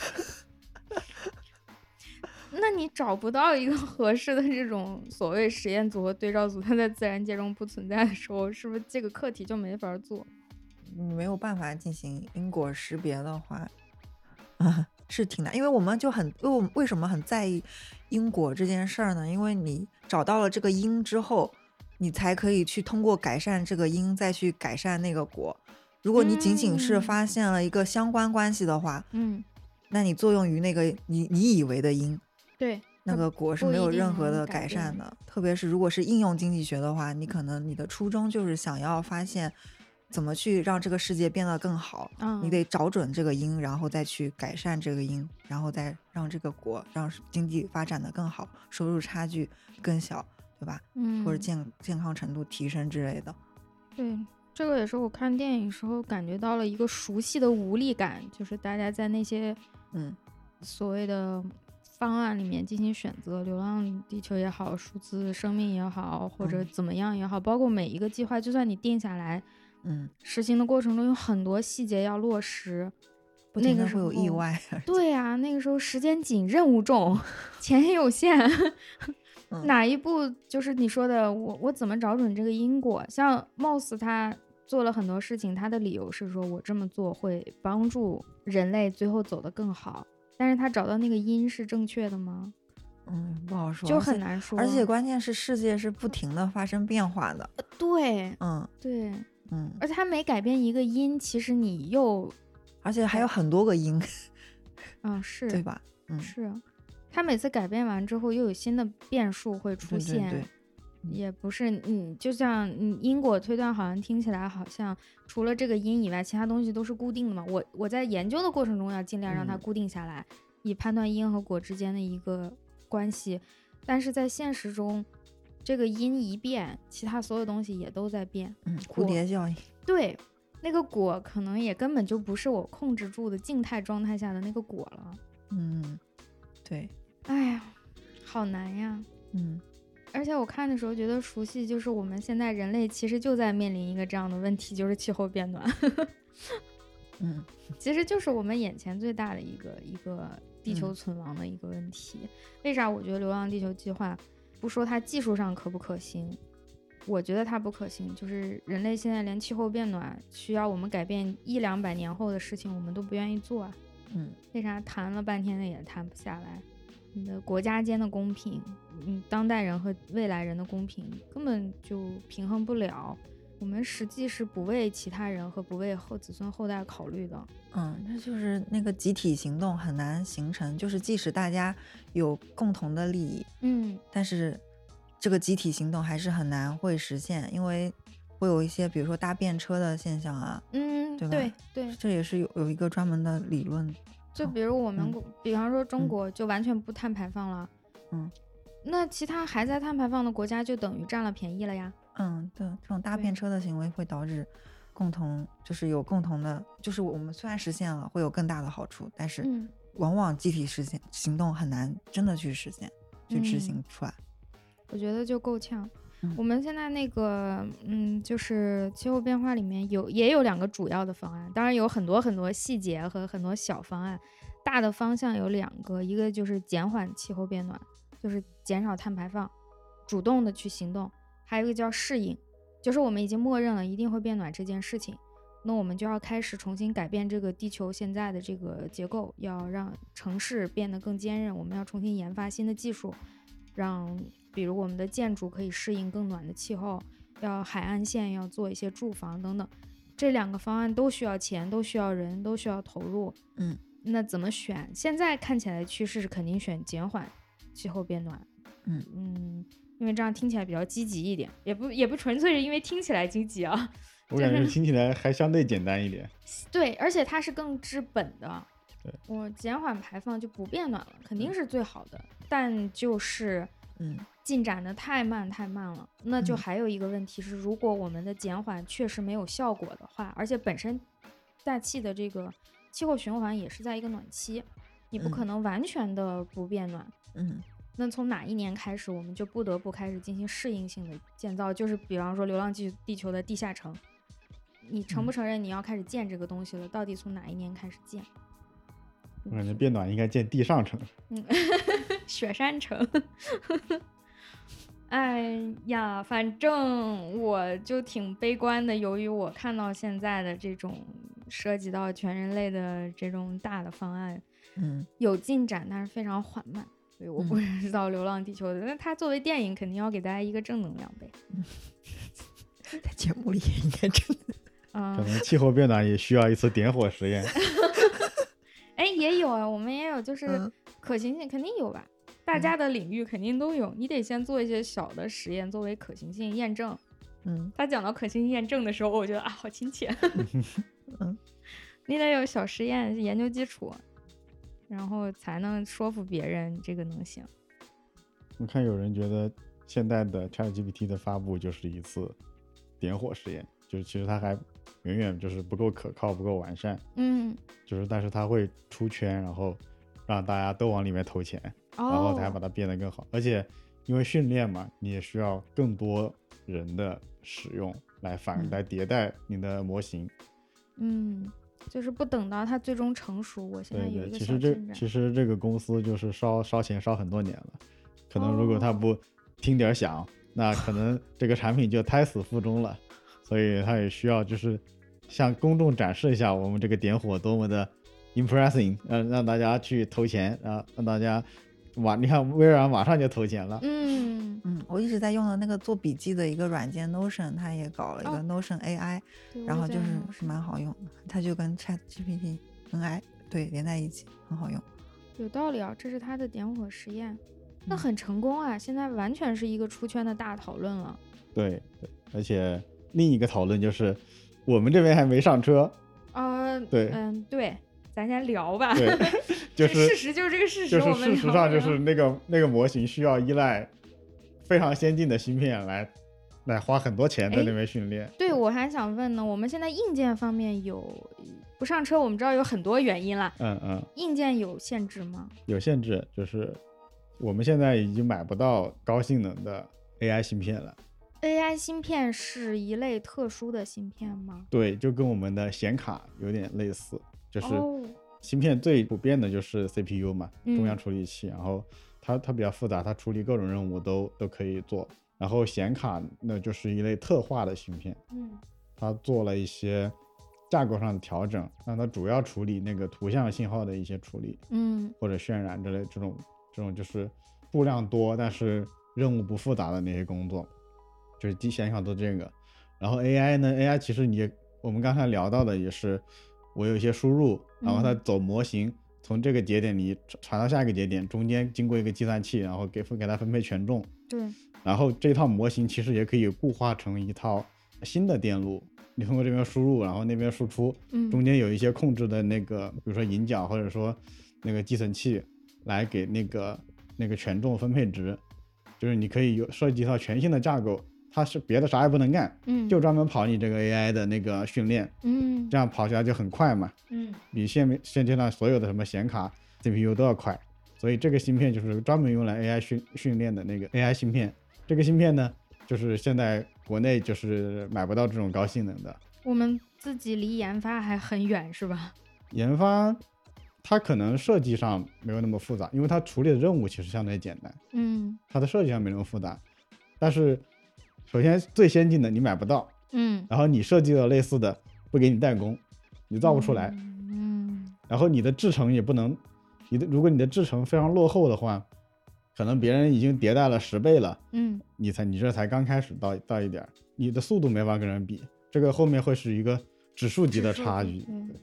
Speaker 1: 那你找不到一个合适的这种所谓实验组和对照组，它在自然界中不存在的时候，是不是这个课题就没法做？
Speaker 2: 你没有办法进行因果识别的话， 啊，是挺难，因为我们就很，因为我们为什么很在意因果这件事儿呢？因为你找到了这个因之后，你才可以去通过改善这个因，再去改善那个果。如果你仅仅是
Speaker 1: 嗯
Speaker 2: 发现了一个相关关系的话，
Speaker 1: 嗯，
Speaker 2: 那你作用于那个你你以为的因，
Speaker 1: 对，
Speaker 2: 那个果是
Speaker 1: 不
Speaker 2: 没
Speaker 1: 一
Speaker 2: 有
Speaker 1: 定
Speaker 2: 任何
Speaker 1: 能
Speaker 2: 的
Speaker 1: 改
Speaker 2: 改善
Speaker 1: 变嗯
Speaker 2: 的。特别是如果是应用经济学的话，你可能你的初衷就是想要发现怎么去让这个世界变得更好，
Speaker 1: 嗯，
Speaker 2: 你得找准这个因，然后再去改善这个因，然后再让这个果让经济发展的更好，收入差距更小，对吧？
Speaker 1: 嗯，
Speaker 2: 或者健健康程度提升之类的。
Speaker 1: 对，这个也是我看电影时候感觉到了一个熟悉的无力感，就是大家在那些
Speaker 2: 嗯
Speaker 1: 所谓的方案里面进行选择，《流浪地球》也好，《数字生命》也好，或者
Speaker 2: 嗯
Speaker 1: 怎么样也好，包括每一个计划，就算你定下来，
Speaker 2: 嗯，
Speaker 1: 实行的过程中有很多细节要落实。
Speaker 2: 不
Speaker 1: 那
Speaker 2: 停
Speaker 1: 个
Speaker 2: 的
Speaker 1: 时
Speaker 2: 会有意
Speaker 1: 候
Speaker 2: 外。
Speaker 1: 对呀、那个时候时间紧，任务 重，钱也有限，
Speaker 2: 嗯
Speaker 1: 哪一步就是你说的，我我怎么找准这个因果？像 Moss 他做了很多事情，他的理由是说我这么做会帮助人类最后走得更好，但是他找到那个因是正确的吗？
Speaker 2: 嗯，不好说，
Speaker 1: 就
Speaker 2: 而且
Speaker 1: 很。难说。
Speaker 2: 而且关键是世界是不停的发生变化的。
Speaker 1: 对
Speaker 2: 嗯
Speaker 1: 对，
Speaker 2: 嗯，
Speaker 1: 而且他每改变一个因，其实你又
Speaker 2: 而且还有很多个因，
Speaker 1: 嗯是
Speaker 2: 对吧？嗯，
Speaker 1: 是，啊他每次改变完之后又有新的变数会出
Speaker 2: 对对
Speaker 1: 现。
Speaker 2: 对嗯
Speaker 1: 也不是，嗯，就像嗯，因果推断，好像听起来好像除了这个因以外，其他东西都是固定的嘛。我我在研究的过程中要尽量让它
Speaker 2: 嗯
Speaker 1: 固定下来，以判断因和果之间的一个关系。但是在现实中，这个因一变，其他所有东西也都在变。
Speaker 2: 嗯，
Speaker 1: 我
Speaker 2: 蝴蝶效应。
Speaker 1: 对，那个果可能也根本就不是我控制住的静态状态下的那个果了。
Speaker 2: 嗯，对，
Speaker 1: 哎呀，好难呀。
Speaker 2: 嗯
Speaker 1: 而且我看的时候觉得熟悉，就是我们现在人类其实就在面临一个这样的问题，就是气候变暖，
Speaker 2: 嗯
Speaker 1: 其实就是我们眼前最大的一个一个地球
Speaker 2: 嗯
Speaker 1: 存亡的一个问题。为啥我觉得《流浪地球》计划不说它技术上可不可行，我觉得它不可行，就是人类现在连气候变暖需要我们改变一两百年后的事情，我们都不愿意做啊。
Speaker 2: 嗯
Speaker 1: 为啥谈了半天的也谈不下来？你的国家间的公平，嗯，当代人和未来人的公平根本就平衡不了。我们实际是不为其他人和不为后子孙后代考虑的。
Speaker 2: 嗯，这就是那个集体行动很难形成，就是即使大家有共同的利益，
Speaker 1: 嗯，
Speaker 2: 但是这个集体行动还是很难会实现，因为会有一些比如说搭便车的现象啊，
Speaker 1: 嗯，
Speaker 2: 对吧
Speaker 1: 对对
Speaker 2: 这也是有有一个专门的理论
Speaker 1: 就比如我们
Speaker 2: 嗯
Speaker 1: 国，比方说中
Speaker 2: 嗯
Speaker 1: 国就完全不碳排放了，
Speaker 2: 嗯，
Speaker 1: 那其他还在碳排放的国家就等于占了便宜了呀。
Speaker 2: 嗯，对，这种搭
Speaker 1: 对
Speaker 2: 便车的行为会导致共同，就是有共同的，就是我们虽然实现了会有更大的好处，但是
Speaker 1: 嗯，
Speaker 2: 往往集体实现行动很难真的去实现，去执
Speaker 1: 嗯
Speaker 2: 行出来。
Speaker 1: 我觉得就够呛。
Speaker 2: 嗯
Speaker 1: 我们现在那个，嗯，就是气候变化里面有也有两个主要的方案，当然有很多很多细节和很多小方案，大的方向有两个，一个就是减缓气候变暖，就是减少碳排放，主动的去行动；还有一个叫适应，就是我们已经默认了一定会变暖这件事情，那我们就要开始重新改变这个地球现在的这个结构，要让城市变得更坚韧，我们要重新研发新的技术，让比如我们的建筑可以适应更暖的气候，要海岸线要做一些住房等等，这两个方案都需要钱，都需要人，都需要投入。
Speaker 2: 嗯，
Speaker 1: 那怎么选？现在看起来趋势是肯定选减缓气候变暖。
Speaker 2: 嗯
Speaker 1: 嗯，因为这样听起来比较积极一点，也不也不纯粹是因为听起来积极 啊。
Speaker 3: 我感觉听起来还相对简单一点。
Speaker 1: 对，而且它是更治本的。
Speaker 3: 对，
Speaker 1: 我减缓排放就不变暖了，肯定是最好的，但就是。
Speaker 2: 嗯
Speaker 1: 进展的太慢太慢了。那就
Speaker 2: 嗯
Speaker 1: 还有一个问题是，如果我们的减缓确实没有效果的话，而且本身大气的这个气候循环也是在一个暖期，你不可
Speaker 2: 嗯
Speaker 1: 能完全的不变暖。
Speaker 2: 嗯
Speaker 1: 那从哪一年开始，我们就不得不开始进行适应性的建造？就是比方说《流浪地地球》的地下城，你承
Speaker 2: 嗯
Speaker 1: 不承认你要开始建这个东西了？到底从哪一年开始建？
Speaker 3: 我感觉变暖应该建地上城，
Speaker 2: 嗯
Speaker 1: 雪山城。哎呀，反正我就挺悲观的。由于我看到现在的这种涉及到全人类的这种大的方案
Speaker 2: 嗯
Speaker 1: 有进展，但是非常缓慢，所以我不
Speaker 2: 嗯
Speaker 1: 知道《流浪地球》的。那它作为电影，肯定要给大家一个正能量呗。
Speaker 2: 在节目里也应该真的，
Speaker 3: 可
Speaker 1: 嗯，
Speaker 3: 能气候变暖也需要一次点火实验。
Speaker 1: 哎，也有啊，我们也有，就是
Speaker 2: 嗯
Speaker 1: 可行性肯定有吧。大家的领域肯定都有，你得先做一些小的实验作为可行性验证，
Speaker 2: 嗯
Speaker 1: 他讲到可行性验证的时候，我觉得啊，好亲切。
Speaker 2: 嗯，
Speaker 1: 你得有小实验研究基础，然后才能说服别人这个能行。
Speaker 3: 我看有人觉得现在的 ChatGPT 的发布就是一次点火实验，就是其实它还远远就是不够可靠、不够完善，
Speaker 1: 嗯，
Speaker 3: 就是但是它会出圈，然后让大家都往里面投钱，然
Speaker 1: 哦
Speaker 3: 后才把它变得更好。而且因为训练嘛，你也需要更多人的使用来反
Speaker 2: 嗯
Speaker 3: 来迭代你的模型。
Speaker 1: 嗯，就是不等到它最终成熟，我现在
Speaker 3: 对
Speaker 1: 有
Speaker 3: 对，
Speaker 1: 一个
Speaker 3: 其
Speaker 1: 小
Speaker 3: 实
Speaker 1: 进
Speaker 3: 这其
Speaker 1: 展。
Speaker 3: 实这个公司就是烧烧钱烧很多年了，可能如果
Speaker 1: 哦
Speaker 3: 他不听点儿响，那可能这个产品就胎死腹中了。所以他也需要就是向公众展示一下我们这个点火多么的 impressing，让让大家去投钱，让让大家马你看微软马上就投钱了，
Speaker 1: 嗯，
Speaker 2: 嗯，我一直在用的那个做笔记的一个软件 Notion，它也搞了一
Speaker 1: 哦
Speaker 2: 个 Notion AI，、
Speaker 1: 对
Speaker 2: 然
Speaker 1: 我
Speaker 2: 后
Speaker 1: 也
Speaker 2: 就
Speaker 1: 在
Speaker 2: 是
Speaker 1: 用
Speaker 2: 是蛮好用的，它就跟 Chat GPT NI 对连在一起，很好用。
Speaker 1: 有道理啊，这是它的点火实验，那
Speaker 2: 嗯
Speaker 1: 很成功啊！现在完全是一个出圈的大讨论了。
Speaker 3: 对对，而且另一个讨论就是我们这边还没上车，
Speaker 1: 呃，
Speaker 3: 对
Speaker 1: 嗯，对，咱先聊 吧。
Speaker 3: 对
Speaker 1: 这
Speaker 3: 就是
Speaker 1: 事实就是这个事实，
Speaker 3: 就
Speaker 1: 我
Speaker 3: 是
Speaker 1: 们
Speaker 3: 事实
Speaker 1: 聊
Speaker 3: 上
Speaker 1: 不
Speaker 3: 就
Speaker 1: 聊
Speaker 3: 是那个那个模型需要依赖非常先进的芯片来来花很多钱
Speaker 1: 哎
Speaker 3: 在那边训练。
Speaker 1: 对，我还想问呢，我们现在硬件方面有不上车，我们知道有很多原因啦，
Speaker 3: 嗯嗯，
Speaker 1: 硬件有限制吗？
Speaker 3: 有限制，就是我们现在已经买不到高性能的 AI 芯片了。
Speaker 1: AI 芯片是一类特殊的芯片吗？
Speaker 3: 对，就跟我们的显卡有点类似，就是
Speaker 1: 哦
Speaker 3: 芯片最普遍的就是 CPU 嘛，
Speaker 1: 嗯
Speaker 3: 中央处理器，然后它它比较复杂，它处理各种任务都都可以做。然后显卡那就是一类特化的芯片，
Speaker 1: 嗯
Speaker 3: 它做了一些架构上的调整，让它主要处理那个图像信号的一些处理
Speaker 1: 嗯
Speaker 3: 或者渲染之类这种这种就是数量多但是任务不复杂的那些工作，就是机显卡做这个。然后 AI 呢，AI 其实你也我们刚才聊到的也是，我有一些输入，然后它
Speaker 1: 嗯
Speaker 3: 走模型。从这个节点里传传到下一个节点，中间经过一个计算器，然后给分给它分配权重，
Speaker 1: 对，
Speaker 3: 然后这套模型其实也可以固化成一套新的电路，你通过这边输入，然后那边输出，
Speaker 1: 嗯
Speaker 3: 中间有一些控制的那个，比如说引脚或者说那个寄存器，来给那个那个权重分配值，就是你可以有设计一套全新的架构，它是别的啥也不能干，
Speaker 1: 嗯，
Speaker 3: 就专门跑你这个 AI 的那个训练，
Speaker 1: 嗯
Speaker 3: 这样跑起来就很快嘛，
Speaker 1: 嗯
Speaker 3: 比现面现阶段所有的什么显卡、CPU 都要快。所以这个芯片就是专门用来 AI 训训练的那个 AI 芯片。这个芯片呢，就是现在国内就是买不到这种高性能的，
Speaker 1: 我们自己离研发还很远是吧？
Speaker 3: 研发它可能设计上没有那么复杂，因为它处理的任务其实相对简单，
Speaker 1: 嗯
Speaker 3: 它的设计上没那么复杂。但是，首先最先进的你买不到，
Speaker 1: 嗯，
Speaker 3: 然后你设计了类似的不给你代工，你造不出来，
Speaker 1: 嗯
Speaker 3: 然后你的制程也不能，你的如果你的制程非常落后的话，可能别人已经迭代了十倍了，
Speaker 1: 嗯
Speaker 3: 你才你这才刚开始到到一点儿，你的速度没法跟人比，这个后面会是一个指数级的
Speaker 1: 指数
Speaker 3: 差
Speaker 1: 级
Speaker 3: 距。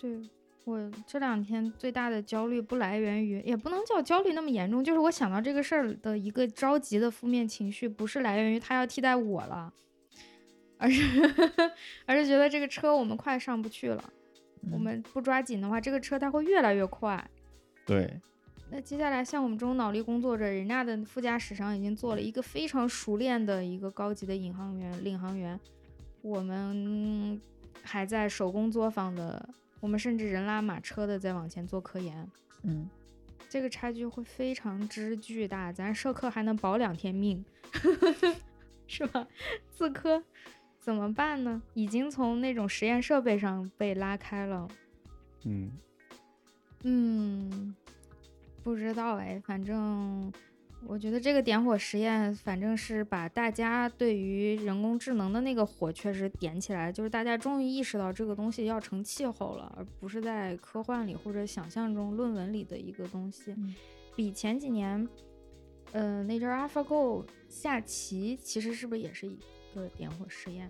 Speaker 1: 对对我这两天最大的焦虑不来源于，也不能叫焦虑那么严重，就是我想到这个事儿的一个着急的负面情绪，不是来源于它要替代我了，而是而是觉得这个车我们快上不去了，我
Speaker 2: 嗯
Speaker 1: 们不抓紧的话，这个车它会越来越快。
Speaker 3: 对
Speaker 1: 那接下来，像我们这种脑力工作者，人家的副驾驶上已经做了一个非常熟练的一个高级的引航员、领航员，我们还在手工作坊的，我们甚至人拉马车的在往前做科研，
Speaker 2: 嗯，
Speaker 1: 这个差距会非常之巨大。咱社科还能保两天命， 是吧？自科怎么办呢？已经从那种实验设备上被拉开了，
Speaker 3: 嗯，
Speaker 1: 嗯，不知道哎，反正我觉得这个点火实验，反正是把大家对于人工智能的那个火确实点起来，就是大家终于意识到这个东西要成气候了，而不是在科幻里或者想象中论文里的一个东西。
Speaker 2: 嗯
Speaker 1: 比前几年，呃，那阵儿 AlphaGo 下棋，其实是不是也是一个点火实验？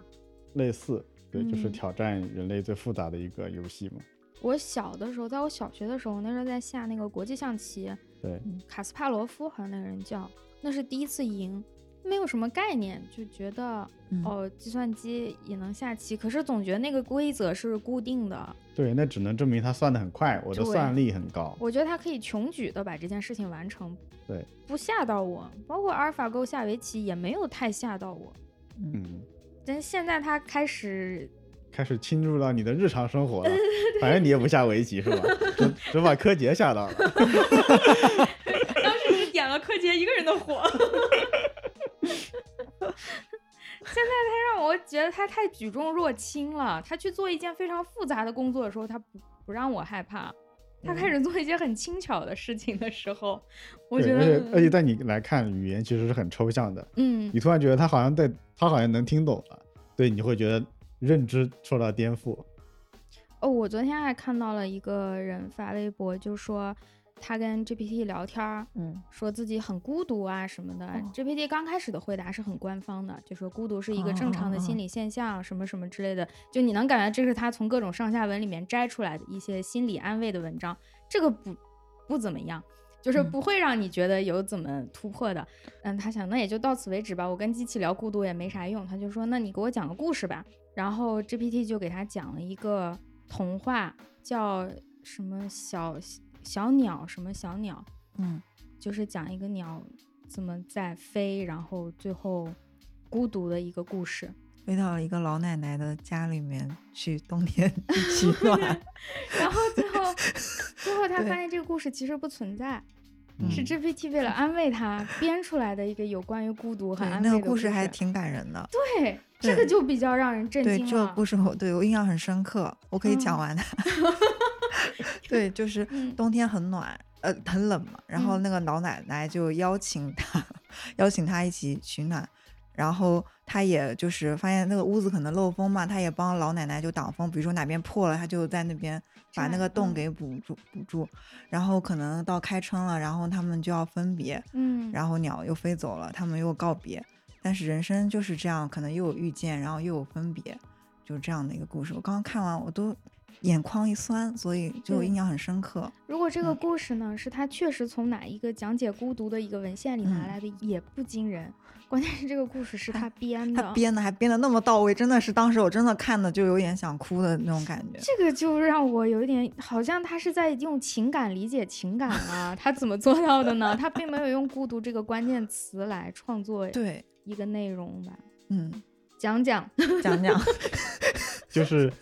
Speaker 3: 类似，对，就是
Speaker 1: 嗯
Speaker 3: 挑战人类最复杂的一个游戏嘛。
Speaker 1: 我小的时候，在我小学的时候，那时候在下那个国际象棋，
Speaker 3: 对，
Speaker 1: 卡斯帕罗夫好像那个人叫，那是第一次赢，没有什么概念，就觉得、
Speaker 2: 嗯
Speaker 1: 哦，计算机也能下棋，可是总觉得那个规则是固定的，
Speaker 3: 对，那只能证明他算的很快，我的
Speaker 1: 对
Speaker 3: 算力很高。
Speaker 1: 我觉得他可以穷举的把这件事情完成，
Speaker 3: 对，
Speaker 1: 不吓到我，包括阿尔法狗下围棋也没有太吓到我，
Speaker 3: 嗯，
Speaker 1: 但现在他开始
Speaker 3: 开始侵入到你的日常生活 了。反正你也不下围棋是吧？只只把柯洁吓到了。
Speaker 1: 当时你点了柯洁一个人的 火。现在他让我觉得他太举重若轻了，他去做一件非常复杂的工作的时候，他不不让我害怕。他开始做一些很轻巧的事情的时候，我
Speaker 3: 对
Speaker 1: 觉
Speaker 3: 而且而且
Speaker 1: 得，
Speaker 3: 在你来看，语言其实是很抽象的。
Speaker 1: 嗯
Speaker 3: 你突然觉得他好像在，他好像能听懂了，对，你会觉得认知受到颠覆。
Speaker 1: 哦，我昨天还看到了一个人发微博，就说他跟 GPT 聊天儿，
Speaker 2: 嗯
Speaker 1: 说自己很孤独啊什么的。
Speaker 2: 哦
Speaker 1: GPT 刚开始的回答是很官方的，就说孤独是一
Speaker 2: 哦
Speaker 1: 个正常的心理现象，什么什么之类的。就你能感觉这是他从各种上下文里面摘出来的一些心理安慰的文章，这个不不怎么样。就是
Speaker 2: 嗯
Speaker 1: 不会让你觉得有怎么突破的，嗯，他想那也就到此为止吧，我跟机器聊孤独也没啥用。他就说那你给我讲个故事吧，然后 GPT 就给他讲了一个童话，叫什么小小鸟什么小鸟，
Speaker 2: 嗯
Speaker 1: 就是讲一个鸟怎么在飞，然后最后孤独的一个故事。
Speaker 2: 飞到了一个老奶奶的家里面去冬天 取暖，
Speaker 1: 然后最 后，最后他
Speaker 2: 对
Speaker 1: 发现这个故事其实不存在，
Speaker 3: 嗯
Speaker 1: 是 GPT 为了安慰他编出来的一个有关于孤独和
Speaker 2: 对，
Speaker 1: 安慰
Speaker 2: 那
Speaker 1: 的
Speaker 2: 个
Speaker 1: 故
Speaker 2: 故事啊还挺感人的。
Speaker 1: 对，这
Speaker 2: 对
Speaker 1: 个就比较让人震
Speaker 2: 对，
Speaker 1: 惊
Speaker 2: 这个
Speaker 1: 了。
Speaker 2: 故事我对我印象很深刻，我可以讲
Speaker 1: 嗯
Speaker 2: 完它。 对，就是
Speaker 1: 嗯
Speaker 2: 冬天很暖，呃，很冷嘛，然后
Speaker 1: 嗯
Speaker 2: 那个老奶奶就邀请他，邀请他一起取暖。然后他也就是发现那个屋子可能漏风嘛，他也帮老奶奶就挡风，比如说哪边破了，他就在那边把那
Speaker 1: 站
Speaker 2: 个洞
Speaker 1: 嗯
Speaker 2: 给补住补住。然后可能到开春了，然后他们就要分别，
Speaker 1: 嗯，
Speaker 2: 然后鸟又飞走了，它们又告别。但是人生就是这样，可能又有遇见，然后又有分别，就是这样的一个故事。我刚刚看完，我都眼眶一酸，所以就
Speaker 1: 对
Speaker 2: 印象很深刻。
Speaker 1: 如果这个
Speaker 2: 嗯
Speaker 1: 故事呢，是他确实从哪一个讲解孤独的一个文献里拿
Speaker 2: 嗯
Speaker 1: 来的，也不惊人。关键是这个故事是他编的，
Speaker 2: 他编的还编的那么到位，真的是当时我真的看的就有点想哭的那种感觉。
Speaker 1: 这个就让我有一点，好像他是在用情感理解情感啊，他怎么做到的呢？他并没有用孤独这个关键词来创作
Speaker 2: 对，
Speaker 1: 一个内容吧？
Speaker 2: 嗯，
Speaker 1: 讲讲，
Speaker 2: 讲讲，
Speaker 3: 就是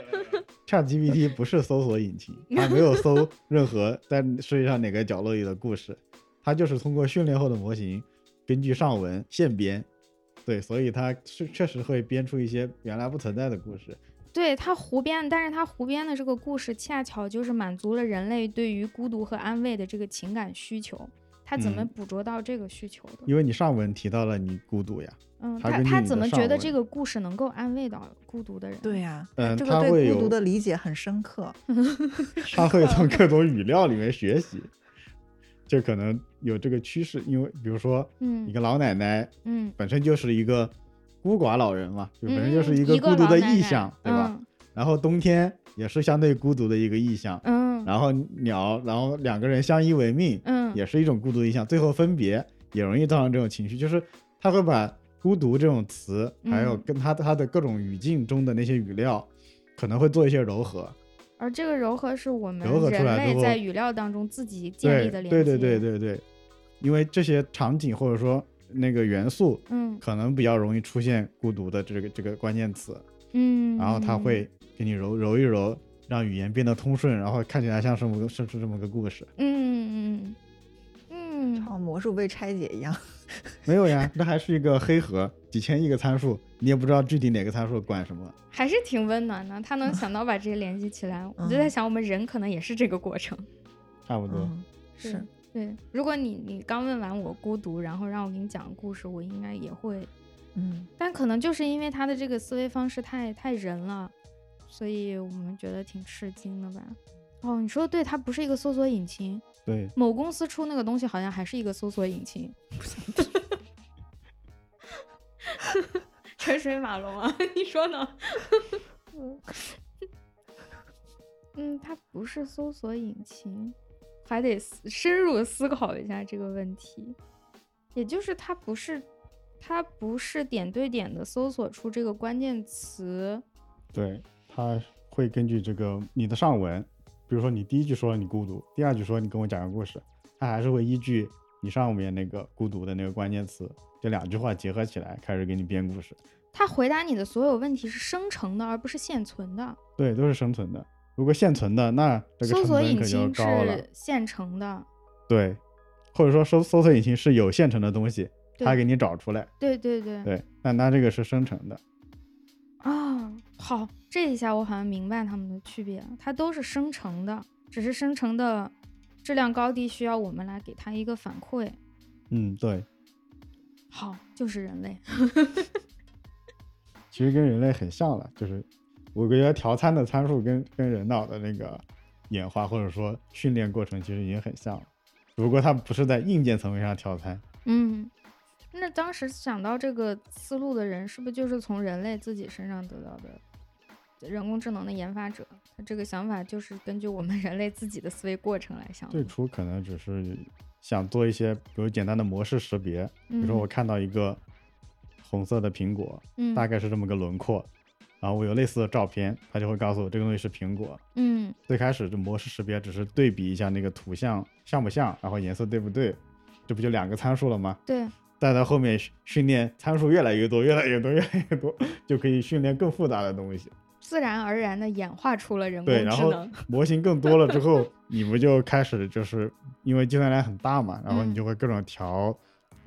Speaker 3: ChatGPT 不是搜索引擎，它没有 搜任何在世界上哪个角落里的故事，它就是通过训练后的模型，根据上文现编，对，所以它是确实会编出一些原来不存在的故事。
Speaker 1: 对他胡编，但是他胡编的这个故事恰巧就是满足了人类对于孤独和安慰的这个情感需求。他怎么
Speaker 3: 嗯
Speaker 1: 捕捉到这个需求的？
Speaker 3: 因为你上文提到了你孤独呀，
Speaker 1: 嗯，
Speaker 3: 他
Speaker 1: 他
Speaker 3: 根据
Speaker 1: 他
Speaker 3: 你
Speaker 1: 怎
Speaker 3: 的
Speaker 1: 么
Speaker 3: 上
Speaker 1: 觉得
Speaker 3: 文
Speaker 1: 这个故事能够安慰到孤独的人？
Speaker 2: 对呀、
Speaker 3: 嗯，
Speaker 2: 这
Speaker 3: 它
Speaker 2: 个
Speaker 3: 会
Speaker 2: 对孤
Speaker 3: 有
Speaker 2: 独的理解很深刻。
Speaker 3: 他会从各种语料里面学习，就可能有这个趋势。因为比如说，
Speaker 1: 嗯
Speaker 3: 一个老奶奶
Speaker 1: 嗯，
Speaker 3: 本身就是一个孤寡老人嘛，就
Speaker 1: 嗯，
Speaker 3: 本身就是
Speaker 1: 嗯
Speaker 3: 一个孤独
Speaker 1: 老
Speaker 3: 的
Speaker 1: 奶嗯
Speaker 3: 意
Speaker 1: 奶
Speaker 3: 象，对吧？？然后冬天也是相对孤独的一个意象，
Speaker 1: 嗯嗯
Speaker 3: 然后鸟，然后两个人相依为命，
Speaker 1: 嗯，
Speaker 3: 也是一种孤独的意象，最后分别也容易造成这种情绪，就是他会把孤独这种词，还有
Speaker 1: 嗯
Speaker 3: 跟他他的各种语境中的那些语料，可能会做一些糅合，
Speaker 1: 而这个柔和是我们
Speaker 3: 柔和出
Speaker 1: 人
Speaker 3: 来之
Speaker 1: 类
Speaker 3: 后
Speaker 1: 在语料当中自己建
Speaker 3: 对
Speaker 1: 立的连接。
Speaker 3: 对对对对对，因为这些场景或者说那个元素，
Speaker 1: 嗯
Speaker 3: 可能比较容易出现孤独的这个这个关键词，
Speaker 1: 嗯。
Speaker 3: 然后它会给你揉揉一揉，让语言变得通顺，然后看起来像是某个是是这么个故事。
Speaker 1: 嗯嗯嗯嗯
Speaker 2: 好像魔术被拆解一样，
Speaker 3: 没有呀，那还是一个黑盒，几千亿个参数，你也不知道具体哪个参数管什么。
Speaker 1: 还是挺温暖的。他能
Speaker 3: 嗯
Speaker 1: 想到把这些联系起来，我就在
Speaker 2: 嗯
Speaker 1: 想，我们人可能也是这个过程。
Speaker 3: 差不多，
Speaker 2: 嗯，是，
Speaker 1: 对，如果你你刚问完我孤独，然后让我给你讲故事，我应该也会，
Speaker 2: 嗯，
Speaker 1: 但可能就是因为他的这个思维方式太太人了，所以我们觉得挺吃惊的吧。哦，你说得对，它不是一个搜索引擎，
Speaker 3: 对，
Speaker 1: 某公司出那个东西好像还是一个搜索引擎， 车水马龙啊， 你说呢？嗯，它不是搜索引擎，还得思深入思考一下这个问题。也就是它不是，它不是点对点的搜索出这个关键词，
Speaker 3: 对，它会根据这个你的上文，比如说你第一句说了你孤独，第二句说你跟我讲个故事，它还是会依据你上面那个孤独的那个关键词，这两句话结合起来开始给你编故事。
Speaker 1: 它回答你的所有问题是生成的，而不是现存的。
Speaker 3: 对，都是生存的。如果现存的，那这个
Speaker 1: 搜
Speaker 3: 成
Speaker 1: 索
Speaker 3: 本
Speaker 1: 引
Speaker 3: 可就
Speaker 1: 擎
Speaker 3: 高了
Speaker 1: 是。现成的，
Speaker 3: 对，或者说搜搜索引擎是有现成的东西，它
Speaker 1: 对嗯
Speaker 3: 给你找出来。
Speaker 1: 对对对。
Speaker 3: 对，但它这个是生成的。
Speaker 1: 啊，好，这一下我好像明白它们的区别了，它都是生成的，只是生成的质量高低需要我们来给它一个反馈。
Speaker 3: 嗯，对，
Speaker 1: 好，就是人类。
Speaker 3: 其实跟人类很像了，就是我觉得调参的参数跟跟人脑的那个演化或者说训练过程其实已经很像了，只不过它不是在硬件层面上调参。
Speaker 1: 嗯，那当时想到这个思路的人，是不是就是从人类自己身上得到的？人工智能的研发者，他这个想法就是根据我们人类自己的思维过程来想的。
Speaker 3: 最初可能只是想做一些，比如简单的模式识别，比如说我看到一个红色的苹果，
Speaker 1: 嗯，
Speaker 3: 大概是这么个轮廓。然后我有类似的照片，它就会告诉我这个东西是苹果。
Speaker 1: 嗯
Speaker 3: 最开始这模式识别只是对比一下那个图像像不像，然后颜色对不对，这不就两个参数了吗？
Speaker 1: 对，
Speaker 3: 再到后面训训练参数越来越多，越来越多，越来越多，就可以训练更复杂的东西。
Speaker 1: 自然而然的演化出了人工
Speaker 3: 对，
Speaker 1: 智
Speaker 3: 然后
Speaker 1: 能。
Speaker 3: 模型更多了之后，你不就开始就是因为计算量很大嘛，然后
Speaker 1: 嗯
Speaker 3: 你就会各种调，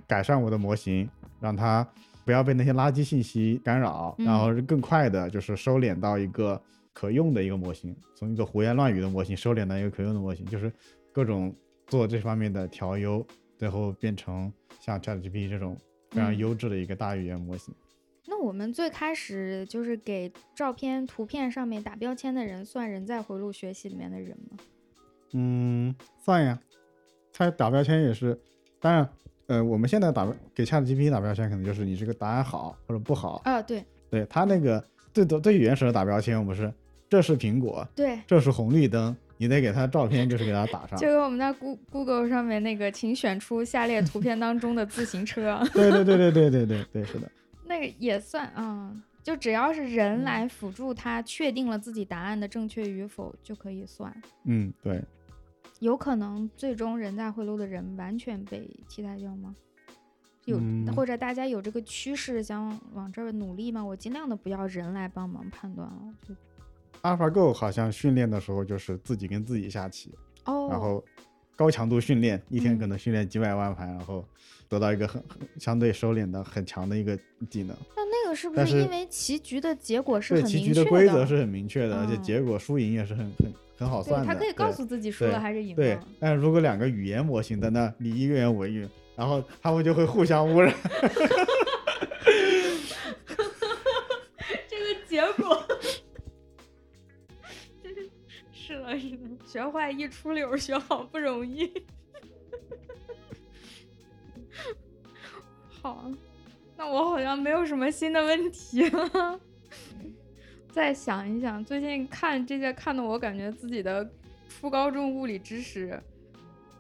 Speaker 3: 改善我的模型，让它不要被那些垃圾信息干扰，
Speaker 1: 嗯
Speaker 3: 然后更快的就是收敛到一个可用的一个模型，从一个胡言乱语的模型收敛到一个可用的模型，就是各种做这方面的调优，最后变成像 ChatGPT 这种非常
Speaker 1: 嗯
Speaker 3: 优质的一个大语言模型。
Speaker 1: 那我们最开始就是给照片、图片上面打标签的人，算人在回路学习里面的人吗？
Speaker 3: 嗯，算呀，它打标签也是，当然，呃，我们现在打标给 ChatGPT 打标签，可能就是你这个答案好或者不好，
Speaker 1: 啊，对，
Speaker 3: 对它那个最多最原始的打标签，我们是这是苹果，
Speaker 1: 对，
Speaker 3: 这是红绿灯，你得给它照片，就是给它打上
Speaker 1: 就。跟我们在 Goo- Google 上面那个，请选出下列图片当中的自行车，
Speaker 3: 对对对对对对对对，是的，
Speaker 1: 那个也算啊、嗯就只要是人来辅助他确定了自己答案的正确与否，就可以算。
Speaker 3: 嗯，对，
Speaker 1: 有可能最终人在回路的人完全被替代掉吗？有、
Speaker 3: 嗯
Speaker 1: 或者大家有这个趋势想往这儿努力吗？我尽量的不要人来帮忙判断了，就
Speaker 3: AlphaGo 好像训练的时候就是自己跟自己下棋，
Speaker 1: 哦，
Speaker 3: 然后高强度训练，一天
Speaker 1: 嗯
Speaker 3: 可能训练几百万盘，然后得到一个很很相对收敛的很强的一个技能。
Speaker 1: 那那个是不
Speaker 3: 但
Speaker 1: 是
Speaker 3: 是
Speaker 1: 因为棋局的结果是
Speaker 3: 对
Speaker 1: 很
Speaker 3: 棋
Speaker 1: 明确
Speaker 3: 局
Speaker 1: 的？
Speaker 3: 规则是很明确的，而且
Speaker 1: 嗯
Speaker 3: 结果输赢也是很很很好算
Speaker 1: 对，
Speaker 3: 的。
Speaker 1: 他可以告
Speaker 3: 对
Speaker 1: 诉自己输
Speaker 3: 对
Speaker 1: 了还是赢
Speaker 3: 对
Speaker 1: 了。，
Speaker 3: 但是如果两个语言模型在那你一言我一语，然后他们就会互相污染。
Speaker 1: 这个结果， 是的，是的，学坏一出溜儿，学好不容易。好，那我好像没有什么新的问题了。再想一想，最近看这些看的，我感觉自己的初高中物理知识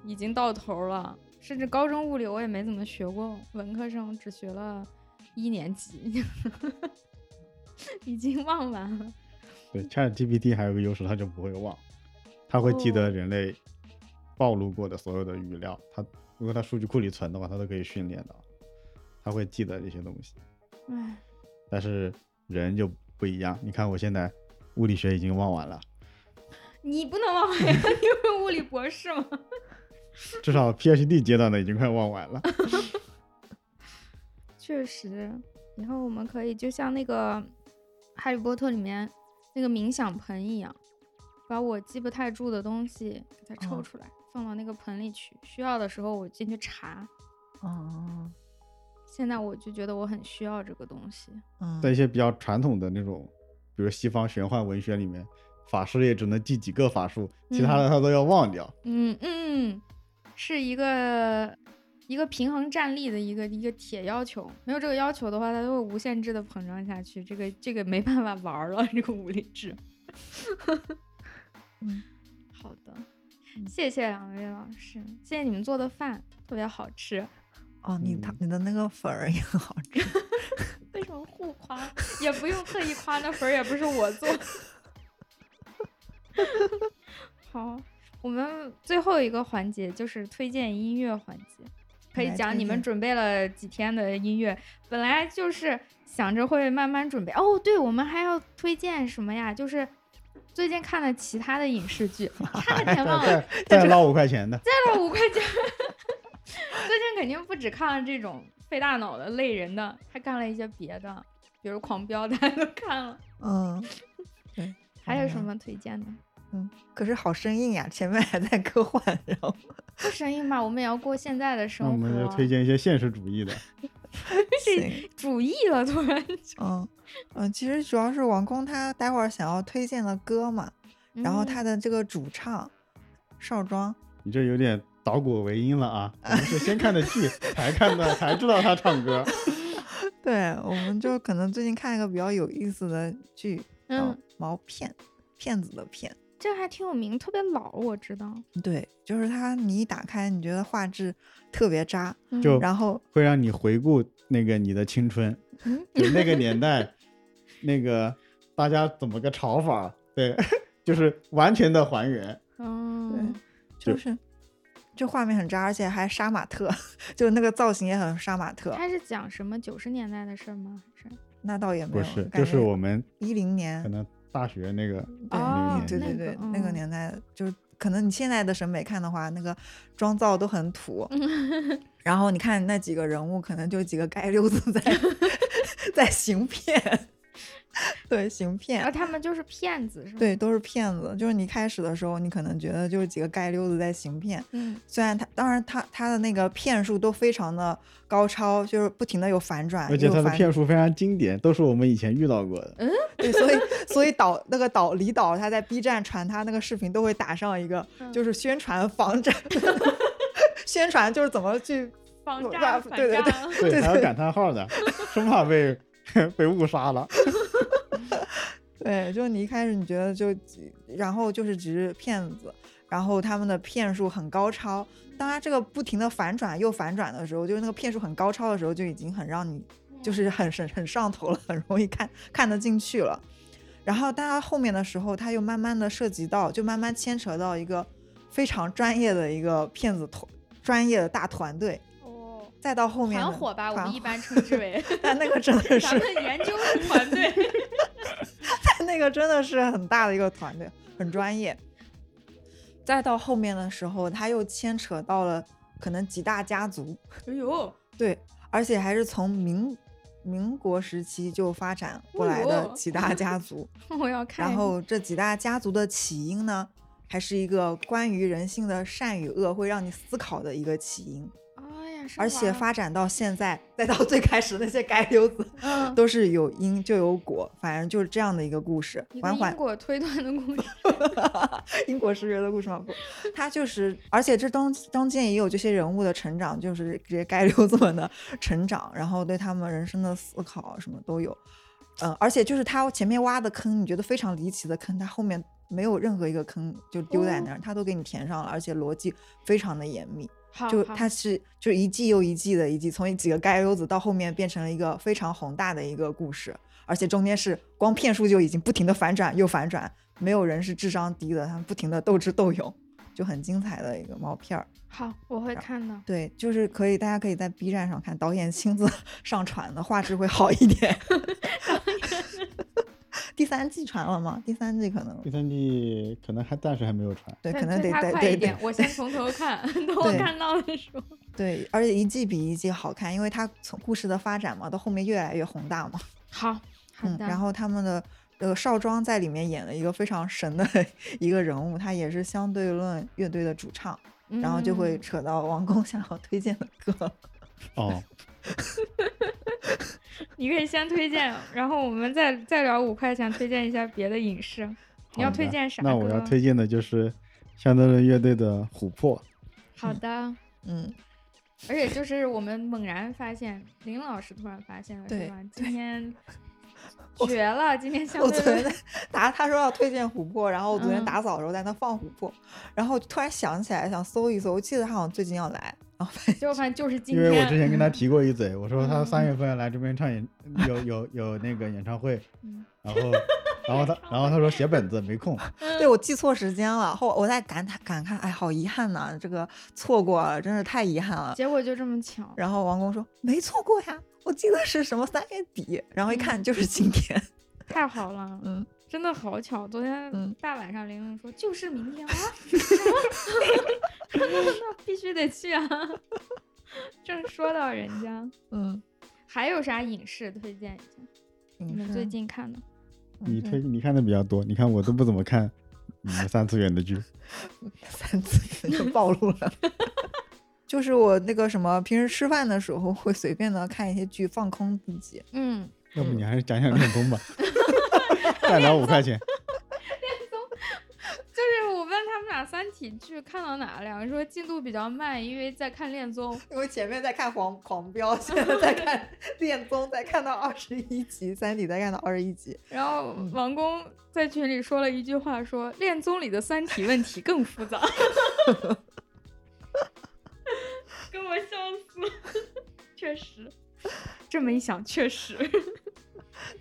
Speaker 1: 已经到头儿了，甚至高中物理我也没怎么学过，文科生只学了一年级。 已经忘完了。
Speaker 3: 对，ChatGPT 还有个优势，它就不会忘，它会记得人类暴露过的所有的语料。它如果它数据库里存的话，它都可以训练到，它会记得这些东西。
Speaker 1: 唉，
Speaker 3: 但是人就不一样，你看我现在物理学已经忘完了，
Speaker 1: 你不能忘完呀，你不是物理博士吗？
Speaker 3: 至少 PhD 阶段的已经快忘完了。
Speaker 1: 确实，以后我们可以就像那个《哈利波特》里面那个冥想盆一样，把我记不太住的东西给它抽
Speaker 2: 哦
Speaker 1: 出来，放到那个盆里去。需要的时候我进去查。
Speaker 2: 哦，
Speaker 1: 现在我就觉得我很需要这个东西。
Speaker 2: 嗯，
Speaker 3: 在一些比较传统的那种，比如西方玄幻文学里面，法师也只能记几个法术，其他的他都要忘掉。
Speaker 1: 嗯嗯，是一个一个平衡站立的一个一个铁要求，没有这个要求的话，它就会无限制的膨胀下去，这个这个没办法玩儿了，这个武力 值。
Speaker 2: 嗯，
Speaker 1: 好的，
Speaker 2: 嗯
Speaker 1: 谢谢两位老师，谢谢你们做的饭特别好吃，
Speaker 2: 哦，你他
Speaker 3: 嗯
Speaker 2: 你的那个粉儿也好吃，
Speaker 1: 为什么互夸？ 也不用特意夸，那粉儿也不是我做。 好，我们最后一个环节就是推荐音乐环节，可以
Speaker 2: 来
Speaker 1: 讲
Speaker 2: 推
Speaker 1: 你们
Speaker 2: 荐
Speaker 1: 准备了几天的音乐。本来就是想着会慢慢准备。哦，对，我们还要推荐什么呀？就是最近看了其他的影视 剧，差点忘了。
Speaker 3: 再再捞五块钱的，
Speaker 1: 再了五块钱。 最近肯定不只看了这种费大脑的、累人的，还看了一些别的，比如《狂飙》，大家都看了。
Speaker 2: 嗯，对，
Speaker 1: 还有什
Speaker 2: 嗯？
Speaker 1: 么推荐的？
Speaker 2: 嗯，可是好生硬呀，前面还在科幻，然后
Speaker 1: 不生硬吧，我们也要过现在的
Speaker 3: 那我
Speaker 1: 生
Speaker 3: 们就
Speaker 1: 活。
Speaker 3: 推荐一些现实主义的。
Speaker 2: 行，
Speaker 1: 主义了，突然就。
Speaker 2: 嗯嗯，其实主要是王工他待会儿想要推荐的歌嘛， 然后他
Speaker 1: 嗯
Speaker 2: 的这个主唱少庄，
Speaker 3: 你这有点倒果为因了啊！我们是先看的剧，才看的，才知道他唱歌。
Speaker 2: 对我们就可能最近看一个比较有意思的剧，叫
Speaker 1: 嗯，
Speaker 2: 毛片，骗子的骗。
Speaker 1: 这还挺有名，特别老，我知道。
Speaker 2: 嗯对，就是它，你一打开，你觉得画质特别渣，
Speaker 1: 嗯
Speaker 3: 就
Speaker 2: 然后
Speaker 3: 会让你回顾那个你的青春，就那个年代，那个大家怎么个炒法？对， 就是完全的还原。
Speaker 1: 嗯，
Speaker 2: 就
Speaker 3: 就是
Speaker 2: 就画面很渣，而且还杀马特， 就那个造型也很杀马特。
Speaker 1: 他是讲什么九十年代的事儿吗？还是
Speaker 2: 那倒也没
Speaker 3: 不
Speaker 2: 有，
Speaker 3: 是，就是我们
Speaker 2: 一零
Speaker 3: 可
Speaker 2: 年，
Speaker 3: 能大学那个
Speaker 2: 对
Speaker 1: 哦
Speaker 2: 对
Speaker 1: 那
Speaker 2: 对
Speaker 1: 个
Speaker 2: 对，那个
Speaker 1: 嗯
Speaker 2: 年代就是可能你现在的审美看的话，那个妆造都 很土，然后你看那几个人物，可能就几个街溜子在 在行骗，对行骗
Speaker 1: 啊，。他们就是骗子，是吗？，
Speaker 2: 对，都是骗子。就是你开始的时候，你可能觉得就是几个街溜子在行骗，
Speaker 1: 嗯
Speaker 2: 虽然他当然他他的那个骗术都非常的高超，就是不停的有反转，
Speaker 3: 而且
Speaker 2: 又
Speaker 3: 他的
Speaker 2: 反
Speaker 3: 骗术非常经典，都是我们以前遇到过的。
Speaker 1: 嗯
Speaker 2: 对，所以所以导那个导李导他在 B 站传他那个视频都会打上一个，
Speaker 1: 嗯
Speaker 2: 就是宣传防诈， 宣传就是怎么去
Speaker 1: 防
Speaker 2: 我
Speaker 1: 诈
Speaker 2: 哇
Speaker 1: 反
Speaker 2: 对 对
Speaker 1: 诈，
Speaker 3: 对，还有感叹号的，生怕被被误杀了。
Speaker 2: 对，就你一开始你觉得就，然后就是只是骗子，然后他们的骗术很高超。当他这个不停的反转又反转的时候，就是那个骗术很高超的时候，就已经很让你
Speaker 1: 嗯
Speaker 2: 就是 很很很上头了，很容易看看得进去了。然后但他后面的时候，他又慢慢的涉及到，就慢慢牵扯到一个非常专业的一个骗子团，专业的大团队。
Speaker 1: 哦，
Speaker 2: 再到后面
Speaker 1: 团
Speaker 2: 呢
Speaker 1: 伙吧，我
Speaker 2: 团
Speaker 1: 们
Speaker 2: 伙
Speaker 1: 一般称之为
Speaker 2: 但那个真的
Speaker 1: 咱
Speaker 2: 是
Speaker 1: 们研究是团队。
Speaker 2: 那个真的是很大的一个团队，很专业。再到后面的时候，他又牵扯到了可能几大家族，
Speaker 1: 哎呦，
Speaker 2: 对，而且还是从民民国时期就发展过来
Speaker 1: 哎
Speaker 2: 的
Speaker 1: 呦
Speaker 2: 几大家族。
Speaker 1: 我要看。
Speaker 2: 然后这几大家族的起因呢，还是一个关于人性的善与恶，会让你思考的一个起因。
Speaker 1: 哎呀，升
Speaker 2: 而
Speaker 1: 华
Speaker 2: 且
Speaker 1: 了
Speaker 2: 发展到现在，再到最开始那些街溜子，
Speaker 1: 嗯，
Speaker 2: 都是有因就有果，反正就是这样的一个故事，
Speaker 1: 一个
Speaker 2: 缓缓
Speaker 1: 因果推断的故事。
Speaker 2: 英国失约的故事吗？不，他就是，而且这当当间也有这些人物的成长，就是这些街溜子们的成长，然后对他们人生的思考什么都有。嗯，而且就是他前面挖的坑，你觉得非常离奇的坑，他后面没有任何一个坑就丢在那儿，他都给你填上了，而且逻辑非常的严密。
Speaker 1: 好，
Speaker 2: 就
Speaker 1: 好
Speaker 2: 它是就一季又一季的一季，从几个街溜子到后面变成了一个非常宏大的一个故事，而且中间是光骗术就已经不停的反转又反转，没有人是智商低的，他们不停的斗智斗勇，就很精彩的一个毛片儿。
Speaker 1: 好，我会看的。
Speaker 2: 对，就是可以，大家可以在 B 站上看，导演亲自 上传的，画质会好一点。第三季传了吗？第三季可能
Speaker 4: 第三季可能还暂时还没有传，
Speaker 2: 对，
Speaker 1: 对
Speaker 2: 可能
Speaker 1: 对
Speaker 2: 得
Speaker 1: 他
Speaker 2: 得
Speaker 1: 快一
Speaker 2: 得得
Speaker 1: 点，我先从头看，等我
Speaker 2: 对
Speaker 1: 看到的时 候。
Speaker 2: 对，而且一季比一季好看，因为它从故事的发展嘛，到后面越来越宏大嘛。
Speaker 1: 好，好
Speaker 2: 嗯，
Speaker 1: 的。
Speaker 2: 然后他们的呃少庄在里面演了一个非常神的 一个人物，他也是相对论乐队的主唱，然后就会
Speaker 1: 嗯
Speaker 2: 扯到王工 想要推荐的歌。
Speaker 3: 哦，
Speaker 1: 你可以先推荐，然后我们再再聊五块钱，推荐一下别的影视。你要
Speaker 4: 好的
Speaker 1: 推荐啥
Speaker 4: 那我
Speaker 1: 歌
Speaker 4: 要推荐的就是相对论乐队的《琥珀》。
Speaker 1: 好的，
Speaker 2: 嗯，
Speaker 1: 而且就是我们猛然发现，林老师突然发现了，
Speaker 2: 对
Speaker 1: 是吧？今 天绝了，今天相
Speaker 2: 我
Speaker 1: 对
Speaker 2: 昨天
Speaker 1: 论
Speaker 2: 在打他说要推荐琥珀，然后我昨天
Speaker 1: 嗯
Speaker 2: 打扫的时候在那放琥珀，然后突然想起来想搜一搜，我记得他好像最近要来，然后发现
Speaker 1: 就反正就是今
Speaker 4: 因为我之
Speaker 1: 天，
Speaker 4: 前跟他提过一嘴，我说他
Speaker 1: 嗯
Speaker 4: 三月份来这边 唱演，有有有那个演唱会，
Speaker 1: 嗯
Speaker 4: 然后然后他然后他说写本子没空，
Speaker 1: 嗯
Speaker 2: 对我记错时间了，后我在感叹感慨，哎，好遗憾呐、这个错过了，真是太遗憾了。
Speaker 1: 结果就这么巧。
Speaker 2: 然后王工说没错过呀，我记得是什么三月底，
Speaker 1: 嗯
Speaker 2: 然后一看就是今天，
Speaker 1: 太好了，
Speaker 2: 嗯，
Speaker 1: 真的好巧！昨天
Speaker 2: 嗯
Speaker 1: 大晚上，玲玲说就是明 天啊，什么那必须得去啊！ 正说到人家，
Speaker 2: 嗯，
Speaker 1: 还有啥影视推荐一下？你们 最近看的？
Speaker 4: 你推
Speaker 2: 推
Speaker 1: 嗯
Speaker 4: 你看的比较多，你看我都不怎么看你们三次元的剧，
Speaker 2: 三次元就暴露了。 就是我那个什么，平时吃饭的时候会随便的看一些剧，放空自己。
Speaker 1: 嗯，
Speaker 4: 要不你还是讲讲练 功吧，再拿五块钱，
Speaker 1: 就是我问他们俩《三体》剧看到哪了，两个说进度比较慢，因为在看恋综。
Speaker 2: 因为前面在看狂狂飙，现在在看恋综，在看到二十一集，三体在看到二十一集。
Speaker 1: 然后王工在群里说了一句话说，恋综里的《三体》问题更复 杂，给我笑死了。确实，这么一想，确实。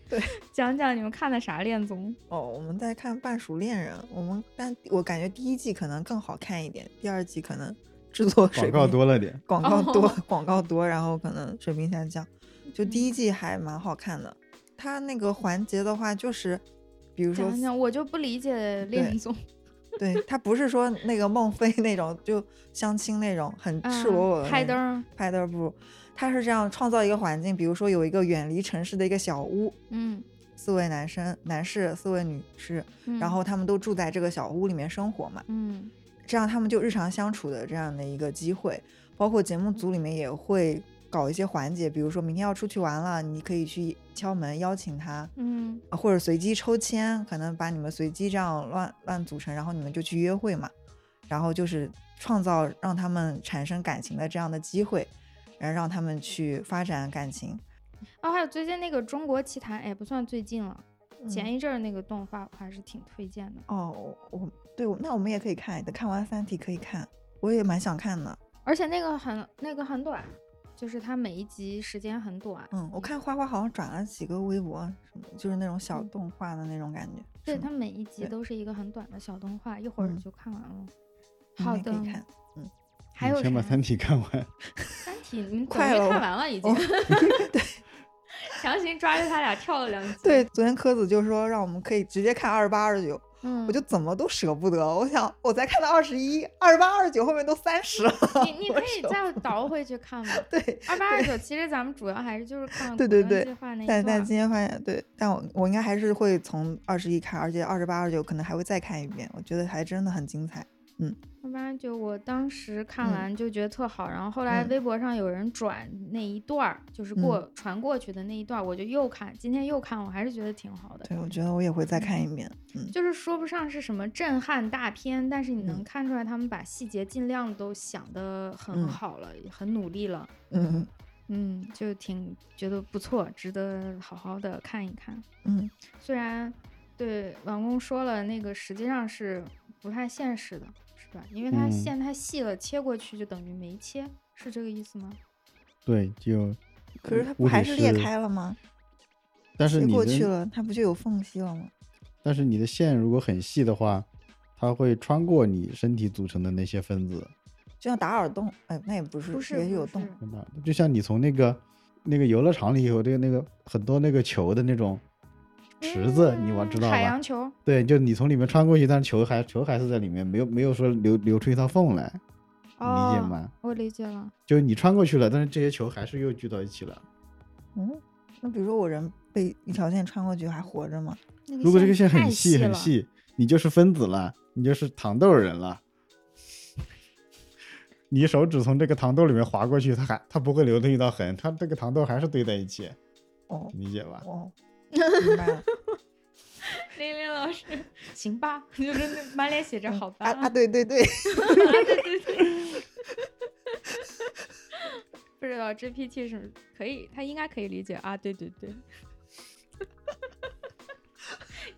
Speaker 2: 对，
Speaker 1: 讲讲你们看的啥恋综？
Speaker 2: 哦，我们在看《半熟恋人》，我们但我感觉第一季可能更好看一点，第二季可能制作
Speaker 4: 广
Speaker 2: 水平
Speaker 4: 告多了点。
Speaker 2: 广告 多，
Speaker 1: 哦
Speaker 2: 广告多，然后可能水平下降。就第一季还蛮好看的，它那个环节的话，就是比如说
Speaker 1: 讲，讲，我就不理解恋综。
Speaker 2: 对，它不是说那个孟非那种就相亲那种很
Speaker 1: 啊
Speaker 2: 赤裸裸的
Speaker 1: 拍
Speaker 2: 那
Speaker 1: 灯
Speaker 2: 种
Speaker 1: 儿，
Speaker 2: 拍灯儿不，它是这样创造一个环境，比如说有一个远离城市的一个小屋，
Speaker 1: 嗯，
Speaker 2: 四位男生男士，四位女士，
Speaker 1: 嗯
Speaker 2: 然后他们都住在这个小屋里面生活嘛，
Speaker 1: 嗯
Speaker 2: 这样他们就日常相处的这样的一个机会，包括节目组里面也会搞一些环节，比如说明天要出去玩了，你可以去敲门邀请他，
Speaker 1: 嗯
Speaker 2: 啊或者随机抽签，可能把你们随机这样乱乱组成，然后你们就去约会嘛，然后就是创造让他们产生感情的这样的机会，然后让他们去发展感情。
Speaker 1: 哦，还有最近那个《中国奇谭》，哎，不算最近了，前一阵儿那个动画我还是挺推荐的，
Speaker 2: 嗯哦，我对我那我们也可以看，等看完《三体》可以看，我也蛮想看的。
Speaker 1: 而且那个很那个很短，就是它每一集时间很短。
Speaker 2: 嗯，我看花花好像转了几个微博，什么就是那种小
Speaker 1: 嗯
Speaker 2: 动画的那种感觉。
Speaker 1: 对，
Speaker 2: 是吗
Speaker 1: 它每一集
Speaker 2: 对
Speaker 1: 都是一个很短的小动画，一会儿
Speaker 2: 嗯
Speaker 1: 就看完了。
Speaker 2: 你
Speaker 1: 好
Speaker 2: 们也
Speaker 1: 的
Speaker 2: 可以看。
Speaker 1: 还有
Speaker 3: 先把《
Speaker 1: 啥
Speaker 3: 三体》看完，
Speaker 1: 三体，你们
Speaker 2: 快
Speaker 1: 等于看
Speaker 2: 了我哦
Speaker 1: 完了已经。
Speaker 2: 对
Speaker 1: 强行抓着他俩跳了两集。
Speaker 2: 对，，昨天柯子就说让我们可以直接看二十八、二十九，
Speaker 1: 嗯，
Speaker 2: 我就怎么都舍不得。我想我才看到二十一、二十八、二十九，后面都三十了。
Speaker 1: 你你可以再倒回去看嘛。
Speaker 2: 对，
Speaker 1: 二八二九，其实咱们主要还是就是看
Speaker 2: 对
Speaker 1: 古
Speaker 2: 对
Speaker 1: 筝
Speaker 2: 对
Speaker 1: 计划那一
Speaker 2: 但
Speaker 1: 段
Speaker 2: 但
Speaker 1: 儿。
Speaker 2: 今天发现，对，但我我应该还是会从二十一看，而且二十八、二十九可能还会再看一遍。我觉得还真的很精彩。
Speaker 1: 二八二九，我当时看
Speaker 2: 嗯
Speaker 1: 完就觉得特好，然后后来
Speaker 2: 嗯
Speaker 1: 微博上有人转那一段儿，就是过、传过去的那一段儿，我就又看，今天又看，我还是觉得挺好的。
Speaker 2: 对，我觉得我也会再看一遍。嗯，
Speaker 1: 就是说不上是什么震撼大片，但是你能
Speaker 2: 嗯
Speaker 1: 看出来他们把细节尽量都想得很
Speaker 2: 嗯
Speaker 1: 好了，很努力了。
Speaker 2: 嗯
Speaker 1: 嗯，就挺觉得不错，值得好好的看一看。
Speaker 2: 嗯
Speaker 1: 虽然对王工说了，那个实际上是不太现实的，是吧？因为它
Speaker 3: 嗯
Speaker 1: 线太细了，切过去就等于没切，是这个意思吗？
Speaker 3: 对，就
Speaker 2: 可是它不
Speaker 3: 物理
Speaker 2: 还是裂
Speaker 3: 是
Speaker 2: 开了吗？
Speaker 3: 但是
Speaker 2: 切
Speaker 3: 你
Speaker 2: 过
Speaker 3: 的
Speaker 2: 去了，它不就有缝隙了吗？
Speaker 3: 但是你的线如果很细的话，它会穿过你身体组成的那些分子，
Speaker 2: 就像打耳洞，哎，那也不是，
Speaker 1: 不是，
Speaker 2: 也有
Speaker 1: 不
Speaker 2: 洞
Speaker 1: 是。
Speaker 3: 真的。就像你从那个那个游乐场里有这个那个很多那个球的那种池子，你玩知
Speaker 1: 嗯
Speaker 3: 道
Speaker 1: 海
Speaker 3: 吧
Speaker 1: 洋？球，
Speaker 3: 对，就你从里面穿过去，但是球还球还是在里面，没有没有说流流出一道缝来，你理解
Speaker 1: 哦
Speaker 3: 吗？
Speaker 1: 我理解了。
Speaker 3: 就你穿过去了，但是这些球还是又聚到一起了。
Speaker 2: 嗯，那比如说我人被一条线穿过去还活着吗？
Speaker 1: 那
Speaker 3: 如果这个
Speaker 1: 线
Speaker 3: 线很
Speaker 1: 太细
Speaker 3: 很
Speaker 1: 了，
Speaker 3: 细，你就是分子了，你就是糖豆人了。你手指从这个糖豆里面划过去，它还它不会留的一道痕，它这个糖豆还是堆在一起，
Speaker 2: 哦
Speaker 3: 理解吧？
Speaker 2: 哦，明白了。
Speaker 1: 玲玲老师，行吧， 嗯就是那满脸写着好吧，
Speaker 2: 啊啊，对对对，
Speaker 1: 不知道 GPT 是可以，他应该可以理解啊。对对对，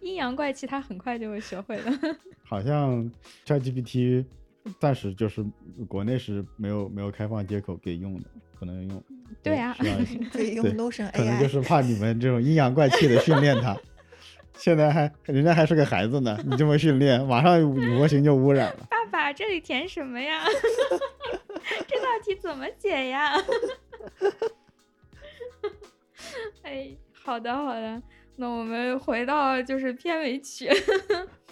Speaker 1: 阴阳怪气，他很快就会学会的。
Speaker 3: 好像 ChatGPT 暂时就是国内是没有没有开放接口给用的，不能用。
Speaker 1: 对啊
Speaker 3: 需要一些
Speaker 2: 可以用
Speaker 3: 对
Speaker 2: Notion
Speaker 3: 可能就
Speaker 2: AI。
Speaker 3: 是怕你们这种阴阳怪气的训 练它。现在还人家还是个孩子呢，你这么训练，马上模型就污染了。
Speaker 1: 爸爸，这里填什么 呀？这道题怎么解 呀？哎，好的好的，那我们回到就是片尾曲，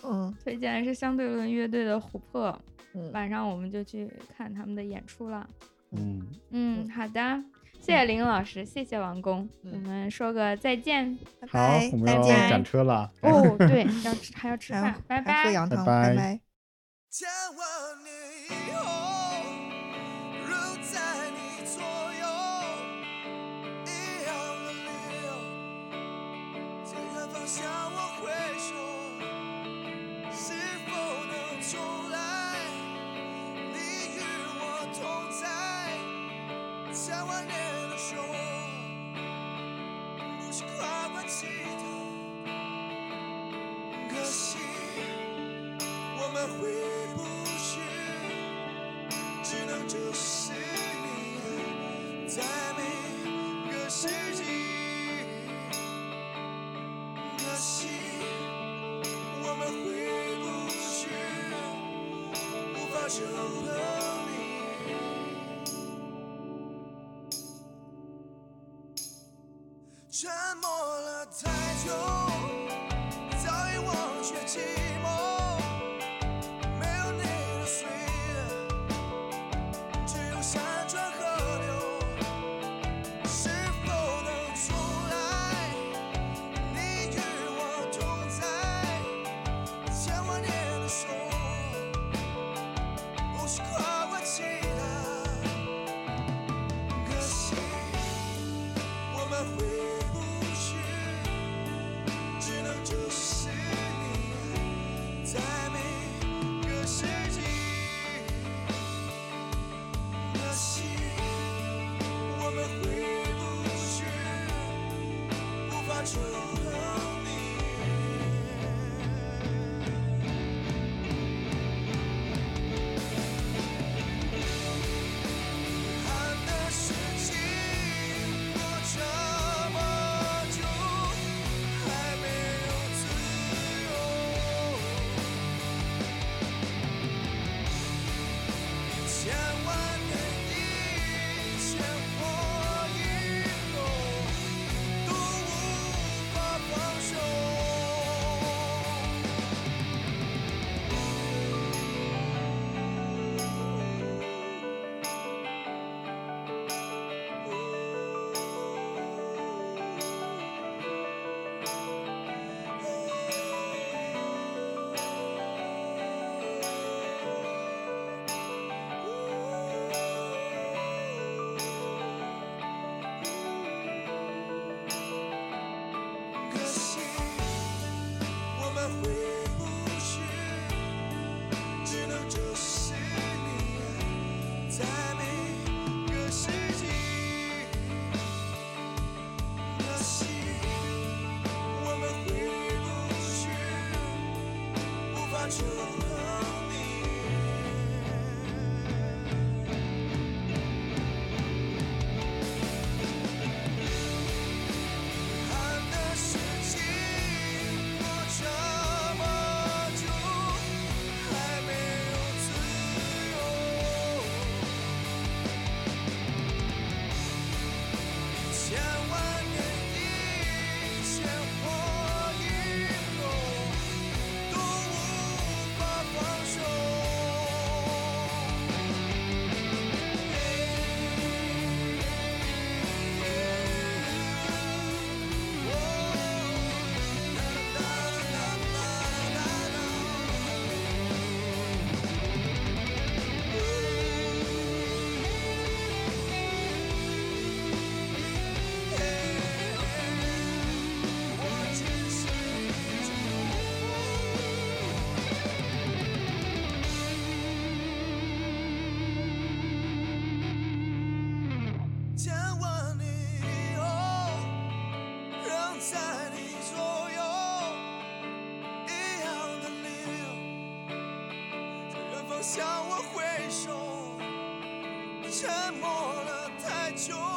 Speaker 2: 嗯
Speaker 1: 推荐的是相对论乐队的《琥珀》，
Speaker 2: 嗯，
Speaker 1: 晚上我们就去看他们的演出了。
Speaker 3: 嗯，
Speaker 1: 嗯，好的，谢谢林老师，谢谢王工，
Speaker 2: 嗯
Speaker 1: 我们说个再见。
Speaker 2: 拜
Speaker 3: 好
Speaker 2: 拜，，
Speaker 3: 我们
Speaker 2: 再
Speaker 3: 要
Speaker 2: 见，
Speaker 3: 赶车了。啊
Speaker 1: 哦， 对，要吃还要吃
Speaker 2: 还要
Speaker 1: 饭，拜
Speaker 2: 还
Speaker 1: 拜
Speaker 2: 喝。羊
Speaker 3: 拜
Speaker 2: 汤，拜
Speaker 3: 拜
Speaker 2: 拜。
Speaker 5: 牵我你以后，如在你左右，一样的理由，渐远方向我挥手，是否能重来？你与我同在，千万年的守候，不是夸夸其谈，可惜。我们回不去，只能注视你，在每个世纪。可惜，我们回不去，无法守候你。沉默了太久，早已忘却寂寞。没有你的岁月，只有山川河流。是否能重来？你与我同在，千万年的守候，不是夸夸其谈。可惜，我们回不去，啊向我挥手，沉默了太久。